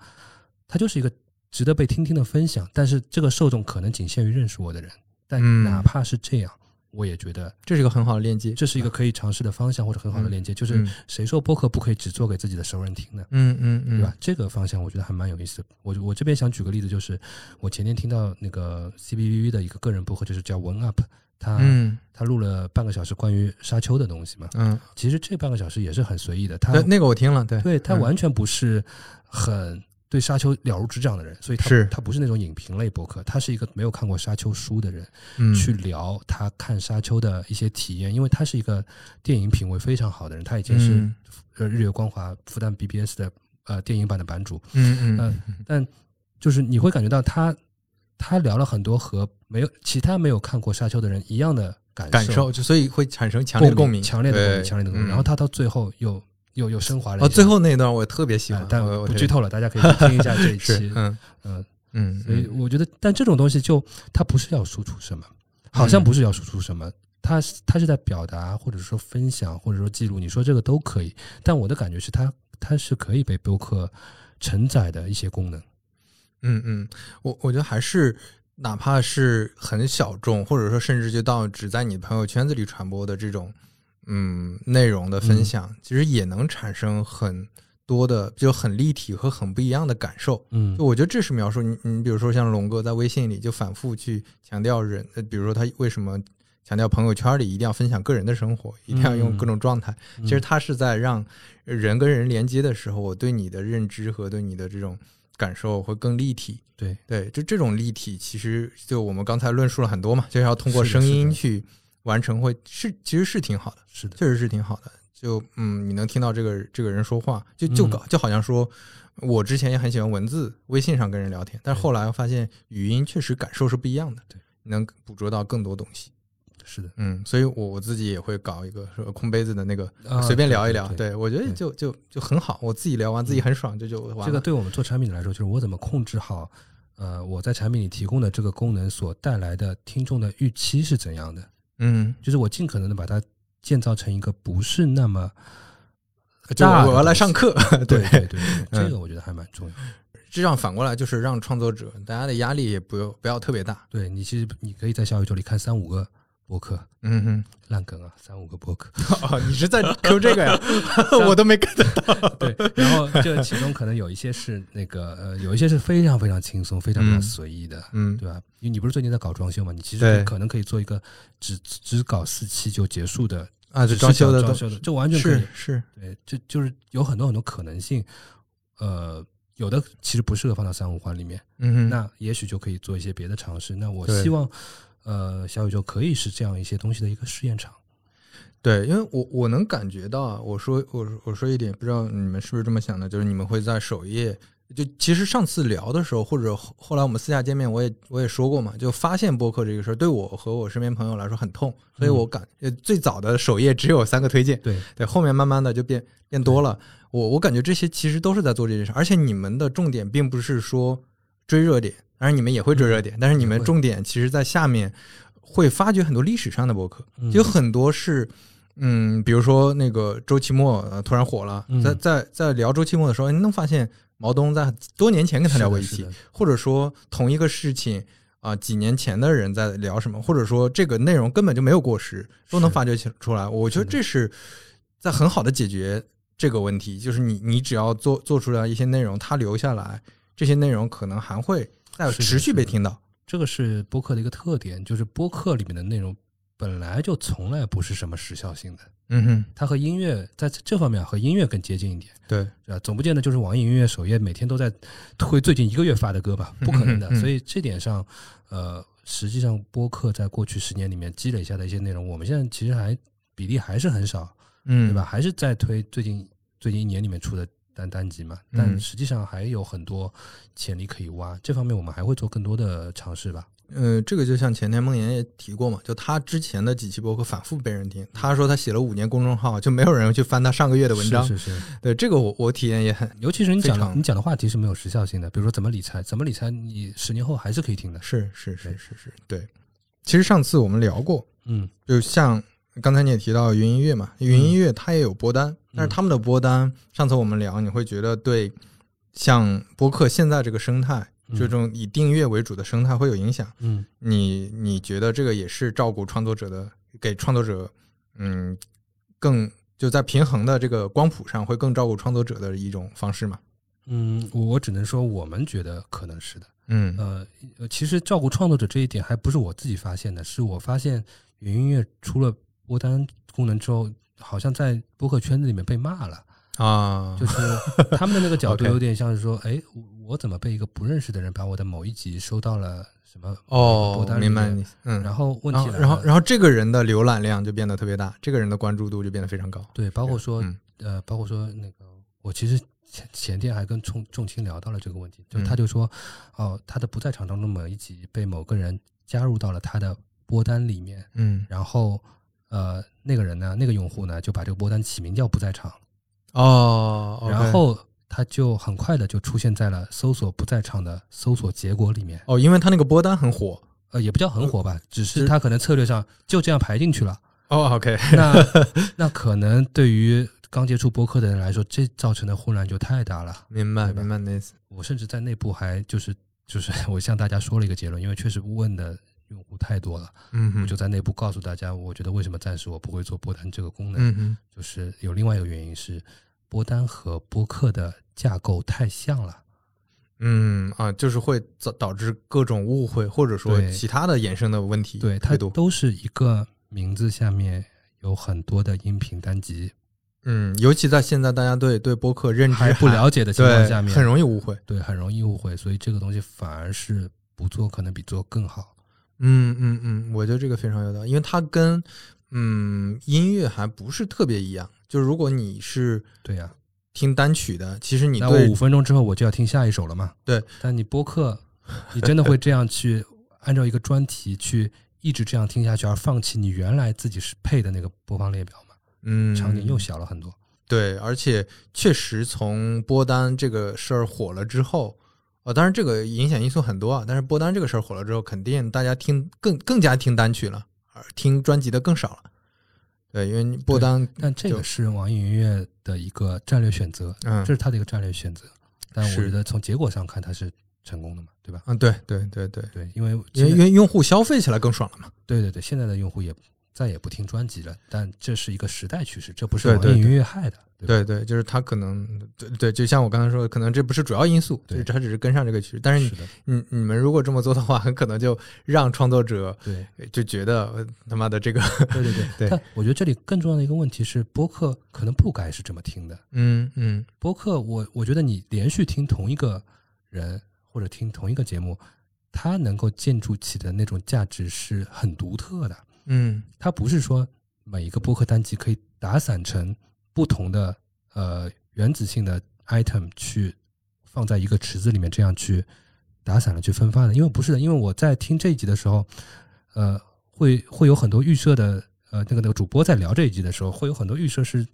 [SPEAKER 3] 它就是一个值得被听听的分享，但是这个受众可能仅限于认识我的人。但
[SPEAKER 2] 嗯
[SPEAKER 3] 哪怕是这样，我也觉得
[SPEAKER 2] 这是一个很好的链接。
[SPEAKER 3] 这是一个可以尝试的方向或者很好的链接。就是
[SPEAKER 2] 啊嗯
[SPEAKER 3] 谁说播客不可以只做给自己的熟人听呢？
[SPEAKER 2] 嗯嗯
[SPEAKER 3] 对
[SPEAKER 2] 嗯，
[SPEAKER 3] 吧？这个方向我觉得还蛮有意思的。我我这边想举个例子，就是我前天听到那个 CBVV 的一个个人播客，就是叫文 Up，他、
[SPEAKER 2] 嗯
[SPEAKER 3] 他录了半个小时关于沙丘的东西嘛。
[SPEAKER 2] 嗯，
[SPEAKER 3] 其实这半个小时也是很随意的，他
[SPEAKER 2] 对，那个我听了，对
[SPEAKER 3] 对他
[SPEAKER 2] 嗯
[SPEAKER 3] 完全不是很对沙丘了如指掌的人，所以他
[SPEAKER 2] 是
[SPEAKER 3] 他不是那种影评类博客，他是一个没有看过沙丘书的人、
[SPEAKER 2] 嗯
[SPEAKER 3] 去聊他看沙丘的一些体验，因为他是一个电影品味非常好的人，他已经是
[SPEAKER 2] 嗯
[SPEAKER 3] 呃日月光华复旦 BBS 的呃电影版的版主，
[SPEAKER 2] 嗯
[SPEAKER 3] 呃
[SPEAKER 2] 嗯
[SPEAKER 3] 但就是你会感觉到他他聊了很多和没有其他没有看过沙丘的人一样的感受，
[SPEAKER 2] 感受，就所以会产生强烈的共鸣，
[SPEAKER 3] 强烈的共鸣，
[SPEAKER 2] 对
[SPEAKER 3] 强烈的共鸣。
[SPEAKER 2] 嗯
[SPEAKER 3] 然后他到最后又又又升华了一
[SPEAKER 2] 哦，
[SPEAKER 3] 下
[SPEAKER 2] 最后那一哎段我特别喜
[SPEAKER 3] 呃
[SPEAKER 2] 欢，
[SPEAKER 3] 但
[SPEAKER 2] 我我
[SPEAKER 3] 不
[SPEAKER 2] 特
[SPEAKER 3] 剧
[SPEAKER 2] 别
[SPEAKER 3] 透了，大家可以去听一下这
[SPEAKER 2] *laughs*
[SPEAKER 3] 一
[SPEAKER 2] 是
[SPEAKER 3] 期。
[SPEAKER 2] 嗯
[SPEAKER 3] 嗯，
[SPEAKER 2] 嗯，
[SPEAKER 3] 所以
[SPEAKER 2] 嗯
[SPEAKER 3] 我觉得，但这种东西就它不是要输出什么，好像
[SPEAKER 2] 嗯
[SPEAKER 3] 不是要输出什么，它是它是在表达，或者说分享，或者说记录。你说这个都可以，但我的感觉是它它是可以被播客承载的一些功能。
[SPEAKER 2] 嗯嗯，我我觉得还是哪怕是很小众，或者说甚至就到只在你朋友圈子里传播的这种嗯内容的分享，其实也能产生很多的就很立体和很不一样的感受。
[SPEAKER 3] 嗯
[SPEAKER 2] 就我觉得这是描述你，你比如说像龙哥在微信里就反复去强调人，呃，比如说他为什么强调朋友圈里一定要分享个人的生活，一定要用各
[SPEAKER 3] 嗯
[SPEAKER 2] 种状态。其实他是在让人跟人连接的时候，我对你的认知和对你的这种感受会更立体。
[SPEAKER 3] 对
[SPEAKER 2] 对，就这种立体，其实就我们刚才论述了很多嘛，就是要通过
[SPEAKER 3] 是的
[SPEAKER 2] 声音
[SPEAKER 3] 是的
[SPEAKER 2] 去完成会，是其实是挺好的。
[SPEAKER 3] 是的，
[SPEAKER 2] 确实是挺好的。就嗯，你能听到这个这个人说话，就就
[SPEAKER 3] 嗯
[SPEAKER 2] 搞就好像说，我之前也很喜欢文字，微信上跟人聊天，但是
[SPEAKER 3] 对
[SPEAKER 2] 后来我发现语音确实感受是不一样的，
[SPEAKER 3] 对，
[SPEAKER 2] 能捕捉到更多东西。
[SPEAKER 3] 是的，
[SPEAKER 2] 嗯，所以我我自己也会搞一个说空杯子的那个，
[SPEAKER 3] 啊
[SPEAKER 2] 随便聊一聊。
[SPEAKER 3] 对对
[SPEAKER 2] 对我觉得
[SPEAKER 3] 对
[SPEAKER 2] 就就就很好，我自己聊完自己很爽，这就完了。
[SPEAKER 3] 这个对我们做产品来说，就是我怎么控制好，呃，我在产品里提供的这个功能所带来的听众的预期是怎样的。
[SPEAKER 2] 嗯，
[SPEAKER 3] 就是我尽可能的把它建造成一个不是那么
[SPEAKER 2] 呃就
[SPEAKER 3] 大的
[SPEAKER 2] 我要来
[SPEAKER 3] 东西
[SPEAKER 2] 上，课， *laughs*
[SPEAKER 3] 对对对，对
[SPEAKER 2] 嗯
[SPEAKER 3] 这个我觉得还蛮重要。
[SPEAKER 2] 这样反过来就是让创作者大家的压力也不要不要特别大。
[SPEAKER 3] 对你其实你可以在小宇宙里看三五个博客，
[SPEAKER 2] 嗯哼。
[SPEAKER 3] 烂梗啊，三五个博客， *laughs*
[SPEAKER 2] 哦，你是在 Q 这个呀？ *laughs* 我都没 get 到。
[SPEAKER 3] 对，然后这其中可能有一些是那个呃，有一些是非常非常轻松、非常非常
[SPEAKER 2] 嗯
[SPEAKER 3] 随意的。
[SPEAKER 2] 嗯，
[SPEAKER 3] 对吧？因为你不是最近在搞装修嘛？你其
[SPEAKER 2] 对
[SPEAKER 3] 实可能可以做一个只只搞四期就结束的
[SPEAKER 2] 啊，就
[SPEAKER 3] 只是
[SPEAKER 2] 装修
[SPEAKER 3] 讲
[SPEAKER 2] 的
[SPEAKER 3] 装
[SPEAKER 2] 都
[SPEAKER 3] 修的，这完全可以
[SPEAKER 2] 是。是，
[SPEAKER 3] 对，这就是有很多很多可能性。呃，有的其实不适合放到三五环里面，
[SPEAKER 2] 嗯哼，
[SPEAKER 3] 那也许就可以做一些别的尝试。那我
[SPEAKER 2] 对
[SPEAKER 3] 希望，呃，小宇宙可以是这样一些东西的一个试验场。
[SPEAKER 2] 对，因为我我能感觉到啊，我说我我说一点，不知道你们是不是这么想的，就是你们会在首页。就其实上次聊的时候，或者后后来我们私下见面，我也我也说过嘛，就发现播客这个事儿对我和我身边朋友来说很痛，所
[SPEAKER 3] 嗯
[SPEAKER 2] 以我感呃最早的首页只有三个推荐，
[SPEAKER 3] 对，
[SPEAKER 2] 对，后面慢慢的就变变多了。我我感觉这些其实都是在做这件事，而且你们的重点并不是说追热点，当然你们也会追热点，但是你
[SPEAKER 3] 嗯也
[SPEAKER 2] 们
[SPEAKER 3] 会
[SPEAKER 2] 重点其实在下面会发掘很多历史上的博客，
[SPEAKER 3] 嗯
[SPEAKER 2] 有很多是。嗯，比如说那个周奇墨、呃、突然火了，
[SPEAKER 3] 嗯
[SPEAKER 2] 在在在聊周奇墨的时候，哎你能发现毛东在多年前跟他聊过一
[SPEAKER 3] 是
[SPEAKER 2] 期
[SPEAKER 3] 的，是的
[SPEAKER 2] 或者说同一个事情啊、几年前的人在聊什么，或者说这个内容根本就没有过时，都能
[SPEAKER 3] 是
[SPEAKER 2] 发掘起出来。我觉得这是在很好的解决这个问题，就是你你只要做做出来一些内容，它留下来，这些内容可能还会再
[SPEAKER 3] 是的
[SPEAKER 2] 持续被
[SPEAKER 3] 是的
[SPEAKER 2] 听到。
[SPEAKER 3] 这个是播客的一个特点，就是播客里面的内容本来就从来不是什么时效性的，
[SPEAKER 2] 嗯哼，
[SPEAKER 3] 它和音乐在这这方面啊和音乐更接近一点。
[SPEAKER 2] 对，
[SPEAKER 3] 对呃吧？总不见得就是网易音乐首页每天都在推最近一个月发的歌吧，不可能
[SPEAKER 2] 嗯嗯
[SPEAKER 3] 的。
[SPEAKER 2] 嗯
[SPEAKER 3] 所以这点上，呃，实际上播客在过去十年里面积累下的一些内容，我们现在其实还比例还是很少，
[SPEAKER 2] 嗯，
[SPEAKER 3] 对吧？？还是在推最近最近一年里面出的单单集嘛，
[SPEAKER 2] 嗯
[SPEAKER 3] 但实际上还有很多潜力可以挖，这方面我们还会做更多的尝试吧。
[SPEAKER 2] 嗯，这个就像前天梦妍也提过嘛，就他之前的几期博客反复被人听，他说他写了五年公众号，就没有人去翻他上个月的文章。
[SPEAKER 3] 是是是，
[SPEAKER 2] 对，这个我我体验也很
[SPEAKER 3] 尤其是你讲
[SPEAKER 2] 非
[SPEAKER 3] 的
[SPEAKER 2] 常
[SPEAKER 3] 你讲的话题是没有时效性的，比如说怎么理财，怎么理财，你十年后还是可以听的。
[SPEAKER 2] 是是是
[SPEAKER 3] 对
[SPEAKER 2] 是是，对。其实上次我们聊过，
[SPEAKER 3] 嗯，
[SPEAKER 2] 就像刚才你也提到云音乐嘛，云音乐它也有播
[SPEAKER 3] 嗯
[SPEAKER 2] 单，但是他们的播单，上次我们聊，你会觉得对，像播客现在这个生态，就这种以订阅为主的生态会有影响。
[SPEAKER 3] 嗯
[SPEAKER 2] 你你觉得这个也是照顾创作者的，给创作者，嗯，更就在平衡的这个光谱上，会更照顾创作者的一种方式嘛？
[SPEAKER 3] 嗯，我我只能说我们觉得可能是的。
[SPEAKER 2] 嗯
[SPEAKER 3] 呃，呃其实照顾创作者这一点还不是我自己发现的，是我发现云音乐出了播单功能之后，好像在播客圈子里面被骂了，
[SPEAKER 2] 啊， *laughs*
[SPEAKER 3] 就是他们的那个角度
[SPEAKER 2] OK
[SPEAKER 3] 有点像是说，哎，我我怎么被一个不认识的人把我的某一集收到了什么？
[SPEAKER 2] 哦
[SPEAKER 3] 播，单里
[SPEAKER 2] 明白
[SPEAKER 3] 面
[SPEAKER 2] 你，嗯，
[SPEAKER 3] 然后问
[SPEAKER 2] 然
[SPEAKER 3] 题
[SPEAKER 2] 后
[SPEAKER 3] 来了
[SPEAKER 2] 然后然后这个人的浏览量就变得特别大，这个人的关注度就变得非常高。
[SPEAKER 3] 对，包括说、
[SPEAKER 2] 嗯
[SPEAKER 3] 呃，包括说那个，我其实前前天还跟仲仲青聊到了这个问题，就
[SPEAKER 2] 嗯
[SPEAKER 3] 他就说，哦、他的不在场当中某一集被某个人加入到了他的播单里面，
[SPEAKER 2] 嗯，
[SPEAKER 3] 然后呃，那个人呢，那个用户呢，就把这个播单起名叫不在场，
[SPEAKER 2] 哦，OK，
[SPEAKER 3] 然后他就很快的就出现在了搜索不在场的搜索结果里面，
[SPEAKER 2] 哦，因为他那个播单很火。
[SPEAKER 3] 呃，也不叫很火吧，只
[SPEAKER 2] 就是是
[SPEAKER 3] 他可能策略上就这样排进去了。
[SPEAKER 2] 哦，OK，
[SPEAKER 3] *laughs* 那那可能对于刚接触播客的人来说，这造成的混乱就太大了。
[SPEAKER 2] 明白
[SPEAKER 3] 对吧
[SPEAKER 2] 明白你的意思。
[SPEAKER 3] 我甚至在内部还就是就是 *laughs* 我向大家说了一个结论，因为确实问的用户太多了，
[SPEAKER 2] 嗯
[SPEAKER 3] 我
[SPEAKER 2] 哼
[SPEAKER 3] 就在内部告诉大家，我觉得为什么暂时我不会做播单这个功能，
[SPEAKER 2] 嗯哼
[SPEAKER 3] 就是有另外一个原因是播单和播客的架构太像了。
[SPEAKER 2] 嗯啊，就是会导导致各种误会，或者说
[SPEAKER 3] 对
[SPEAKER 2] 其他的衍生的问题
[SPEAKER 3] 对，它
[SPEAKER 2] 太多。
[SPEAKER 3] 都是一个名字下面有很多的音频单集，
[SPEAKER 2] 嗯，尤其在现在大家对对播客认知
[SPEAKER 3] 还不了解的情况
[SPEAKER 2] 嗯对
[SPEAKER 3] 下面，
[SPEAKER 2] 很容易误会。
[SPEAKER 3] 对，很容易误会，所以这个东西反而是不做可能比做更好。
[SPEAKER 2] 嗯嗯嗯，我觉得这个非常有道理，因为它跟嗯音乐还不是特别一样。就如果你是
[SPEAKER 3] 对呀、
[SPEAKER 2] 听单曲的，其实你
[SPEAKER 3] 那我
[SPEAKER 2] 对
[SPEAKER 3] 五分钟之后我就要听下一首了嘛。
[SPEAKER 2] 对，
[SPEAKER 3] 但你播客，你真的会这样去按照一个专题去一直这样听下去，而放弃你原来自己是配的那个播放列表嘛？
[SPEAKER 2] 嗯
[SPEAKER 3] 场景又小了很多。
[SPEAKER 2] 对，而且确实从播单这个事儿火了之后，呃，当然这个影响因素很多啊，但是播单这个事儿火了之后，肯定大家听更更加听单曲了，而听专辑的更少了。对，因为你播单，
[SPEAKER 3] 但这个
[SPEAKER 2] 就是
[SPEAKER 3] 网易云音乐的一个战略选择，
[SPEAKER 2] 嗯
[SPEAKER 3] 这是他的一个战略选择。但我
[SPEAKER 2] 是
[SPEAKER 3] 觉得从结果上看，它是成功的嘛，对吧？
[SPEAKER 2] 嗯，对对对对，
[SPEAKER 3] 对，因为
[SPEAKER 2] 因为
[SPEAKER 3] 现
[SPEAKER 2] 因
[SPEAKER 3] 在
[SPEAKER 2] 为用户消费起来更爽了嘛。
[SPEAKER 3] 对对对，现在的用户也再也不听专辑了，但这是一个时代趋势，这不是
[SPEAKER 2] 对
[SPEAKER 3] 网
[SPEAKER 2] 对
[SPEAKER 3] 易云
[SPEAKER 2] 对
[SPEAKER 3] 音乐害的，对吧？
[SPEAKER 2] 对对，就是它可能对对，就像我刚才说，的，可能这不是主要因素，就
[SPEAKER 3] 对
[SPEAKER 2] 是它只是跟上这个趋势。但是
[SPEAKER 3] 是的，
[SPEAKER 2] 你你你们如果这么做的话，很可能就让创作者
[SPEAKER 3] 对。
[SPEAKER 2] *laughs* 就觉得呃他妈的这个， *laughs*
[SPEAKER 3] 对对对
[SPEAKER 2] 对
[SPEAKER 3] 但我觉得这里更重要的一个问题是，播客可能不该是这么听的。
[SPEAKER 2] 嗯嗯
[SPEAKER 3] 播客我，我觉得你连续听同一个人或者听同一个节目，它能够建筑起的那种价值是很独特的。
[SPEAKER 2] 嗯
[SPEAKER 3] 它不是说每一个播客单集可以打散成不同的呃原子性的 item 去放在一个池子里面，这样去打散了去分发的。因为不是的，因为我在听这一集的时候，呃，会会有很多预设的呃那个那个主播在聊这一集的时候，会有很多预设是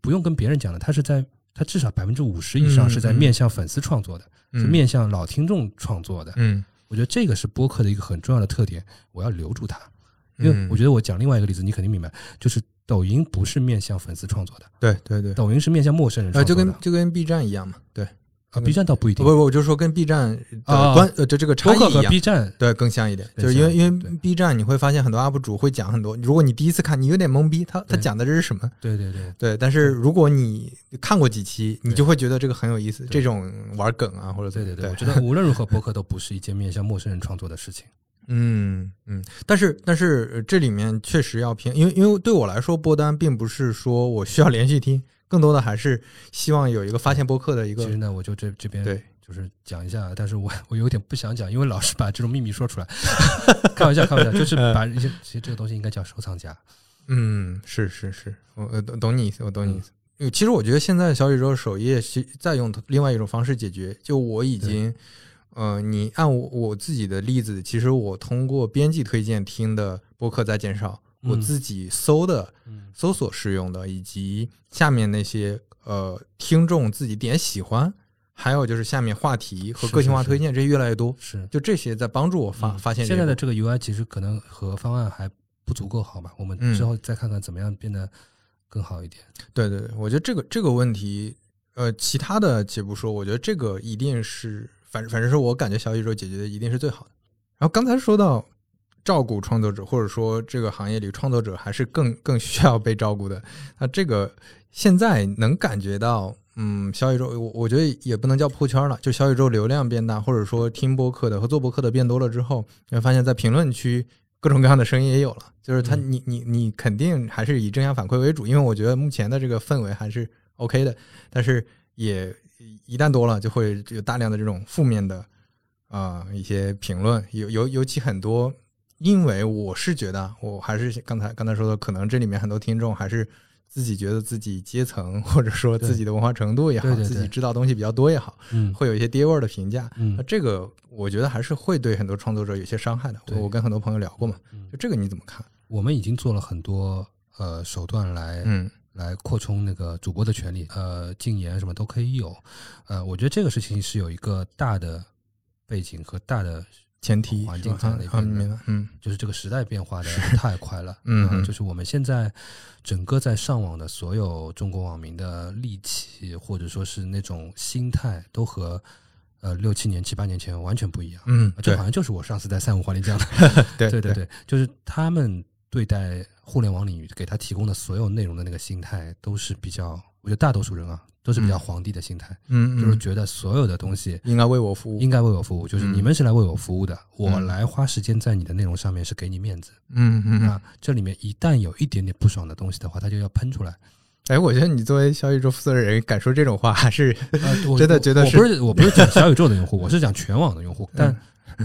[SPEAKER 3] 不用跟别人讲的，他是在他至少百分之五十以上
[SPEAKER 2] 嗯
[SPEAKER 3] 是在
[SPEAKER 2] 嗯
[SPEAKER 3] 面向粉丝创作的，是
[SPEAKER 2] 嗯，
[SPEAKER 3] 面向老听众创作的。
[SPEAKER 2] 嗯。
[SPEAKER 3] 我觉得这个是播客的一个很重要的特点，我要留住它。因为
[SPEAKER 2] 嗯
[SPEAKER 3] 我觉得我讲另外一个例子，你肯定明白，就是抖音不是面向粉丝创作的，
[SPEAKER 2] 对对对，
[SPEAKER 3] 抖音是面向陌生人
[SPEAKER 2] 呃，
[SPEAKER 3] 创
[SPEAKER 2] 就
[SPEAKER 3] 作的。
[SPEAKER 2] 跟就跟 B 站一样嘛，对，
[SPEAKER 3] 啊 B 站倒不一定
[SPEAKER 2] 不，不，我就说跟 B 站
[SPEAKER 3] 啊
[SPEAKER 2] 的关呃，就这个差
[SPEAKER 3] 播
[SPEAKER 2] 异
[SPEAKER 3] 客
[SPEAKER 2] 一
[SPEAKER 3] 和
[SPEAKER 2] 样，
[SPEAKER 3] B 站
[SPEAKER 2] 对，更像一点，就是
[SPEAKER 3] 更
[SPEAKER 2] 因
[SPEAKER 3] 像
[SPEAKER 2] 为
[SPEAKER 3] 一
[SPEAKER 2] 因
[SPEAKER 3] 点
[SPEAKER 2] 为 B 站你会发现很多 UP 主会讲很多，如果你第一次看，你有点懵逼，他他
[SPEAKER 3] 对
[SPEAKER 2] 讲的这是什么？
[SPEAKER 3] 对对对
[SPEAKER 2] 对，但是如果你看过几期，你
[SPEAKER 3] 对
[SPEAKER 2] 就会觉得这个很有意思，这种玩梗啊或者怎
[SPEAKER 3] 对
[SPEAKER 2] 么
[SPEAKER 3] 对对，
[SPEAKER 2] 对 *laughs*
[SPEAKER 3] 我，觉得无论如何播客都不是一件面向陌生人创作的事情。
[SPEAKER 2] 嗯嗯，但是但是呃这里面确实要偏，因为因为对我来说播单并不是说我需要连续听，更多的还是希望有一个发现播客的一
[SPEAKER 3] 其实
[SPEAKER 2] 个
[SPEAKER 3] 呢，我就这这边
[SPEAKER 2] 对。
[SPEAKER 3] 就是讲一下，啊但是我我有点不想讲，因为老是把这种秘密说出来， *laughs* 开玩笑开玩笑，就是把一些其实这个东西应该叫收藏夹，
[SPEAKER 2] 嗯，是是是，我呃懂懂你意思，我懂你意思。
[SPEAKER 3] 嗯
[SPEAKER 2] 因为其实我觉得现在小宇宙首页其再用另外一种方式解决，就我已经，呃，你按我我自己的例子，其实我通过编辑推荐听的播客在减少，
[SPEAKER 3] 嗯
[SPEAKER 2] 我自己搜的
[SPEAKER 3] 嗯
[SPEAKER 2] 搜索适用的，以及下面那些呃听众自己点喜欢，还有就是下面话题和
[SPEAKER 3] 是
[SPEAKER 2] 个性
[SPEAKER 3] 是
[SPEAKER 2] 化
[SPEAKER 3] 是
[SPEAKER 2] 推荐这些越来越多，
[SPEAKER 3] 是
[SPEAKER 2] 就这些在帮助我发、
[SPEAKER 3] 嗯
[SPEAKER 2] 发现
[SPEAKER 3] 现在
[SPEAKER 2] 这
[SPEAKER 3] 的
[SPEAKER 2] 个
[SPEAKER 3] 这个 UI 其实可能和方案还不足够好吧，我们
[SPEAKER 2] 嗯
[SPEAKER 3] 之后再看看怎么样变得更好一点。
[SPEAKER 2] 对对，对，我觉得这个这个问题，呃，其他的且不说，我觉得这个一定是反反正是我感觉小宇宙解决的一定是最好的。然后刚才说到照顾创作者，或者说这个行业里创作者还是更更需要被照顾的。那这个现在能感觉到，嗯，小宇宙我我觉得也不能叫破圈了，就小宇宙流量变大，或者说听播客的和做播客的变多了之后，你会发现在评论区各种各样的声音也有了。就是他，
[SPEAKER 3] 嗯
[SPEAKER 2] 你你你肯定还是以正向反馈为主，因为我觉得目前的这个氛围还是 OK 的，但是也一旦多了，就会有大量的这种负面的啊、一些评论，尤尤尤其很多，因为我是觉得，啊我还是刚才刚才说的，可能这里面很多听众还是自己觉得自己阶层或者说
[SPEAKER 3] 对
[SPEAKER 2] 自己的文化程度也好，
[SPEAKER 3] 对对对
[SPEAKER 2] 自己知道东西比较多也好，
[SPEAKER 3] 嗯
[SPEAKER 2] 会有一些爹味儿的评价。
[SPEAKER 3] 嗯
[SPEAKER 2] 那这个我觉得还是会对很多创作者有些伤害的。
[SPEAKER 3] 对
[SPEAKER 2] 我我跟很多朋友聊过嘛，
[SPEAKER 3] 嗯
[SPEAKER 2] 就这个你怎么看？
[SPEAKER 3] 我们已经做了很多呃手段来、
[SPEAKER 2] 嗯
[SPEAKER 3] 来扩充那个主播的权利，呃，禁言什么都可以有。呃，我觉得这个事情是有一个大的背景和大的，
[SPEAKER 2] 前提
[SPEAKER 3] 环境
[SPEAKER 2] 是吧
[SPEAKER 3] 在那
[SPEAKER 2] 啊，
[SPEAKER 3] 边的
[SPEAKER 2] 明白？嗯
[SPEAKER 3] 就是这个时代
[SPEAKER 2] *laughs*
[SPEAKER 3] 变化的太快了。
[SPEAKER 2] 嗯
[SPEAKER 3] 呃
[SPEAKER 2] 嗯
[SPEAKER 3] 就是我们现在整个在上网的所有中国网民的力气，或者说是那种心态，都和呃六七年、七八年前完全不一样。
[SPEAKER 2] 嗯，
[SPEAKER 3] 啊这
[SPEAKER 2] 对
[SPEAKER 3] 好像就是我上次在三五环里讲的，
[SPEAKER 2] 对
[SPEAKER 3] 对
[SPEAKER 2] 对
[SPEAKER 3] 对，就是他们对待互联网领域给他提供的所有内容的那个心态，都是比较，我觉得大多数人啊，都是比较
[SPEAKER 2] 嗯
[SPEAKER 3] 皇帝的心态，
[SPEAKER 2] 嗯
[SPEAKER 3] 就是
[SPEAKER 2] 嗯，
[SPEAKER 3] 觉得所有的东西
[SPEAKER 2] 应该为我服务。
[SPEAKER 3] 应该为我服务，就是
[SPEAKER 2] 嗯
[SPEAKER 3] 你们是来为我服务的，我
[SPEAKER 2] 嗯
[SPEAKER 3] 来花时间在你的内容上面是给你面子。
[SPEAKER 2] 嗯嗯嗯
[SPEAKER 3] 那。这里面一旦有一点点不爽的东西的话，他就要喷出来。
[SPEAKER 2] 哎，我觉得你作为小宇宙负责人，敢说这种话，还是 *laughs*
[SPEAKER 3] 呃我
[SPEAKER 2] 真的
[SPEAKER 3] 我
[SPEAKER 2] 觉得
[SPEAKER 3] 我
[SPEAKER 2] 是嗯
[SPEAKER 3] 不是我不是讲小宇宙的用户，我是讲全网的用户。 *laughs* 但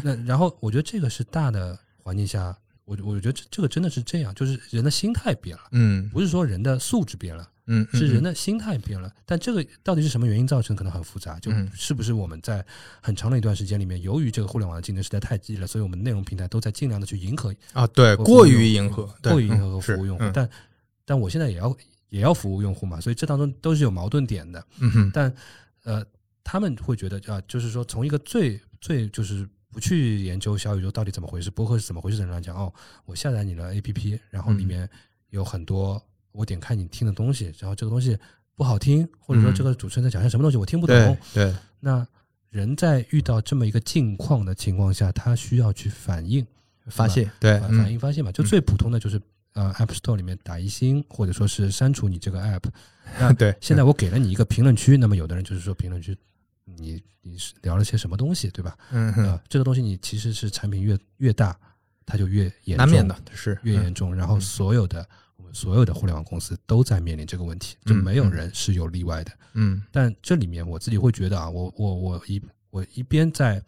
[SPEAKER 3] 那然后我觉得这个是大的环境下，我我觉得这这个真的是这样，就是人的心态变了，
[SPEAKER 2] 嗯
[SPEAKER 3] 不是说人的素质变了，
[SPEAKER 2] 嗯，嗯
[SPEAKER 3] 是人
[SPEAKER 2] 的，
[SPEAKER 3] 的心态变了。但这个到底是什么原因造成，可能很复杂，就
[SPEAKER 2] 嗯
[SPEAKER 3] 是不是我们在很长的一段时间里面，由于这个互联网的竞争实在太激烈了，所以我们内容平台都在尽量的去迎合
[SPEAKER 2] 啊，对，
[SPEAKER 3] 和服务
[SPEAKER 2] 过于
[SPEAKER 3] 用
[SPEAKER 2] 迎
[SPEAKER 3] 户
[SPEAKER 2] 合，对
[SPEAKER 3] 过于迎
[SPEAKER 2] 嗯
[SPEAKER 3] 合和服
[SPEAKER 2] 是
[SPEAKER 3] 务用户
[SPEAKER 2] 嗯。
[SPEAKER 3] 但但我现在也要也要服务用户嘛，所以这当中都是有矛盾点的。
[SPEAKER 2] 嗯哼，
[SPEAKER 3] 但呃，他们会觉得啊，就是说从一个最最就是不去研究小宇宙到底怎么回事，播客是怎么回事的人来讲，哦，我下载你的 APP，然后里
[SPEAKER 2] 嗯
[SPEAKER 3] 面有很多我点开你听的东西，然后这个东西不好听，或者说
[SPEAKER 2] 嗯
[SPEAKER 3] 这个主持人在讲些什么东西我听不懂
[SPEAKER 2] 对，对，
[SPEAKER 3] 那。人在遇到这么一个境况的情况下，他需要去反应，
[SPEAKER 2] 发泄，对，
[SPEAKER 3] 反
[SPEAKER 2] 嗯
[SPEAKER 3] 反应发现嘛，就最普通的就是呃 App Store 里面打一星，或者说是删除你这个 App。那
[SPEAKER 2] 嗯对，
[SPEAKER 3] 现在我给了你一个评论区，那么有的人就是说评论区你你是聊了些什么东西，对吧？
[SPEAKER 2] 嗯
[SPEAKER 3] 啊、
[SPEAKER 2] 哼，
[SPEAKER 3] 这个东西你其实是产品越越大，它就越严重，
[SPEAKER 2] 难免的，是
[SPEAKER 3] 越严
[SPEAKER 2] 嗯
[SPEAKER 3] 重。然后所有的我们所有的互联网公司都在面临这个问题，就
[SPEAKER 2] 嗯
[SPEAKER 3] 没有
[SPEAKER 2] 嗯
[SPEAKER 3] 人是有例外的。
[SPEAKER 2] 嗯
[SPEAKER 3] 但这里面我自己会觉得啊，我我我一我一边在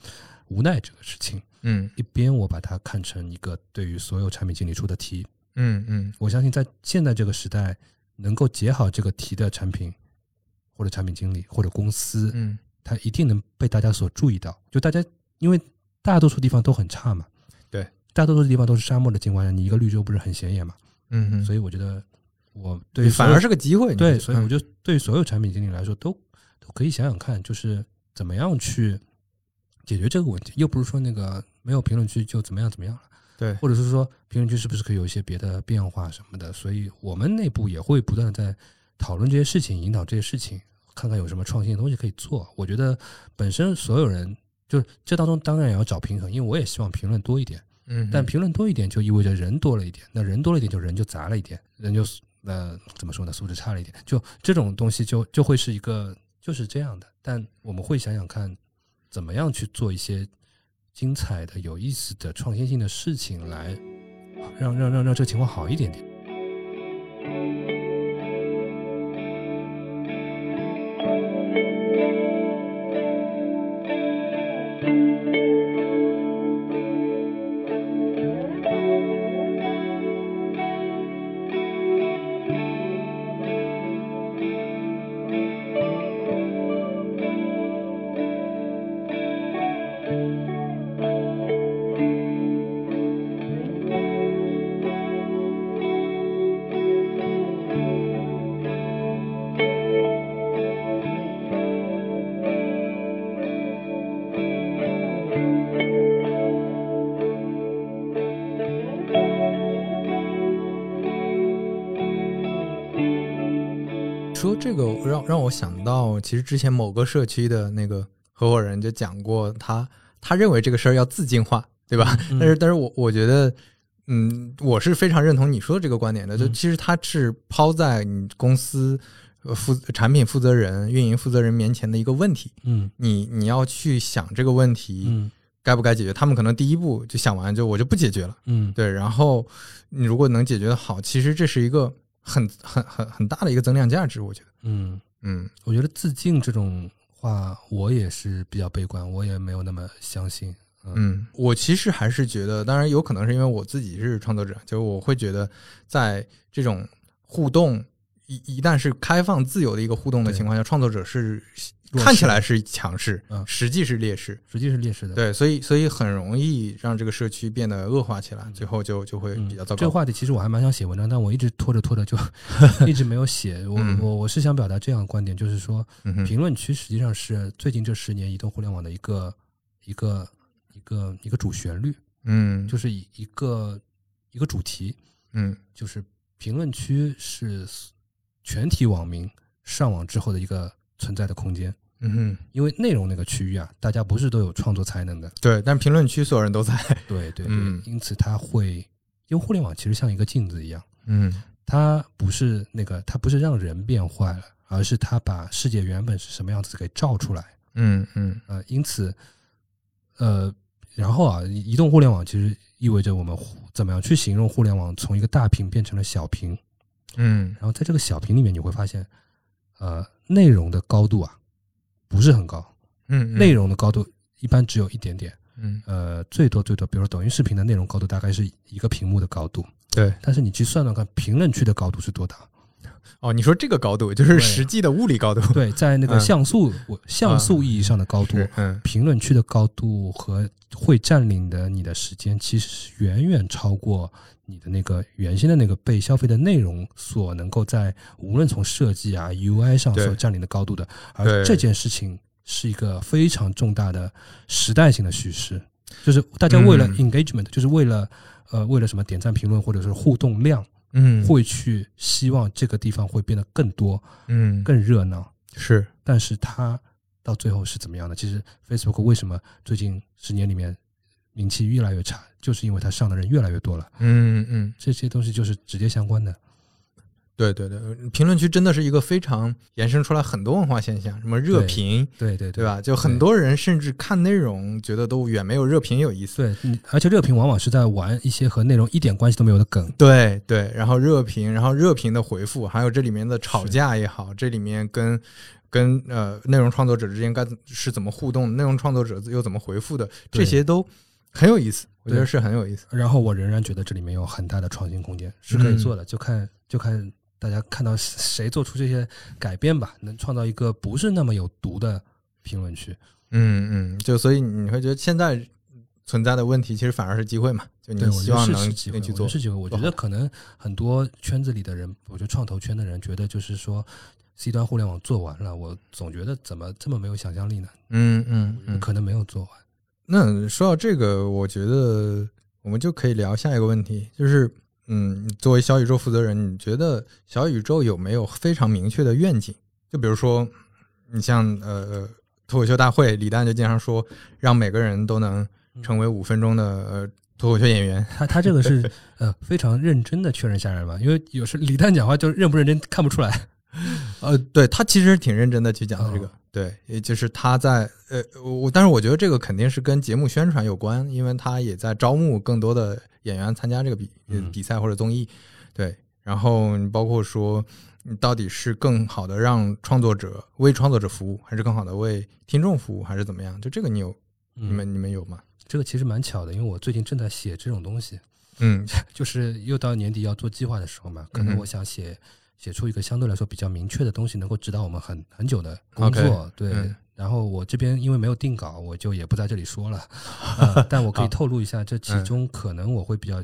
[SPEAKER 3] 无奈这个事情。
[SPEAKER 2] 嗯
[SPEAKER 3] 一边我把它看成一个对于所有产品经理出的题，
[SPEAKER 2] 嗯嗯
[SPEAKER 3] 我相信在现在这个时代，能够解好这个题的产品或者产品经理或者公司，
[SPEAKER 2] 嗯，
[SPEAKER 3] 它一定能被大家所注意到。就大家因为大多数地方都很差嘛，
[SPEAKER 2] 对，
[SPEAKER 3] 大多数地方都是沙漠的情况下，你一个绿洲不是很显眼嘛？
[SPEAKER 2] 嗯哼，
[SPEAKER 3] 所以我觉得我对
[SPEAKER 2] 反
[SPEAKER 3] 所有
[SPEAKER 2] 而是个机会，你觉
[SPEAKER 3] 对，
[SPEAKER 2] 得
[SPEAKER 3] 所以我
[SPEAKER 2] 嗯
[SPEAKER 3] 觉得对所有产品经理来说都都可以想想看，就是怎么样去解决这个问题，又不是说那个没有评论区就怎么样怎么样了。
[SPEAKER 2] 对
[SPEAKER 3] 或者是说评论区是不是可以有一些别的变化什么的？所以我们内部也会不断的在讨论这些事情，引导这些事情，看看有什么创新的东西可以做。我觉得本身所有人就是这当中当然也要找平衡，因为我也希望评论多一点，
[SPEAKER 2] 嗯哼，
[SPEAKER 3] 但评论多一点就意味着人多了一点，那人多了一点就人就杂了一点，人就呃怎么说呢，素质差了一点，就这种东西就就会是一个就是这样的。但我们会想想看，怎么样去做一些精彩的、有意思的、创新性的事情来。让让让让这个情况好一点点。
[SPEAKER 2] 说这个让让我想到，其实之前某个社区的那个合伙人就讲过他，他认为这个事儿要自进化，对吧？但是，但是我我觉得，嗯，我是非常认同你说的这个观点的。就
[SPEAKER 3] 嗯
[SPEAKER 2] 其实他是抛在你公司呃负产品负责人、运营负责人面前的一个问题，
[SPEAKER 3] 嗯
[SPEAKER 2] 你你要去想这个问题
[SPEAKER 3] 嗯
[SPEAKER 2] 该不该解决。他们可能第一步就想完就我就不解决了，
[SPEAKER 3] 嗯，
[SPEAKER 2] 对。然后你如果能解决的好，其实这是一个很很很很大的一个增量价值，我觉得，
[SPEAKER 3] 嗯，
[SPEAKER 2] 嗯。
[SPEAKER 3] 我觉得自尽这种话，我也是比较悲观，我也没有那么相信。
[SPEAKER 2] 嗯，我其实还是觉得，当然有可能是因为我自己是创作者，就我会觉得，在这种互动一一旦是开放自由的一个互动的
[SPEAKER 3] 对
[SPEAKER 2] 情况下，创作者是
[SPEAKER 3] 弱势
[SPEAKER 2] 看起来是强势，
[SPEAKER 3] 嗯
[SPEAKER 2] 实际是劣势。
[SPEAKER 3] 实际是劣势的，
[SPEAKER 2] 对，所以所以很容易让这个社区变得恶化起来，最后就就会
[SPEAKER 3] 嗯，
[SPEAKER 2] 比较糟
[SPEAKER 3] 这个
[SPEAKER 2] 糕。
[SPEAKER 3] 话题其实我还蛮想写文章，但我一直拖着
[SPEAKER 2] *laughs*
[SPEAKER 3] 拖着就 *laughs* 一直没有写。我
[SPEAKER 2] 嗯
[SPEAKER 3] 我我是想表达这样的观点，就是说，
[SPEAKER 2] 嗯哼，
[SPEAKER 3] 评论区实际上是最近这十年移动互联网的一个一个一个一个主旋律，
[SPEAKER 2] 嗯，
[SPEAKER 3] 就是一一个一个主题，
[SPEAKER 2] 嗯
[SPEAKER 3] 就是评论区是全体网民上网之后的一个存在的空间。
[SPEAKER 2] 嗯哼，
[SPEAKER 3] 因为内容那个区域啊，大家不是都有创作才能的，
[SPEAKER 2] 对，但评论区所有人都在，
[SPEAKER 3] 对对对，
[SPEAKER 2] 嗯
[SPEAKER 3] 因此它会，因为互联网其实像一个镜子一样，
[SPEAKER 2] 嗯
[SPEAKER 3] 它不是那个，它不是让人变坏了，而是它把世界原本是什么样子给照出来。
[SPEAKER 2] 嗯嗯
[SPEAKER 3] 呃，因此，呃，然后啊，移动互联网其实意味着我们互怎么样去形容互联网从一个大屏变成了小屏，
[SPEAKER 2] 嗯
[SPEAKER 3] 然后在这个小屏里面你会发现，呃，内容的高度啊不是很高，
[SPEAKER 2] 嗯，
[SPEAKER 3] 内容的高度一般只有一点点，
[SPEAKER 2] 嗯
[SPEAKER 3] 呃，最多最多，比如说抖音视频的内容高度大概是一个屏幕的高度，
[SPEAKER 2] 对
[SPEAKER 3] 但是你去算算看评论区的高度是多大？
[SPEAKER 2] 哦，你说这个高度就是
[SPEAKER 3] 对啊
[SPEAKER 2] 实际的物理高度， *laughs*
[SPEAKER 3] 对，在那个
[SPEAKER 2] 嗯
[SPEAKER 3] 像素、我像素意义上的高度，
[SPEAKER 2] 是嗯
[SPEAKER 3] 评论区的高度和会占领的你的时间，其实是远远超过你的那个原先的那个被消费的内容所能够在无论从设计啊 UI 上
[SPEAKER 2] 对
[SPEAKER 3] 所占领的高度的。
[SPEAKER 2] 对
[SPEAKER 3] 而这件事情是一个非常重大的时代性的叙事，就是大家为了
[SPEAKER 2] 嗯
[SPEAKER 3] engagement，、就是为了呃为了什么点赞、评论或者是互动量，
[SPEAKER 2] 嗯
[SPEAKER 3] 会去希望这个地方会变得更多、
[SPEAKER 2] 嗯
[SPEAKER 3] 更热闹。
[SPEAKER 2] 是
[SPEAKER 3] 但是它到最后是怎么样的？其实 Facebook 为什么最近十年里面名气越来越差，就是因为它上的人越来越多了。
[SPEAKER 2] 嗯嗯。
[SPEAKER 3] 这些东西就是直接相关的。
[SPEAKER 2] 对对对，评论区真的是一个非常延伸出来很多文化现象，什么热
[SPEAKER 3] 对
[SPEAKER 2] 评，
[SPEAKER 3] 对对
[SPEAKER 2] 对？吧？就很多人甚至看内容觉得都远没有热评有意思。
[SPEAKER 3] 对，你嗯而且热评往往是在玩一些和内容一点关系都没有的梗。
[SPEAKER 2] 对对，然后热评，然后热评的回复，还有这里面的吵
[SPEAKER 3] 是
[SPEAKER 2] 架也好，这里面跟跟呃内容创作者之间该怎是怎么互动，内容创作者又怎么回复的，这
[SPEAKER 3] 对
[SPEAKER 2] 些都很有意思，我觉得
[SPEAKER 3] 对
[SPEAKER 2] 是很有意思。
[SPEAKER 3] 然后我仍然觉得这里面有很大的创新空间，是可以做的，就看就看大家看到谁做出这些改变吧，能创造一个不是那么有毒的评论区。
[SPEAKER 2] 嗯嗯，就所以你会觉得现在存在的问题其实反而是机会嘛？就
[SPEAKER 3] 对，
[SPEAKER 2] 你嗯
[SPEAKER 3] 我
[SPEAKER 2] 希
[SPEAKER 3] 觉得
[SPEAKER 2] 望
[SPEAKER 3] 是
[SPEAKER 2] 能
[SPEAKER 3] 是机会，
[SPEAKER 2] 能去
[SPEAKER 3] 我觉
[SPEAKER 2] 做
[SPEAKER 3] 得。是机会。我觉
[SPEAKER 2] 做
[SPEAKER 3] 得
[SPEAKER 2] 好
[SPEAKER 3] 可能很多圈子里的人，我觉得创投圈的人觉得就是说，C 端互联网做完了，我总觉得怎么这么没有想象力呢？
[SPEAKER 2] 嗯嗯
[SPEAKER 3] 我觉得
[SPEAKER 2] 嗯，
[SPEAKER 3] 可能没有做完。
[SPEAKER 2] 那说到这个，我觉得我们就可以聊下一个问题，就是，嗯，作为小宇宙负责人，你觉得小宇宙有没有非常明确的愿景？就比如说，你像呃脱口秀大会，李诞就经常说，让每个人都能
[SPEAKER 3] 嗯
[SPEAKER 2] 成为五分钟的呃脱口秀演员。
[SPEAKER 3] 他他这个
[SPEAKER 2] *laughs*
[SPEAKER 3] 是呃非常认真的确认下来嘛，因为有时李诞讲话就认不认真看不出来。
[SPEAKER 2] 呃，对他其实挺认真的去讲的这个，
[SPEAKER 3] 哦
[SPEAKER 2] 对，也就是他在呃，我但是我觉得这个肯定是跟节目宣传有关，因为他也在招募更多的演员参加这个比、呃
[SPEAKER 3] 嗯
[SPEAKER 2] 比赛或者综艺，对，然后你包括说你到底是更好的让创作者为创作者服务，还是更好的为听众服务，还是怎么样？就这个你有你
[SPEAKER 3] 嗯，
[SPEAKER 2] 们你们有吗？
[SPEAKER 3] 这个其实蛮巧的，因为我最近正在写这种东西，
[SPEAKER 2] 嗯
[SPEAKER 3] 就是又到年底要做计划的时候嘛，可
[SPEAKER 2] 嗯
[SPEAKER 3] 能
[SPEAKER 2] 哼
[SPEAKER 3] 我想写写出一个相对来说比较明确的东西，能够指导我们很很久的工作。对，
[SPEAKER 2] 嗯
[SPEAKER 3] 然后我这边因为没有定稿，我就也不在这
[SPEAKER 2] *laughs*
[SPEAKER 3] 里说了，呃、但我可以透露一下，这其中可能我会比较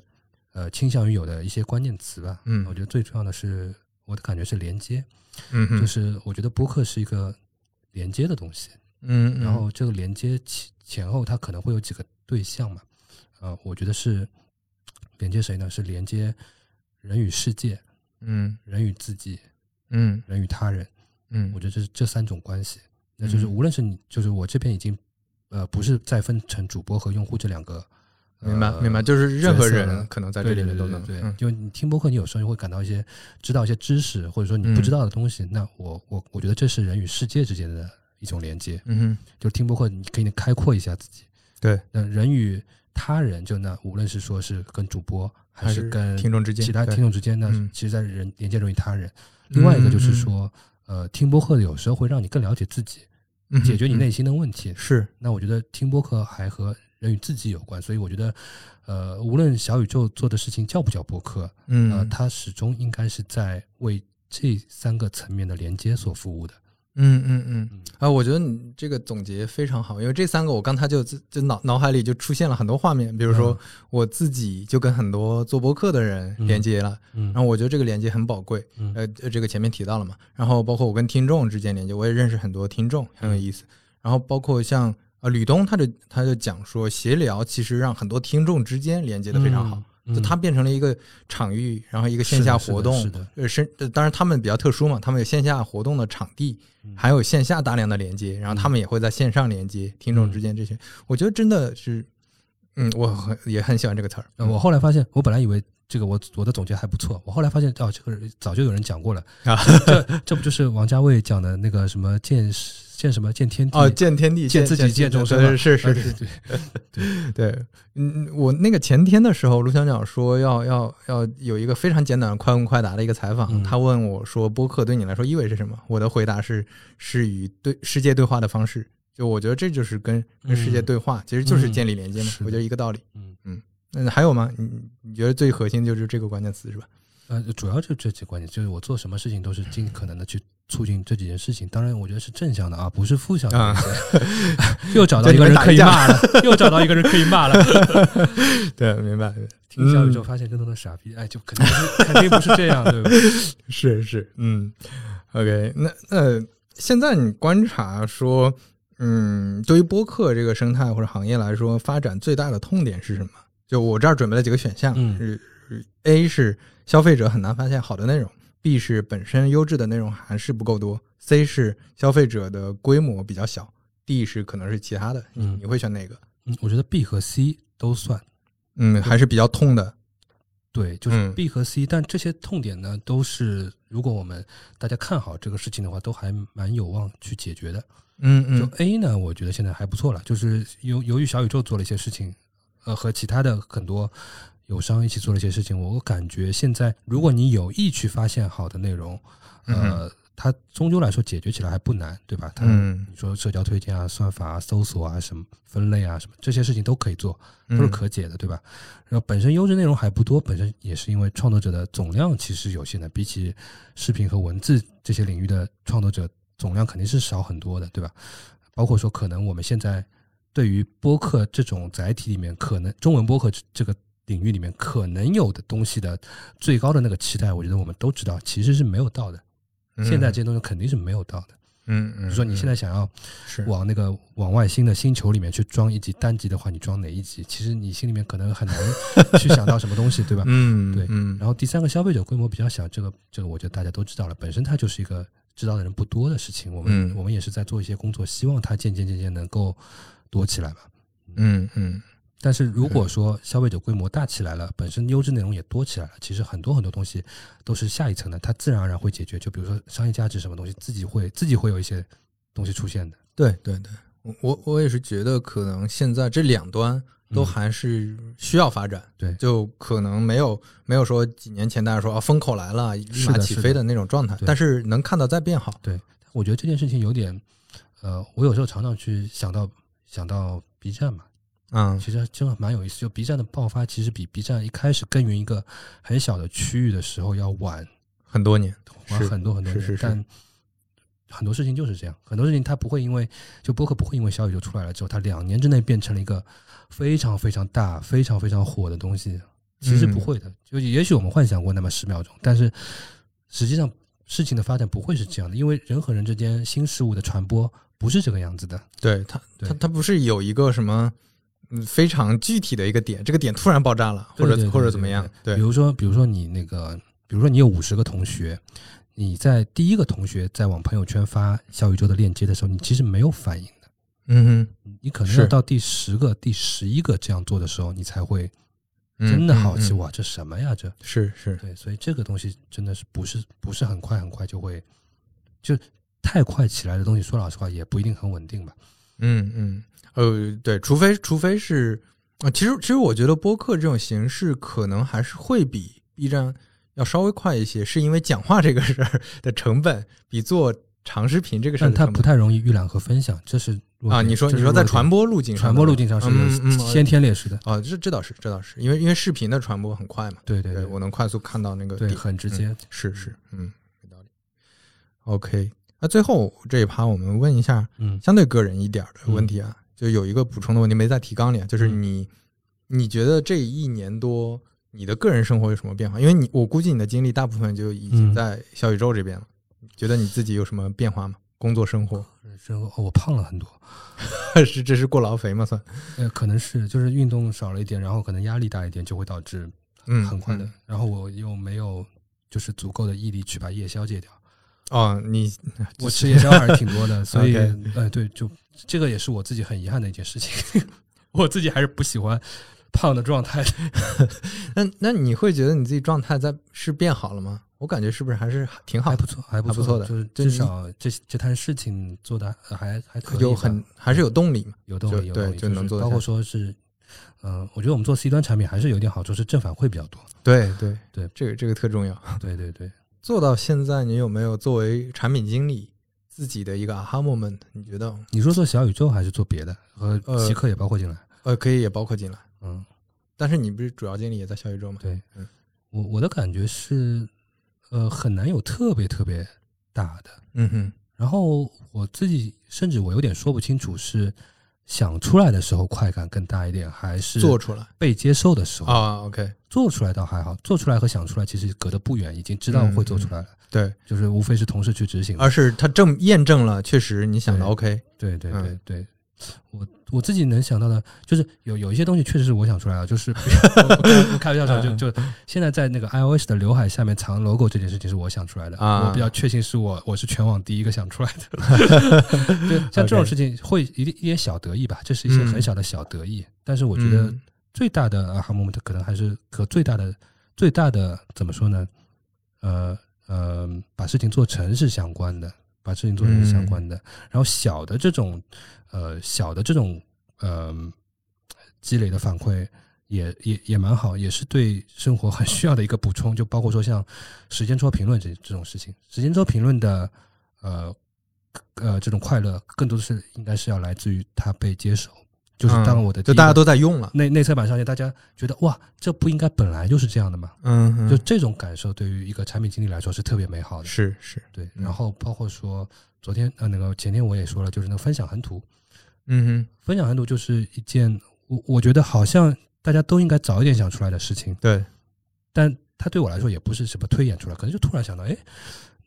[SPEAKER 3] 呃倾向于有的一些关键词吧。
[SPEAKER 2] 嗯
[SPEAKER 3] 我觉得最重要的是我的感觉是连接，
[SPEAKER 2] 嗯哼
[SPEAKER 3] 就是我觉得播客是一个连接的东西，
[SPEAKER 2] 嗯，
[SPEAKER 3] 然后这个连接前前后它可能会有几个对象嘛，呃，我觉得是连接谁呢？是连接人与世界、
[SPEAKER 2] 嗯
[SPEAKER 3] 人与自己、
[SPEAKER 2] 嗯
[SPEAKER 3] 人与他人。
[SPEAKER 2] 嗯
[SPEAKER 3] 我觉得这是这三种关系。那就是无论是你，就是我这边已经呃不是再分成主播和用户这两个，呃
[SPEAKER 2] 明白明白，就是任何
[SPEAKER 3] 角色
[SPEAKER 2] 人
[SPEAKER 3] 了
[SPEAKER 2] 可能在这
[SPEAKER 3] 对
[SPEAKER 2] 里
[SPEAKER 3] 对对
[SPEAKER 2] 面都
[SPEAKER 3] 对
[SPEAKER 2] 能
[SPEAKER 3] 对，
[SPEAKER 2] 嗯
[SPEAKER 3] 就你听播客，你有时候会感到一些知道一些知识，或者说你
[SPEAKER 2] 嗯
[SPEAKER 3] 不知道的东西。那我我我觉得这是人与世界之间的一种连接，
[SPEAKER 2] 嗯
[SPEAKER 3] 就是听播客，你可以开阔一下自己。
[SPEAKER 2] 对，
[SPEAKER 3] 那人与他人，就那无论是说是跟主播
[SPEAKER 2] 哼，还
[SPEAKER 3] 还是跟
[SPEAKER 2] 听众之间
[SPEAKER 3] 其他
[SPEAKER 2] 对
[SPEAKER 3] 听众之间呢
[SPEAKER 2] 嗯，
[SPEAKER 3] 其实在人连接人与他人。另外一个就是说，呃，听播客有时候会让你更了解自己，
[SPEAKER 2] 嗯嗯
[SPEAKER 3] 解决你
[SPEAKER 2] 嗯
[SPEAKER 3] 内心的问题。
[SPEAKER 2] 是
[SPEAKER 3] 那我觉得听播客还和人与自己有关，所以我觉得，呃，无论小宇宙做的事情叫不叫播客，呃，
[SPEAKER 2] 嗯
[SPEAKER 3] 它始终应该是在为这三个层面的连接所服务的。
[SPEAKER 2] 嗯嗯嗯
[SPEAKER 3] 嗯
[SPEAKER 2] 啊，我觉得你这个总结非常好，因为这三个我刚才就自就脑脑海里就出现了很多画面，比如说
[SPEAKER 3] 嗯
[SPEAKER 2] 我自己就跟很多做博客的人连接了，
[SPEAKER 3] 嗯
[SPEAKER 2] 然后我觉得这个连接很宝贵，
[SPEAKER 3] 嗯
[SPEAKER 2] 呃，呃这个前面提到了嘛，然后包括我跟听众之间连接，我也认识很多听众，很有
[SPEAKER 3] 嗯
[SPEAKER 2] 意思。然后包括像呃吕东，他就他就讲说，闲聊其实让很多听众之间连接的非常好，
[SPEAKER 3] 嗯
[SPEAKER 2] 就它变成了一个场域，然后一个线
[SPEAKER 3] 是的
[SPEAKER 2] 下
[SPEAKER 3] 是的
[SPEAKER 2] 活动，
[SPEAKER 3] 是的
[SPEAKER 2] 呃，是呃当然他们比较特殊嘛，他们有线下活动的场地，
[SPEAKER 3] 嗯
[SPEAKER 2] 还有线下大量的连接，然后他们也会在线上连接听众
[SPEAKER 3] 嗯
[SPEAKER 2] 之间这些，我觉得真的是，嗯，我很也很喜欢这个词儿，
[SPEAKER 3] 呃我后来发现，我本来以为这个我我的总结还不错，我后来发现哦，这个人早就有人讲过了
[SPEAKER 2] *laughs* 啊
[SPEAKER 3] 这这这不就是王家卫讲的那个什么见世见什么见天地
[SPEAKER 2] 哦，见天地，
[SPEAKER 3] 见自己见众嗯生
[SPEAKER 2] 对
[SPEAKER 3] 嘛
[SPEAKER 2] 是是
[SPEAKER 3] 对
[SPEAKER 2] 是，
[SPEAKER 3] 对
[SPEAKER 2] 对，嗯，我那个前天的时候，卢小鸟说要要要有一个非常简短的快问快答的一个采访，
[SPEAKER 3] 嗯
[SPEAKER 2] 他问我说播客对你来说意味着什么？我的回答是是与对世界对话的方式，就我觉得这就是跟跟世界对话，其实就是建立连接嘛，
[SPEAKER 3] 嗯是的
[SPEAKER 2] 我觉得一个道理。
[SPEAKER 3] 嗯
[SPEAKER 2] 嗯，那还有吗？你你觉得最核心的就是这个关键词是吧？
[SPEAKER 3] 呃，主要就这几个观点，就是我做什么事情都是尽可能的去促进这几件事情。当然，我觉得是正向的啊，不是负向的。
[SPEAKER 2] 啊
[SPEAKER 3] *laughs* 又找到
[SPEAKER 2] *laughs*
[SPEAKER 3] 一个人可以骂了，又找到一个人可以骂了。
[SPEAKER 2] *laughs* 对，明白。明白
[SPEAKER 3] 听小宇
[SPEAKER 2] 嗯
[SPEAKER 3] 宙发现更多的傻逼，哎，就肯定不是肯定不是这样，对吧？
[SPEAKER 2] 是是，嗯，OK，那那现在你观察说，嗯，对于播客这个生态或者行业来说，发展最大的痛点是什么？就我这儿准备了几个选项，
[SPEAKER 3] 嗯
[SPEAKER 2] 是，A 是消费者很难发现好的内容，B 是本身优质的内容还是不够多，C 是消费者的规模比较小，D 是可能是其他的，你
[SPEAKER 3] 嗯
[SPEAKER 2] 你会选哪个？
[SPEAKER 3] 嗯，我觉得 B 和 C 都算
[SPEAKER 2] 嗯，还是比较痛的，
[SPEAKER 3] 对，就是
[SPEAKER 2] 嗯
[SPEAKER 3] B 和 C，、但这些痛点呢，都是如果我们大家看好这个事情的话，都还蛮有望去解决的。
[SPEAKER 2] 嗯
[SPEAKER 3] 就
[SPEAKER 2] 嗯
[SPEAKER 3] A 呢，我觉得现在还不错了，就是由由于小宇宙做了一些事情，呃，和其他的很多友商一起做了一些事情，我感觉现在如果你有意去发现好的内容，
[SPEAKER 2] 嗯
[SPEAKER 3] 呃，它终究来说解决起来还不难，对吧？它、
[SPEAKER 2] 嗯
[SPEAKER 3] 你说社交推荐啊、算法啊、搜索啊、什么分类啊、什么这些事情都可以做，都是
[SPEAKER 2] 嗯
[SPEAKER 3] 可解的，对吧？然后本身优质内容还不多，本身也是因为创作者的总量其实有限的，比起视频和文字这些领域的创作者总量肯定是少很多的，对吧？包括说，可能我们现在对于播客这种载体里面，可能中文播客这这个领域里面可能有的东西的最高的那个期待，我觉得我们都知道其实是没有到的。现在这些东西肯定是没有到的。
[SPEAKER 2] 嗯嗯，
[SPEAKER 3] 比如说，你现
[SPEAKER 2] 在
[SPEAKER 3] 在想要
[SPEAKER 2] 是
[SPEAKER 3] 往那个往外星的星球里面去装一集单集的话，你装哪一集？其实你心里面可能很难去想到什么东西，对吧？
[SPEAKER 2] *laughs* 嗯
[SPEAKER 3] 对
[SPEAKER 2] 嗯
[SPEAKER 3] 然后第三个，消费者规模比较小，这个这个我觉得大家都知道了，本身它就是一个知道的人不多的事情。我
[SPEAKER 2] 嗯
[SPEAKER 3] 们、我们也是在做一些工作，希望它渐渐渐渐能够多起来嘛。
[SPEAKER 2] 嗯嗯
[SPEAKER 3] 但是如果说消费者规模大起来了，本身优质内容也多起来了，其实很多很多东西都是下一层的，它自然而然会解决。就比如说商业价值什么东西，自己会自己会有一些东西出现的。
[SPEAKER 2] 对对对，我我我也是觉得，可能现在这两端都
[SPEAKER 3] 嗯
[SPEAKER 2] 还是需要发展，
[SPEAKER 3] 对
[SPEAKER 2] 就可能没有没有说几年前大家说啊风口来了，立
[SPEAKER 3] 是
[SPEAKER 2] 马
[SPEAKER 3] 的
[SPEAKER 2] 起
[SPEAKER 3] 是
[SPEAKER 2] 飞
[SPEAKER 3] 的
[SPEAKER 2] 的那种状态，
[SPEAKER 3] 对
[SPEAKER 2] 但是能看到在变好，
[SPEAKER 3] 我觉得这件事情有点，呃，我有时候常常去想到想到 B 站嘛，
[SPEAKER 2] 嗯
[SPEAKER 3] 其实真的蛮有意思。就 B 站的爆发，其实比 B 站一开始耕耘一个很小的区域的时候要晚
[SPEAKER 2] 很多年，
[SPEAKER 3] 晚
[SPEAKER 2] 是
[SPEAKER 3] 很多很多
[SPEAKER 2] 是
[SPEAKER 3] 年，
[SPEAKER 2] 是是
[SPEAKER 3] 但很多事情就是这样，很多事情它不会因为就播客不会因为小宇宙出来了之后，它两年之内变成了一个非常非常大、非常非常火的东西，其实不会
[SPEAKER 2] 嗯
[SPEAKER 3] 的。就也许我们幻想过那么十秒钟，但是实际上事情的发展不会是这样的，因为人和人之间新事物的传播不是这个样子的。
[SPEAKER 2] 对它它
[SPEAKER 3] 对
[SPEAKER 2] 它不是有一个什么。嗯，非常具体的一个点，这个点突然爆炸了，或
[SPEAKER 3] 对对
[SPEAKER 2] 者
[SPEAKER 3] 对
[SPEAKER 2] 或者
[SPEAKER 3] 对
[SPEAKER 2] 怎么
[SPEAKER 3] 对
[SPEAKER 2] 样？对
[SPEAKER 3] 比，如说，比如说你那个，比如说你有五十个同学，你在第一个同学在往朋友圈发小宇宙的链接的时候，你其实没有反应的，
[SPEAKER 2] 嗯
[SPEAKER 3] 你可能要
[SPEAKER 2] 是
[SPEAKER 3] 到第十个、第十一个这样做的时候，你才会
[SPEAKER 2] 哼，
[SPEAKER 3] 真的好奇、
[SPEAKER 2] 嗯，
[SPEAKER 3] 哇，这什么呀？这
[SPEAKER 2] 嗯是是，
[SPEAKER 3] 对，所以这个东西真的是不是不是很快很快就会，就太快起来的东西，说老实话也不一定很稳定吧。
[SPEAKER 2] 嗯嗯，呃，对，除非除非是啊、其实其实我觉得播客这种形式可能还是会比 B 站要稍微快一些，是因为讲话这个事儿的成本比做长视频这个事儿
[SPEAKER 3] 但
[SPEAKER 2] 的
[SPEAKER 3] 呃它
[SPEAKER 2] 成
[SPEAKER 3] 不
[SPEAKER 2] 本
[SPEAKER 3] 太容易预览和分享，这是弱
[SPEAKER 2] 啊，
[SPEAKER 3] 点
[SPEAKER 2] 你说
[SPEAKER 3] 这
[SPEAKER 2] 你
[SPEAKER 3] 是
[SPEAKER 2] 说
[SPEAKER 3] 弱
[SPEAKER 2] 在
[SPEAKER 3] 点
[SPEAKER 2] 传播路径上的
[SPEAKER 3] 传播路径上是
[SPEAKER 2] 嗯嗯
[SPEAKER 3] 有先天劣势的，
[SPEAKER 2] 啊，这这倒是这倒是，因为因为视频的传播很快嘛，
[SPEAKER 3] 对对
[SPEAKER 2] 我能快速看到那个
[SPEAKER 3] 对，
[SPEAKER 2] 点
[SPEAKER 3] 很直接。
[SPEAKER 2] 是是，嗯，有道理。OK，那最后这一趴我们问一下
[SPEAKER 3] 嗯
[SPEAKER 2] 相对个人一点儿的问题啊，就有一个补充的问题没在提纲里啊，就是
[SPEAKER 3] 嗯
[SPEAKER 2] 你、你觉得这一年多你的个人生活有什么变化？因为你我估计你的精力大部分就已经
[SPEAKER 3] 嗯
[SPEAKER 2] 在小宇宙这边了，你觉得你自己有什么变化吗？工作生
[SPEAKER 3] *laughs*
[SPEAKER 2] 活
[SPEAKER 3] 生活、哦、我胖了很多，
[SPEAKER 2] 是这是过劳肥吗？算
[SPEAKER 3] 呃，可能是就是运动少了一点，然后可能压力大一点，就会导致
[SPEAKER 2] 嗯，
[SPEAKER 3] 很快的。
[SPEAKER 2] 嗯
[SPEAKER 3] 然后我又没有就是足够的毅力去把夜宵
[SPEAKER 2] *laughs*
[SPEAKER 3] 戒掉，
[SPEAKER 2] 哦，你
[SPEAKER 3] 我吃夜宵还是挺多
[SPEAKER 2] *laughs*
[SPEAKER 3] 的，所以
[SPEAKER 2] OK
[SPEAKER 3] 呃，对，就这个也是我自己很遗憾的一件事情， *laughs* 我自己还是不喜欢胖的
[SPEAKER 2] *laughs*
[SPEAKER 3] 状态的。
[SPEAKER 2] 那那你会觉得你自己状态在是变好了吗？我感觉是不是还是挺好
[SPEAKER 3] 还
[SPEAKER 2] 的，
[SPEAKER 3] 不错，还不
[SPEAKER 2] 啊还不错的
[SPEAKER 3] 就是
[SPEAKER 2] 就
[SPEAKER 3] 至
[SPEAKER 2] 是
[SPEAKER 3] 少这这摊事情做的还还可以吧，
[SPEAKER 2] 有很还是有动力嘛？
[SPEAKER 3] 有动
[SPEAKER 2] 就
[SPEAKER 3] 力，有动
[SPEAKER 2] 对
[SPEAKER 3] 力，
[SPEAKER 2] 就能
[SPEAKER 3] 是
[SPEAKER 2] 做得
[SPEAKER 3] 包括
[SPEAKER 2] 下去
[SPEAKER 3] 说是，嗯，我觉得我们做 C 端产品还是有一点好处，是正反馈比
[SPEAKER 2] *laughs*
[SPEAKER 3] 较多。
[SPEAKER 2] 对对
[SPEAKER 3] 对
[SPEAKER 2] 这个这个特重要。
[SPEAKER 3] 对对对，
[SPEAKER 2] 做到现在，你有没有作为产品经理自己的一个 aha moment？你觉得
[SPEAKER 3] 你说做小宇宙还是做别的，和
[SPEAKER 2] 呃
[SPEAKER 3] 极客也包括进来，
[SPEAKER 2] 呃可以也包括进来？
[SPEAKER 3] 嗯，
[SPEAKER 2] 但是你不是主要经理也在小宇宙吗？
[SPEAKER 3] 对
[SPEAKER 2] 嗯，
[SPEAKER 3] 我我的感觉是，呃，很难有特别特别大的。
[SPEAKER 2] 嗯哼，
[SPEAKER 3] 然后我自己甚至我有点说不清楚是想出来的时候快感更大一点，还是哦
[SPEAKER 2] 做出来
[SPEAKER 3] 被接受的时候
[SPEAKER 2] 啊，OK，
[SPEAKER 3] 做出来倒还好，做出来和想出来其实隔得不远，已经知道会做出来了，
[SPEAKER 2] 对，
[SPEAKER 3] 就是无非是同事去执行
[SPEAKER 2] 嗯
[SPEAKER 3] 的。
[SPEAKER 2] 而是他证验证了，确实你想的
[SPEAKER 3] 对
[SPEAKER 2] OK，
[SPEAKER 3] 对对对
[SPEAKER 2] 嗯
[SPEAKER 3] 对，我我自己能想到的，就是有有一些东西确实是我想出来的，就是 *laughs* 我开我开玩笑说，
[SPEAKER 2] 嗯
[SPEAKER 3] 就就现在在那个 iOS 的刘海下面藏 logo 这件事情是我想出来的，
[SPEAKER 2] 啊
[SPEAKER 3] 我比较确信是我我是全网第一个想出来的。
[SPEAKER 2] *laughs*
[SPEAKER 3] 对，像这种
[SPEAKER 2] OK
[SPEAKER 3] 事情会一点一点小得意吧，这是一些很
[SPEAKER 2] 嗯
[SPEAKER 3] 小的小得意，但是我觉得
[SPEAKER 2] 嗯
[SPEAKER 3] 最大的 aha moment 可能还是可最大的最大的怎么说呢？呃呃，把事情做成是相关的，把事情做成
[SPEAKER 2] 嗯
[SPEAKER 3] 是相关的。然后小的这种呃小的这种呃积累的反馈也也也蛮好，也是对生活很需要的一个补充。就包括说像时间戳评论这这种事情，时间戳评论的呃呃这种快乐，更多的是应该是要来自于它被接受。就是当我的第
[SPEAKER 2] 嗯就
[SPEAKER 3] 一
[SPEAKER 2] 大家
[SPEAKER 3] 个
[SPEAKER 2] 都在用了，
[SPEAKER 3] 内内测版上线，大家觉得哇，这不应该本来就是这样的吗？
[SPEAKER 2] 嗯哼，
[SPEAKER 3] 就这种感受，对于一个产品经理来说是特别美好的。
[SPEAKER 2] 是是，
[SPEAKER 3] 对，
[SPEAKER 2] 嗯
[SPEAKER 3] 然后包括说昨天呃那个前天我也说了，就是那个分享横图，
[SPEAKER 2] 嗯哼，
[SPEAKER 3] 分享横图就是一件我我觉得好像大家都应该早一点想出来的事情，
[SPEAKER 2] 对，
[SPEAKER 3] 但它对我来说也不是什么推演出来，可能就突然想到，哎，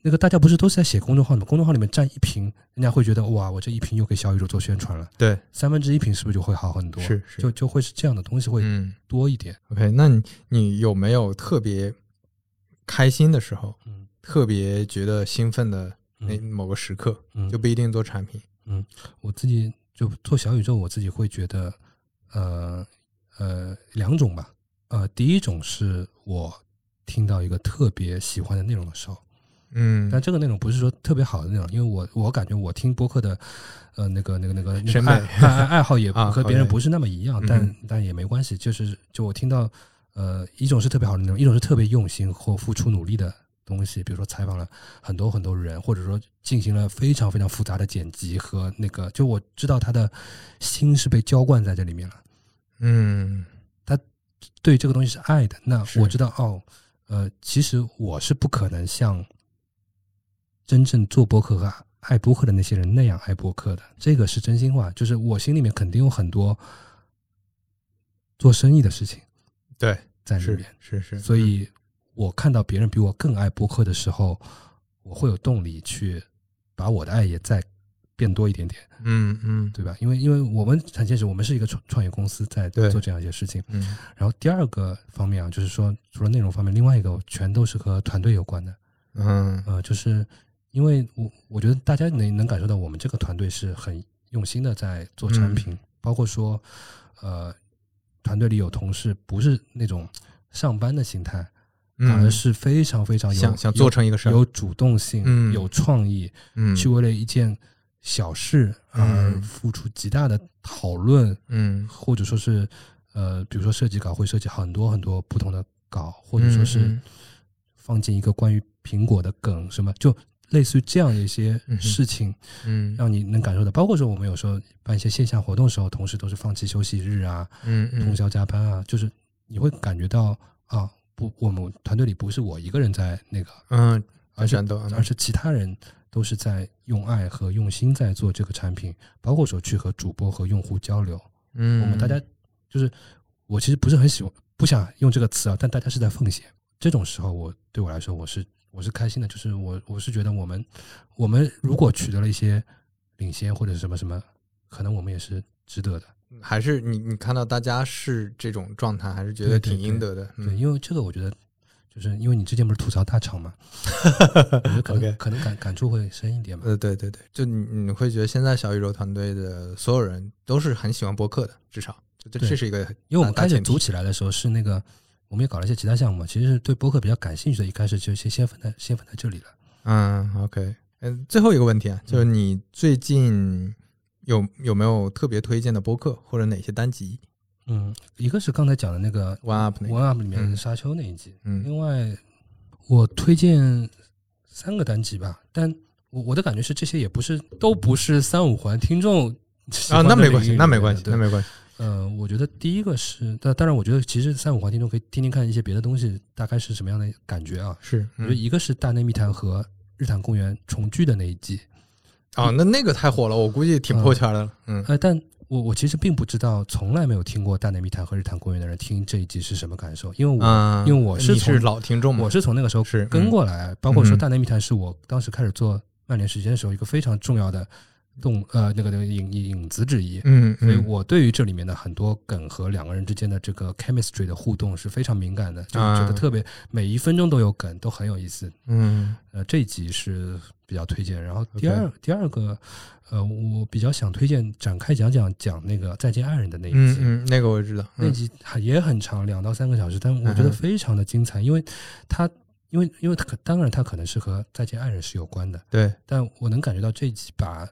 [SPEAKER 3] 那个大家不是都是在写公众号吗？公众号里面占一瓶，人家会觉得哇，我这一瓶又给小宇宙做宣传了，
[SPEAKER 2] 对，
[SPEAKER 3] 三分之一瓶是不是就会好很多？
[SPEAKER 2] 是是
[SPEAKER 3] 就就会是这样的东西会
[SPEAKER 2] 嗯
[SPEAKER 3] 多一点。
[SPEAKER 2] ，OK，那你你有没有特别开心的时候，
[SPEAKER 3] 嗯
[SPEAKER 2] 特别觉得兴奋的那
[SPEAKER 3] 嗯
[SPEAKER 2] 某个时刻？
[SPEAKER 3] 嗯，
[SPEAKER 2] 就不一定做产品，
[SPEAKER 3] 我自己就做小宇宙，我自己会觉得，呃呃，两种吧。呃，第一种是我听到一个特别喜欢的内容的时候，
[SPEAKER 2] 嗯
[SPEAKER 3] 但这个内容不是说特别好的内容，因为我我感觉我听播客的，呃，那个那个那个那个
[SPEAKER 2] 审美
[SPEAKER 3] 爱爱爱爱好也
[SPEAKER 2] *laughs* 啊
[SPEAKER 3] 和别人
[SPEAKER 2] OK
[SPEAKER 3] 不是那么一样，
[SPEAKER 2] 嗯
[SPEAKER 3] 但但也没关系，就是就我听到，呃，一种是特别好的内容，一种是特别用心或付出努力的东西，比如说采访了很多很多人，或者说进行了非常非常复杂的剪辑和那个，就我知道他的心是被浇灌在这里面了。
[SPEAKER 2] 嗯
[SPEAKER 3] 对这个东西是爱的，那
[SPEAKER 2] 是
[SPEAKER 3] 我知道哦，呃，其实我是不可能像真正做播客和爱播客的那些人那样爱播客的，这个是真心话，就是我心里面肯定有很多做生意的事情，
[SPEAKER 2] 对，
[SPEAKER 3] 在里
[SPEAKER 2] 是嗯
[SPEAKER 3] 面，
[SPEAKER 2] 是是，
[SPEAKER 3] 所以我看到别人比我更爱播客的时候，我会有动力去把我的爱也再变多一点点，
[SPEAKER 2] 嗯嗯
[SPEAKER 3] 对吧？因为因为我们很现实，我们是一个创创业公司，在
[SPEAKER 2] 对
[SPEAKER 3] 做这样一些事情。
[SPEAKER 2] 嗯
[SPEAKER 3] 然后第二个方面啊，就是说除了内容方面，另外一个全都是和团队有关的，
[SPEAKER 2] 嗯
[SPEAKER 3] 呃，就是因为我我觉得大家能能感受到我们这个团队是很用心的在做
[SPEAKER 2] 嗯
[SPEAKER 3] 产品，包括说，呃，团队里有同事不是那种上班的心态，反而
[SPEAKER 2] 嗯，
[SPEAKER 3] 是非常非常有
[SPEAKER 2] 想想做成一个事
[SPEAKER 3] 有
[SPEAKER 2] 儿，
[SPEAKER 3] 有主动性、
[SPEAKER 2] 嗯
[SPEAKER 3] 有创意，
[SPEAKER 2] 嗯
[SPEAKER 3] 去为了一件小事而
[SPEAKER 2] 嗯
[SPEAKER 3] 付出极大的讨论，
[SPEAKER 2] 嗯，
[SPEAKER 3] 或者说是呃，比如说设计稿会设计很多很多不同的稿，或者说是。
[SPEAKER 2] 嗯
[SPEAKER 3] 放进一个关于苹果的梗，什么就类似于这样的一些
[SPEAKER 2] 嗯哼
[SPEAKER 3] 事情，
[SPEAKER 2] 嗯
[SPEAKER 3] 让你能感受到。包括说我们有时候办一些线下活动的时候，同事都是放弃休息日啊，
[SPEAKER 2] 嗯嗯
[SPEAKER 3] 通宵加班啊，就是你会感觉到啊，不，我们团队里不是我一个人在那个，
[SPEAKER 2] 嗯，
[SPEAKER 3] 而且
[SPEAKER 2] 战斗，
[SPEAKER 3] 而是其他人都是在用爱和用心在做这个产品，包括说去和主播和用户交流。
[SPEAKER 2] 嗯，
[SPEAKER 3] 我们大家就是我其实不是很喜欢，不想用这个词啊，但大家是在奉献。这种时候我，对我来说，我是我是开心的，就是我我是觉得我们我们如果取得了一些领先或者什么什么，可能我们也是值得的。
[SPEAKER 2] 还是你你看到大家是这种状态，还是觉
[SPEAKER 3] 对
[SPEAKER 2] 得
[SPEAKER 3] 对
[SPEAKER 2] 挺应
[SPEAKER 3] 对
[SPEAKER 2] 得的，嗯
[SPEAKER 3] 对，因为这个我觉得，就是因为你之前不是吐槽
[SPEAKER 2] *laughs*
[SPEAKER 3] 大厂嘛，我觉得可
[SPEAKER 2] OK
[SPEAKER 3] 能可能感感触会深一点嘛。
[SPEAKER 2] 呃，对对对，就你你会觉得现在小宇宙团队的所有人都是很喜欢播客的，至少就这
[SPEAKER 3] 对
[SPEAKER 2] 这是一个
[SPEAKER 3] 因为我们
[SPEAKER 2] 大
[SPEAKER 3] 开始
[SPEAKER 2] 前提
[SPEAKER 3] 组起来的时候是那个，我们也搞了一些其他项目，其实是对播客比较感兴趣的，一开始就先先放在先放在这里了。
[SPEAKER 2] 嗯，OK，嗯，最后一个问题啊，就是
[SPEAKER 3] 嗯
[SPEAKER 2] 你最近有有没有特别推荐的播客或者哪些单集
[SPEAKER 3] 嗯，一个是刚才讲的那个
[SPEAKER 2] ？One Up 那个，
[SPEAKER 3] 文 UP 里面
[SPEAKER 2] 嗯
[SPEAKER 3] 沙丘那一集，
[SPEAKER 2] 嗯
[SPEAKER 3] 另外我推荐三个单集吧，但我我的感觉是这些也不是都不是三五环听众喜
[SPEAKER 2] 啊，
[SPEAKER 3] 欢的
[SPEAKER 2] 那没
[SPEAKER 3] 领
[SPEAKER 2] 关
[SPEAKER 3] 域
[SPEAKER 2] 系，
[SPEAKER 3] 里
[SPEAKER 2] 那没
[SPEAKER 3] 面
[SPEAKER 2] 关
[SPEAKER 3] 的
[SPEAKER 2] 系，那没关系，
[SPEAKER 3] 对呃，我觉得第一个是，但当然我觉得其实三五环听众可以听听看一些别的东西，大概是什么样的感觉啊？
[SPEAKER 2] 是，
[SPEAKER 3] 我觉得
[SPEAKER 2] 嗯
[SPEAKER 3] 一个是大内密谈和日坛公园重聚的那一集，
[SPEAKER 2] 哦，那那个太火了，我估计挺破圈的了，嗯
[SPEAKER 3] 呃，但我我其实并不知道，从来没有听过大内密谈和日坛公园的人听这一集是什么感受，因为我
[SPEAKER 2] 啊，
[SPEAKER 3] 因为我是
[SPEAKER 2] 你
[SPEAKER 3] 从
[SPEAKER 2] 是老听众嘛，
[SPEAKER 3] 我是从那个时候
[SPEAKER 2] 是
[SPEAKER 3] 跟
[SPEAKER 2] 嗯
[SPEAKER 3] 过来，包括说
[SPEAKER 2] 嗯
[SPEAKER 3] 《大内密探》是我当时开始做曼联时间的时候一个非常重要的动呃那个那个影影影子之一。
[SPEAKER 2] 嗯，
[SPEAKER 3] 所以
[SPEAKER 2] 嗯
[SPEAKER 3] 我对于这里面的很多梗和两个人之间的这个 chemistry 的互动是非常敏感的，就是觉
[SPEAKER 2] 啊
[SPEAKER 3] 得特别每一分钟都有梗，都很有意思。
[SPEAKER 2] 嗯
[SPEAKER 3] 呃，这一集是比较推荐。然后
[SPEAKER 2] OK
[SPEAKER 3] 第二第二个，呃，我比较想推荐展开讲讲讲那个《再见爱人》的那一
[SPEAKER 2] 嗯
[SPEAKER 3] 集。
[SPEAKER 2] 嗯，那个我知道，
[SPEAKER 3] 那
[SPEAKER 2] 嗯
[SPEAKER 3] 集还也很长，两到三个小时，但我觉得
[SPEAKER 2] 嗯哼
[SPEAKER 3] 非常的精彩，因为它，因为因为它可当然它可能是和《再见爱人》是有关的，
[SPEAKER 2] 对，
[SPEAKER 3] 但我能感觉到这一集把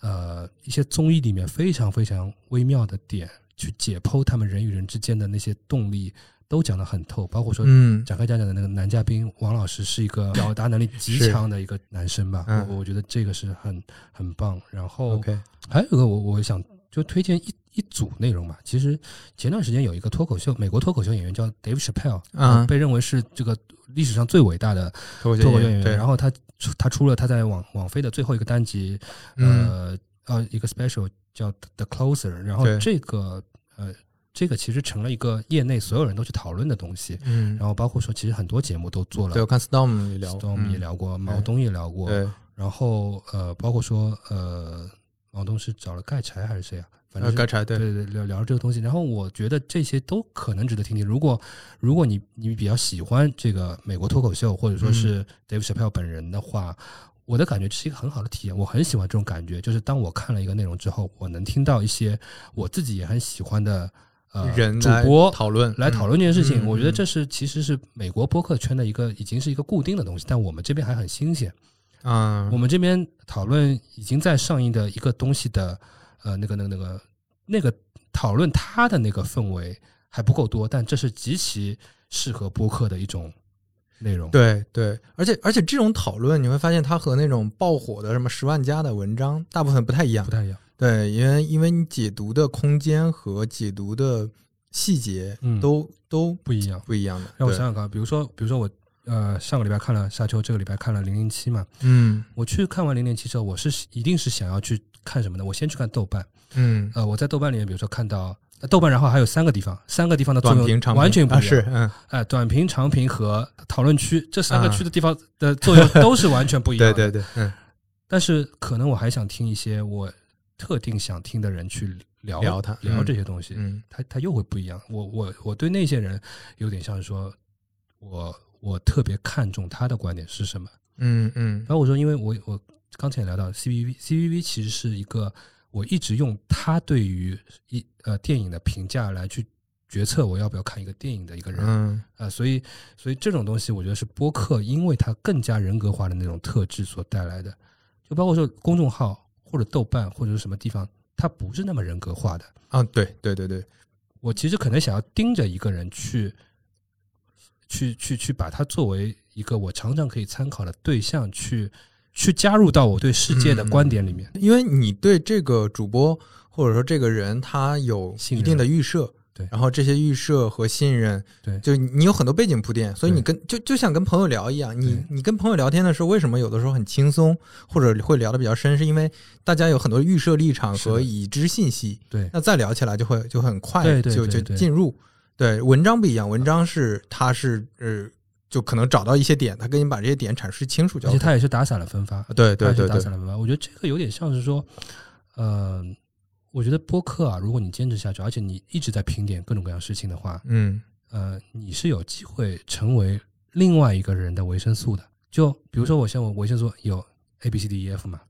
[SPEAKER 3] 呃一些综艺里面非常非常微妙的点去解剖他们人与人之间的那些动力都讲得很透，包括说
[SPEAKER 2] 嗯
[SPEAKER 3] 展开讲讲的那个男嘉宾王老师是一个表达能力极
[SPEAKER 2] 是
[SPEAKER 3] 强的一个男生吧，
[SPEAKER 2] 嗯
[SPEAKER 3] 我我觉得这个是很很棒，然后。
[SPEAKER 2] ，OK，
[SPEAKER 3] 还有一个我我想就推荐一一组内容吧。其实前段时间有一个脱口秀，美国脱口秀演员叫 Dave Chappelle，、呃
[SPEAKER 2] 啊
[SPEAKER 3] 被认为是这个历史上最伟大的
[SPEAKER 2] 脱口
[SPEAKER 3] 脱口秀演
[SPEAKER 2] 演
[SPEAKER 3] 员。
[SPEAKER 2] 员，对，
[SPEAKER 3] 然后他出他出了他在网网飞的最后一个单集，
[SPEAKER 2] 嗯
[SPEAKER 3] 呃呃一个 special 叫 The Closer，然后
[SPEAKER 2] 对
[SPEAKER 3] 这个呃这个其实成了一个业内所有人都去讨论的东西。
[SPEAKER 2] 嗯，
[SPEAKER 3] 然后包括说，其实很多节目都做了
[SPEAKER 2] 对，我看 Storm 也聊过
[SPEAKER 3] ，Storm 也
[SPEAKER 2] 嗯
[SPEAKER 3] 聊过，毛
[SPEAKER 2] 对
[SPEAKER 3] 东也聊过，
[SPEAKER 2] 对，
[SPEAKER 3] 然后呃，包括说呃，毛东是找了盖柴还是谁啊？反
[SPEAKER 2] 呃，
[SPEAKER 3] 正是、
[SPEAKER 2] 该柴对
[SPEAKER 3] 对，对对聊聊这个东西。然后我觉得这些都可能值得听听。如果如果你你比较喜欢这个美国脱口秀，或者说
[SPEAKER 2] 嗯
[SPEAKER 3] 是 Dave Chappelle 本人的话，我的感觉这是一个很好的体验。我很喜欢这种感觉，就是当我看了一个内容之后，我能听到一些我自己也很喜欢的呃
[SPEAKER 2] 人
[SPEAKER 3] 主
[SPEAKER 2] 来
[SPEAKER 3] 播
[SPEAKER 2] 讨论
[SPEAKER 3] 来讨论这件事情，
[SPEAKER 2] 嗯
[SPEAKER 3] 我觉得
[SPEAKER 2] 嗯
[SPEAKER 3] 这是其实是美国播客圈的一个已经是一个固定的东西，但我们这边还很新鲜。
[SPEAKER 2] 啊
[SPEAKER 3] 我，们这边讨论已经在上映的一个东西的，呃，那个、那个、那个、那个讨论它的那个氛围还不够多，但这是极其适合播客的一种内容。，
[SPEAKER 2] 对对，而且而且这种讨论你会发现，它和那种爆火的什么十万加的文章大部分不太一样
[SPEAKER 3] 不。太一样。
[SPEAKER 2] 对，因为因为你解读的空间和解读的细节
[SPEAKER 3] 嗯
[SPEAKER 2] 都、都
[SPEAKER 3] 不一样
[SPEAKER 2] 不一样的。
[SPEAKER 3] 让我
[SPEAKER 2] 对
[SPEAKER 3] 想想看，比如说，比如说我呃上个礼拜看了《沙丘》，这个礼拜看了《零零七》嘛。
[SPEAKER 2] 嗯
[SPEAKER 3] 我去看完《零零七》之后，我是一定是想要去看什么呢？我先去看豆瓣。
[SPEAKER 2] 嗯，
[SPEAKER 3] 呃，我在豆瓣里面，比如说看到。呃豆瓣，然后还有三个地方，三个地方的作
[SPEAKER 2] 短评
[SPEAKER 3] 用
[SPEAKER 2] 长
[SPEAKER 3] 完全
[SPEAKER 2] 评
[SPEAKER 3] 不一
[SPEAKER 2] 啊
[SPEAKER 3] 样。
[SPEAKER 2] 是嗯，
[SPEAKER 3] 哎，短评、长评和讨论区这三个
[SPEAKER 2] 啊
[SPEAKER 3] 区的地方的作用都是完全不一样
[SPEAKER 2] 对
[SPEAKER 3] 的。
[SPEAKER 2] *laughs* 对对，嗯
[SPEAKER 3] 但是可能我还想听一些我特定想听的人去聊
[SPEAKER 2] 聊它
[SPEAKER 3] 聊
[SPEAKER 2] 嗯
[SPEAKER 3] 这些东西，
[SPEAKER 2] 嗯
[SPEAKER 3] 他他又会不一样。我我我对那些人有点像是说，我我特别看重他的观点是什么。
[SPEAKER 2] 嗯嗯
[SPEAKER 3] 然后我说，因为我我刚才也聊到 CVV，CVV 其实是一个我一直用他对于一呃电影的评价来去决策我要不要看一个电影的一个人啊、
[SPEAKER 2] 嗯
[SPEAKER 3] 呃所以所以这种东西我觉得是播客，因为它更加人格化的那种特质所带来的，就包括说公众号或者豆瓣或者是什么地方，它不是那么人格化的。
[SPEAKER 2] 啊，对对对对，
[SPEAKER 3] 我其实可能想要盯着一个人去，去去去把他作为一个我常常可以参考的对象去去加入到我对世界的观点里面。
[SPEAKER 2] 因为你对这个主播或者说这个人他有
[SPEAKER 3] 信
[SPEAKER 2] 一
[SPEAKER 3] 任
[SPEAKER 2] 定的预设，
[SPEAKER 3] 对
[SPEAKER 2] 然后这些预设和信任，
[SPEAKER 3] 对
[SPEAKER 2] 就你有很多背景铺垫，所以
[SPEAKER 3] 对
[SPEAKER 2] 你跟就就像跟朋友聊一样，你
[SPEAKER 3] 对
[SPEAKER 2] 你跟朋友聊天的时候，为什么有的时候很轻松，或者会聊得比较深，是因为大家有很多预设立场
[SPEAKER 3] 是
[SPEAKER 2] 和
[SPEAKER 3] 的
[SPEAKER 2] 已知信息，
[SPEAKER 3] 对
[SPEAKER 2] 那再聊起来就会就很快
[SPEAKER 3] 对对
[SPEAKER 2] 就就
[SPEAKER 3] 对对
[SPEAKER 2] 进入。对文章不一样，文章是它是呃，就可能找到一些点，他给你把这些点阐释清楚就
[SPEAKER 3] 而且
[SPEAKER 2] OK。
[SPEAKER 3] 他也是打散了分发，呃
[SPEAKER 2] 对对
[SPEAKER 3] 他也
[SPEAKER 2] 对
[SPEAKER 3] 是打
[SPEAKER 2] 对，
[SPEAKER 3] 散了分发。我觉得这个有点像是说，呃，我觉得播客啊，如果你坚持下去，而且你一直在评点各种各样事情的话，
[SPEAKER 2] 嗯
[SPEAKER 3] 呃，你是有机会成为另外一个人的维生素的。就比如说，我像我维生素有 A、B、C、D、E、F E 嘛，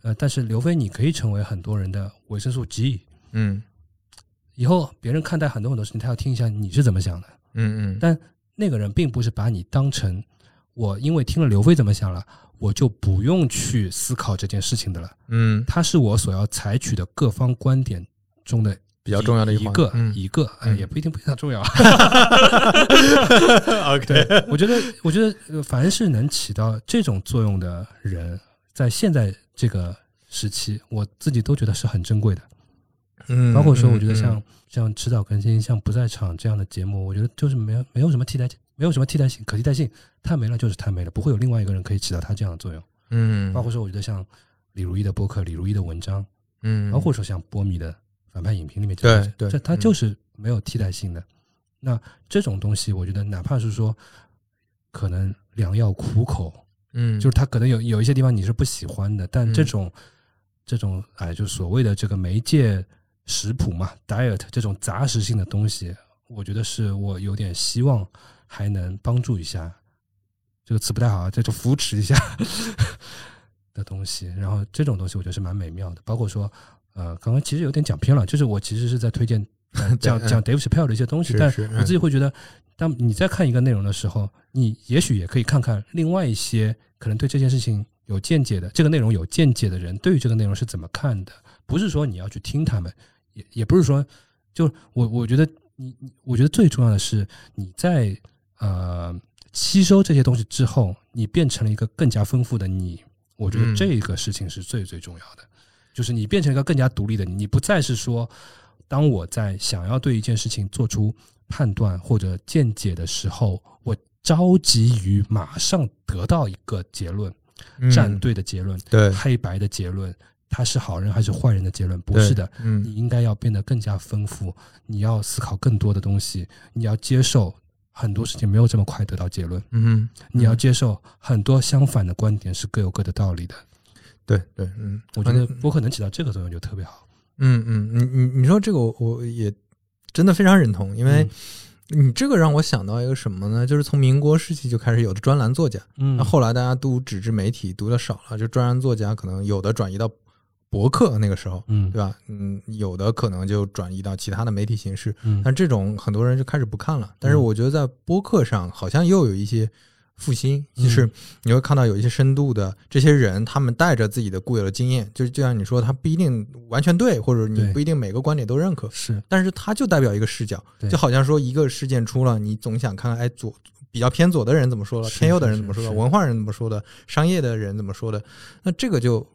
[SPEAKER 3] 呃，但是刘飞你可以成为很多人的维生素 G。
[SPEAKER 2] 嗯
[SPEAKER 3] 以后别人看待很多很多事情，他要听一下你是怎么想的。
[SPEAKER 2] 嗯嗯，
[SPEAKER 3] 但那个人并不是把你当成我，因为听了刘飞怎么想了，我就不用去思考这件事情的了。
[SPEAKER 2] 嗯
[SPEAKER 3] 他是我所要采取的各方观点中的
[SPEAKER 2] 比较重要的
[SPEAKER 3] 一
[SPEAKER 2] 环
[SPEAKER 3] 个
[SPEAKER 2] 嗯
[SPEAKER 3] 一个，哎，
[SPEAKER 2] 嗯
[SPEAKER 3] 也不一定非常重要。
[SPEAKER 2] *laughs* ，OK，
[SPEAKER 3] *laughs* 我觉得，我觉得呃凡是能起到这种作用的人，在现在这个时期，我自己都觉得是很珍贵的。
[SPEAKER 2] 嗯，
[SPEAKER 3] 包括说，我觉得
[SPEAKER 2] 嗯
[SPEAKER 3] 像像迟早更新、像不在场这样的节目，我觉得就是没有没有什么替代，没有什么替代性、可替代性，它没了就是它没了，不会有另外一个人可以起到它这样的作用。
[SPEAKER 2] 嗯，
[SPEAKER 3] 包括说，我觉得像李如一的播客、李如一的文章，
[SPEAKER 2] 嗯，
[SPEAKER 3] 包括说像波米的反派影评里面讲
[SPEAKER 2] 对
[SPEAKER 3] 的这些，
[SPEAKER 2] 对
[SPEAKER 3] 这它
[SPEAKER 2] 嗯
[SPEAKER 3] 就是没有替代性的。那这种东西，我觉得哪怕是说，可能良药苦口，
[SPEAKER 2] 嗯，
[SPEAKER 3] 就是它可能有有一些地方你是不喜欢的，但
[SPEAKER 2] 嗯
[SPEAKER 3] 这种、这种哎，就所谓的这个媒介食谱嘛，diet 这种杂食性的东西，我觉得是我有点希望还能帮助一下，这个词不太好啊，这就扶持一下 *laughs* 的东西。然后这种东西我觉得是蛮美妙的，包括说呃，刚刚其实有点讲偏了，就是我其实是在推荐、
[SPEAKER 2] *laughs*
[SPEAKER 3] 呃讲
[SPEAKER 2] 对嗯
[SPEAKER 3] 讲 Dave Chappelle 的一些东西，
[SPEAKER 2] 是
[SPEAKER 3] 但
[SPEAKER 2] 是嗯
[SPEAKER 3] 我自己会觉得，当你在看一个内容的时候，你也许也可以看看另外一些可能对这件事情有见解的，这个内容有见解的人对于这个内容是怎么看的，不是说你要去听他们，也也不是说，就我我觉得你，你我觉得最重要的是你在呃吸收这些东西之后，你变成了一个更加丰富的你，我觉
[SPEAKER 2] 嗯
[SPEAKER 3] 得这个事情是最最重要的。就是你变成一个更加独立的你，你不再是说，当我在想要对一件事情做出判断或者见解的时候，我着急于马上得到一个结论，
[SPEAKER 2] 嗯
[SPEAKER 3] 站队的结论，
[SPEAKER 2] 对，
[SPEAKER 3] 黑白的结论，他是好人还是坏人的结论，不是的。
[SPEAKER 2] 对，嗯
[SPEAKER 3] 你应该要变得更加丰富，你要思考更多的东西，你要接受很多事情没有这么快得到结论，
[SPEAKER 2] 嗯，
[SPEAKER 3] 你要接受很多相反的观点是各有各的道理的。
[SPEAKER 2] 对对，嗯，
[SPEAKER 3] 我觉得
[SPEAKER 2] 嗯
[SPEAKER 3] 播客能起到这个作用就特别好，
[SPEAKER 2] 嗯嗯，你你你说这个我我也真的非常认同，因为
[SPEAKER 3] 嗯
[SPEAKER 2] 你这个让我想到一个什么呢？就是从民国时期就开始有的专栏作家，
[SPEAKER 3] 嗯
[SPEAKER 2] 那后来大家读纸质媒体读的少了，就专栏作家可能有的转移到博客那个时候，
[SPEAKER 3] 嗯
[SPEAKER 2] 对吧？嗯，有的可能就转移到其他的媒体形式，
[SPEAKER 3] 嗯
[SPEAKER 2] 但这种很多人就开始不看了。但是
[SPEAKER 3] 嗯
[SPEAKER 2] 我觉得在播客上好像又有一些复兴，
[SPEAKER 3] 嗯
[SPEAKER 2] 就是你会看到有一些深度的这些人，他们带着自己的固有的经验，就就像你说，他不一定完全对，或者你
[SPEAKER 3] 对
[SPEAKER 2] 不一定每个观点都认可，
[SPEAKER 3] 是
[SPEAKER 2] 但是他就代表一个视角，
[SPEAKER 3] 对
[SPEAKER 2] 就好像说一个事件出了，你总想看看，哎，左比较偏左的人怎么说了，
[SPEAKER 3] 是
[SPEAKER 2] 偏右的
[SPEAKER 3] 是
[SPEAKER 2] 人怎么
[SPEAKER 3] 是
[SPEAKER 2] 说的，
[SPEAKER 3] 是
[SPEAKER 2] 文化人怎么说的，商业的人怎么说的，那这个就。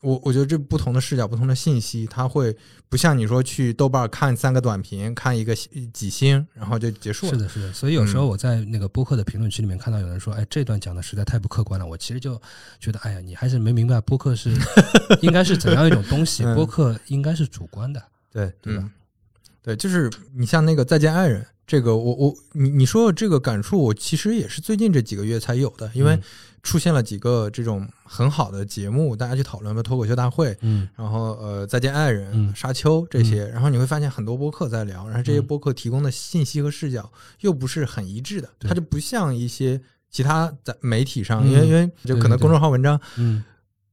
[SPEAKER 2] 我我觉得这不同的视角、不同的信息，它会不像你说去豆瓣看三个短评、看一个几星，然后就结束了。
[SPEAKER 3] 是的，是的。所以有时候
[SPEAKER 2] 嗯
[SPEAKER 3] 我在那个播客的评论区里面看到有人说：“哎，这段讲的实在太不客观了。”我其实就觉得，哎呀，你还是没明白播
[SPEAKER 2] *laughs*
[SPEAKER 3] 客是应该是怎样一种东西
[SPEAKER 2] 嗯，
[SPEAKER 3] 播客应该是主观的。
[SPEAKER 2] 对
[SPEAKER 3] 对吧
[SPEAKER 2] 嗯对，就是你像那个《再见爱人》，这个我我你你说的这个感触，我其实也是最近这几个月才有的，因为
[SPEAKER 3] 嗯
[SPEAKER 2] 出现了几个这种很好的节目，大家去讨论吧，脱口秀大会，
[SPEAKER 3] 嗯
[SPEAKER 2] 然后呃再见爱人、
[SPEAKER 3] 嗯
[SPEAKER 2] 沙丘这些，然后你会发现很多播客在聊，然后这些播客提供的信息和视角又不是很一致的，
[SPEAKER 3] 对
[SPEAKER 2] 它就不像一些其他在媒体上，
[SPEAKER 3] 嗯
[SPEAKER 2] 因为因为就可
[SPEAKER 3] 对对
[SPEAKER 2] 能
[SPEAKER 3] 对
[SPEAKER 2] 公众号文章，
[SPEAKER 3] 嗯，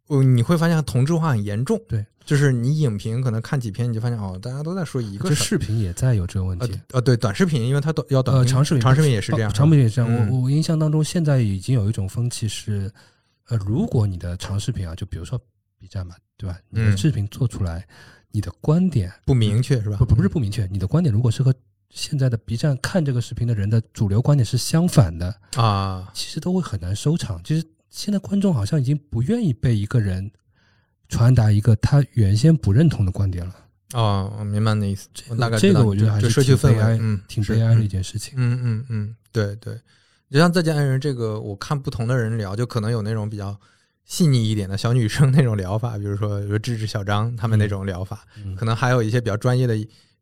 [SPEAKER 2] 呃你会发现同质化很严重，
[SPEAKER 3] 对，
[SPEAKER 2] 就是你影评可能看几篇你就发现哦，大家都在说一个
[SPEAKER 3] 这
[SPEAKER 2] 事儿。
[SPEAKER 3] 视频也在有这个问
[SPEAKER 2] 呃
[SPEAKER 3] 题。
[SPEAKER 2] 呃，对，短视频，因为它短要短
[SPEAKER 3] 呃，
[SPEAKER 2] 评
[SPEAKER 3] 长视频
[SPEAKER 2] 长视频也是这样，
[SPEAKER 3] 长视频也是这样。
[SPEAKER 2] 嗯
[SPEAKER 3] 我我印象当中，现在已经有一种风气是，呃，如果你的长视频啊，就比如说 B 站嘛，对吧？你的
[SPEAKER 2] 嗯
[SPEAKER 3] 视频做出来，你的观点
[SPEAKER 2] 不明确是吧？
[SPEAKER 3] 不不不是不明确，你的观点如果是和现在的 B 站看这个视频的人的主流观点是相反的，
[SPEAKER 2] 啊，
[SPEAKER 3] 其实都会很难收场。其实现在观众好像已经不愿意被一个人传达一个他原先不认同的观点了，
[SPEAKER 2] 哦，我明白你的意思，
[SPEAKER 3] 这
[SPEAKER 2] 我
[SPEAKER 3] 个
[SPEAKER 2] 大概
[SPEAKER 3] 这
[SPEAKER 2] 知道
[SPEAKER 3] 个我觉得
[SPEAKER 2] 就
[SPEAKER 3] 还
[SPEAKER 2] 就是社区
[SPEAKER 3] 挺
[SPEAKER 2] 氛
[SPEAKER 3] 悲哀
[SPEAKER 2] 围，嗯，
[SPEAKER 3] 挺
[SPEAKER 2] 是
[SPEAKER 3] 悲哀的
[SPEAKER 2] 嗯
[SPEAKER 3] 一件事情。
[SPEAKER 2] 嗯嗯嗯，对对，就像《再见爱人》这个，我看不同的人聊，就可能有那种比较细腻一点的小女生那种聊法，比如说比如芝芝、小张他们那种聊法，
[SPEAKER 3] 嗯
[SPEAKER 2] 可能还有一些比较专业的。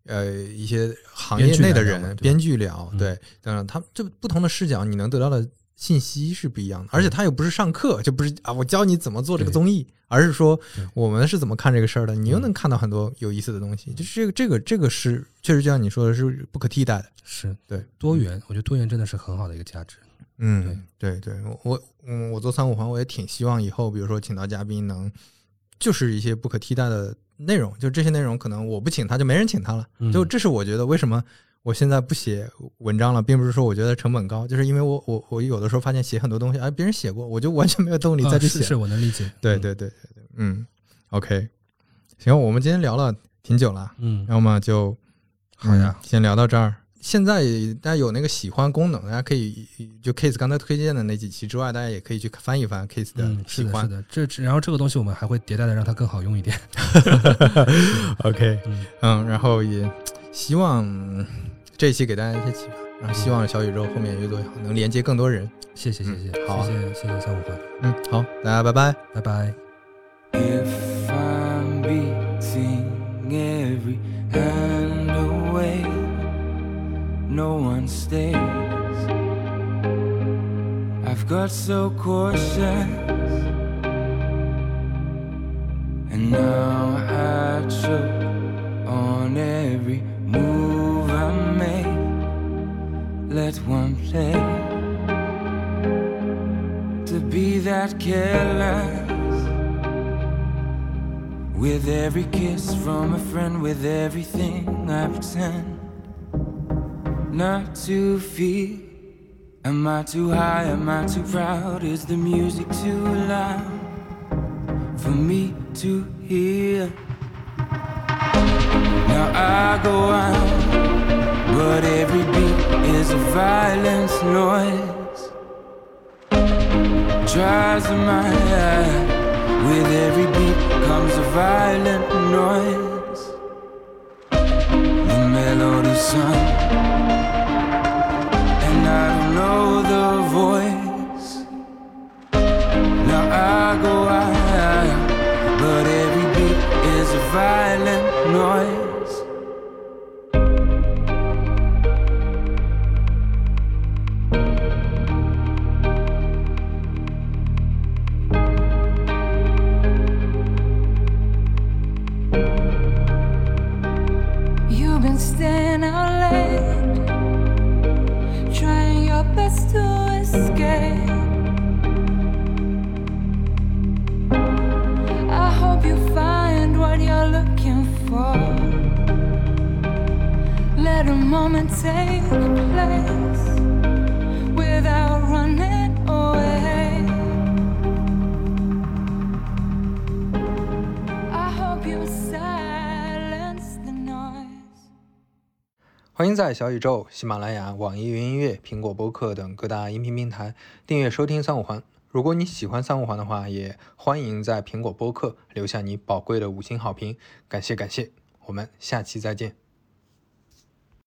[SPEAKER 2] 呃，一些行业
[SPEAKER 3] 编剧
[SPEAKER 2] 内的
[SPEAKER 3] 来聊嘛
[SPEAKER 2] 人，
[SPEAKER 3] 对
[SPEAKER 2] 编剧聊，
[SPEAKER 3] 嗯
[SPEAKER 2] 对，当然，他们这不同的视角，你能得到的信息是不一样的，而且他又不是上课，就不是啊，我教你怎么做这个
[SPEAKER 3] 对
[SPEAKER 2] 综艺，而是说
[SPEAKER 3] 对
[SPEAKER 2] 我们是怎么看这个事儿的，你又
[SPEAKER 3] 嗯
[SPEAKER 2] 能看到很多有意思的东西，就是这个这个这个是确实就像你说的是不可替代的，
[SPEAKER 3] 是
[SPEAKER 2] 对，
[SPEAKER 3] 多元，我觉得多元真的是很好的一个价值。
[SPEAKER 2] 嗯，对对，我我嗯，我做三五环，我也挺希望以后，比如说请到嘉宾能，就是一些不可替代的内容，就这些内容可能我不请他就没人请他了，
[SPEAKER 3] 嗯
[SPEAKER 2] 就这是我觉得为什么我现在不写文章了，并不是说我觉得成本高，就是因为我我我有的时候发现写很多东西，哎，别人写过，我就完全没有动力
[SPEAKER 3] 啊
[SPEAKER 2] 再去
[SPEAKER 3] 是
[SPEAKER 2] 写。
[SPEAKER 3] 是我能理解。
[SPEAKER 2] 对
[SPEAKER 3] 嗯，
[SPEAKER 2] 对对对对，嗯，OK，行，我们今天聊了挺久了，
[SPEAKER 3] 嗯，
[SPEAKER 2] 要么就
[SPEAKER 3] 好呀
[SPEAKER 2] 嗯，先聊到这儿。现在大家有那个喜欢功能，大家可以就 Case 刚才推荐的那几期之外，大家也可以去翻一翻 Case 的
[SPEAKER 3] 嗯，是
[SPEAKER 2] 喜
[SPEAKER 3] 的，是
[SPEAKER 2] 欢。
[SPEAKER 3] 的，这这然后这个东西我们还会迭代的，让它更好用一点。
[SPEAKER 2] OK，
[SPEAKER 3] 嗯
[SPEAKER 2] 嗯，然后也希望嗯这一期给大家一些启发，然后希望小宇宙后面越做越好，能连接更多人。
[SPEAKER 3] 谢谢，谢
[SPEAKER 2] 嗯
[SPEAKER 3] 谢，
[SPEAKER 2] 好啊
[SPEAKER 3] 谢谢，谢谢三五环，
[SPEAKER 2] 嗯，好，大家拜拜。
[SPEAKER 3] 拜拜。
[SPEAKER 1] If I'm beating every hand away, no one stays. I've got so cautious, and now I choke on every move I make. Let one play to be that careless. With every kiss from a friend, with everything I pretend not to feel. Am I too high? Am I too proud? Is the music too loud for me to hear? Now I go out, but every beat is a violent noise drives in my head. With every beat comes a violent noise. The melody sung, and I don't know the voice. Now I go out, but every beat is a violent noise.
[SPEAKER 4] You've been staying out late, trying your best to escape. I hope you find what you're looking for. Let a moment take place without running away. I hope you silence the noise.
[SPEAKER 2] 欢迎在小宇宙、喜马拉雅、网易云音乐、苹果播客等各大音频平台订阅收听《三五环》。如果你喜欢《三五环》的话，也欢迎在苹果播客留下你宝贵的五星好评，感谢感谢！我们下期再见。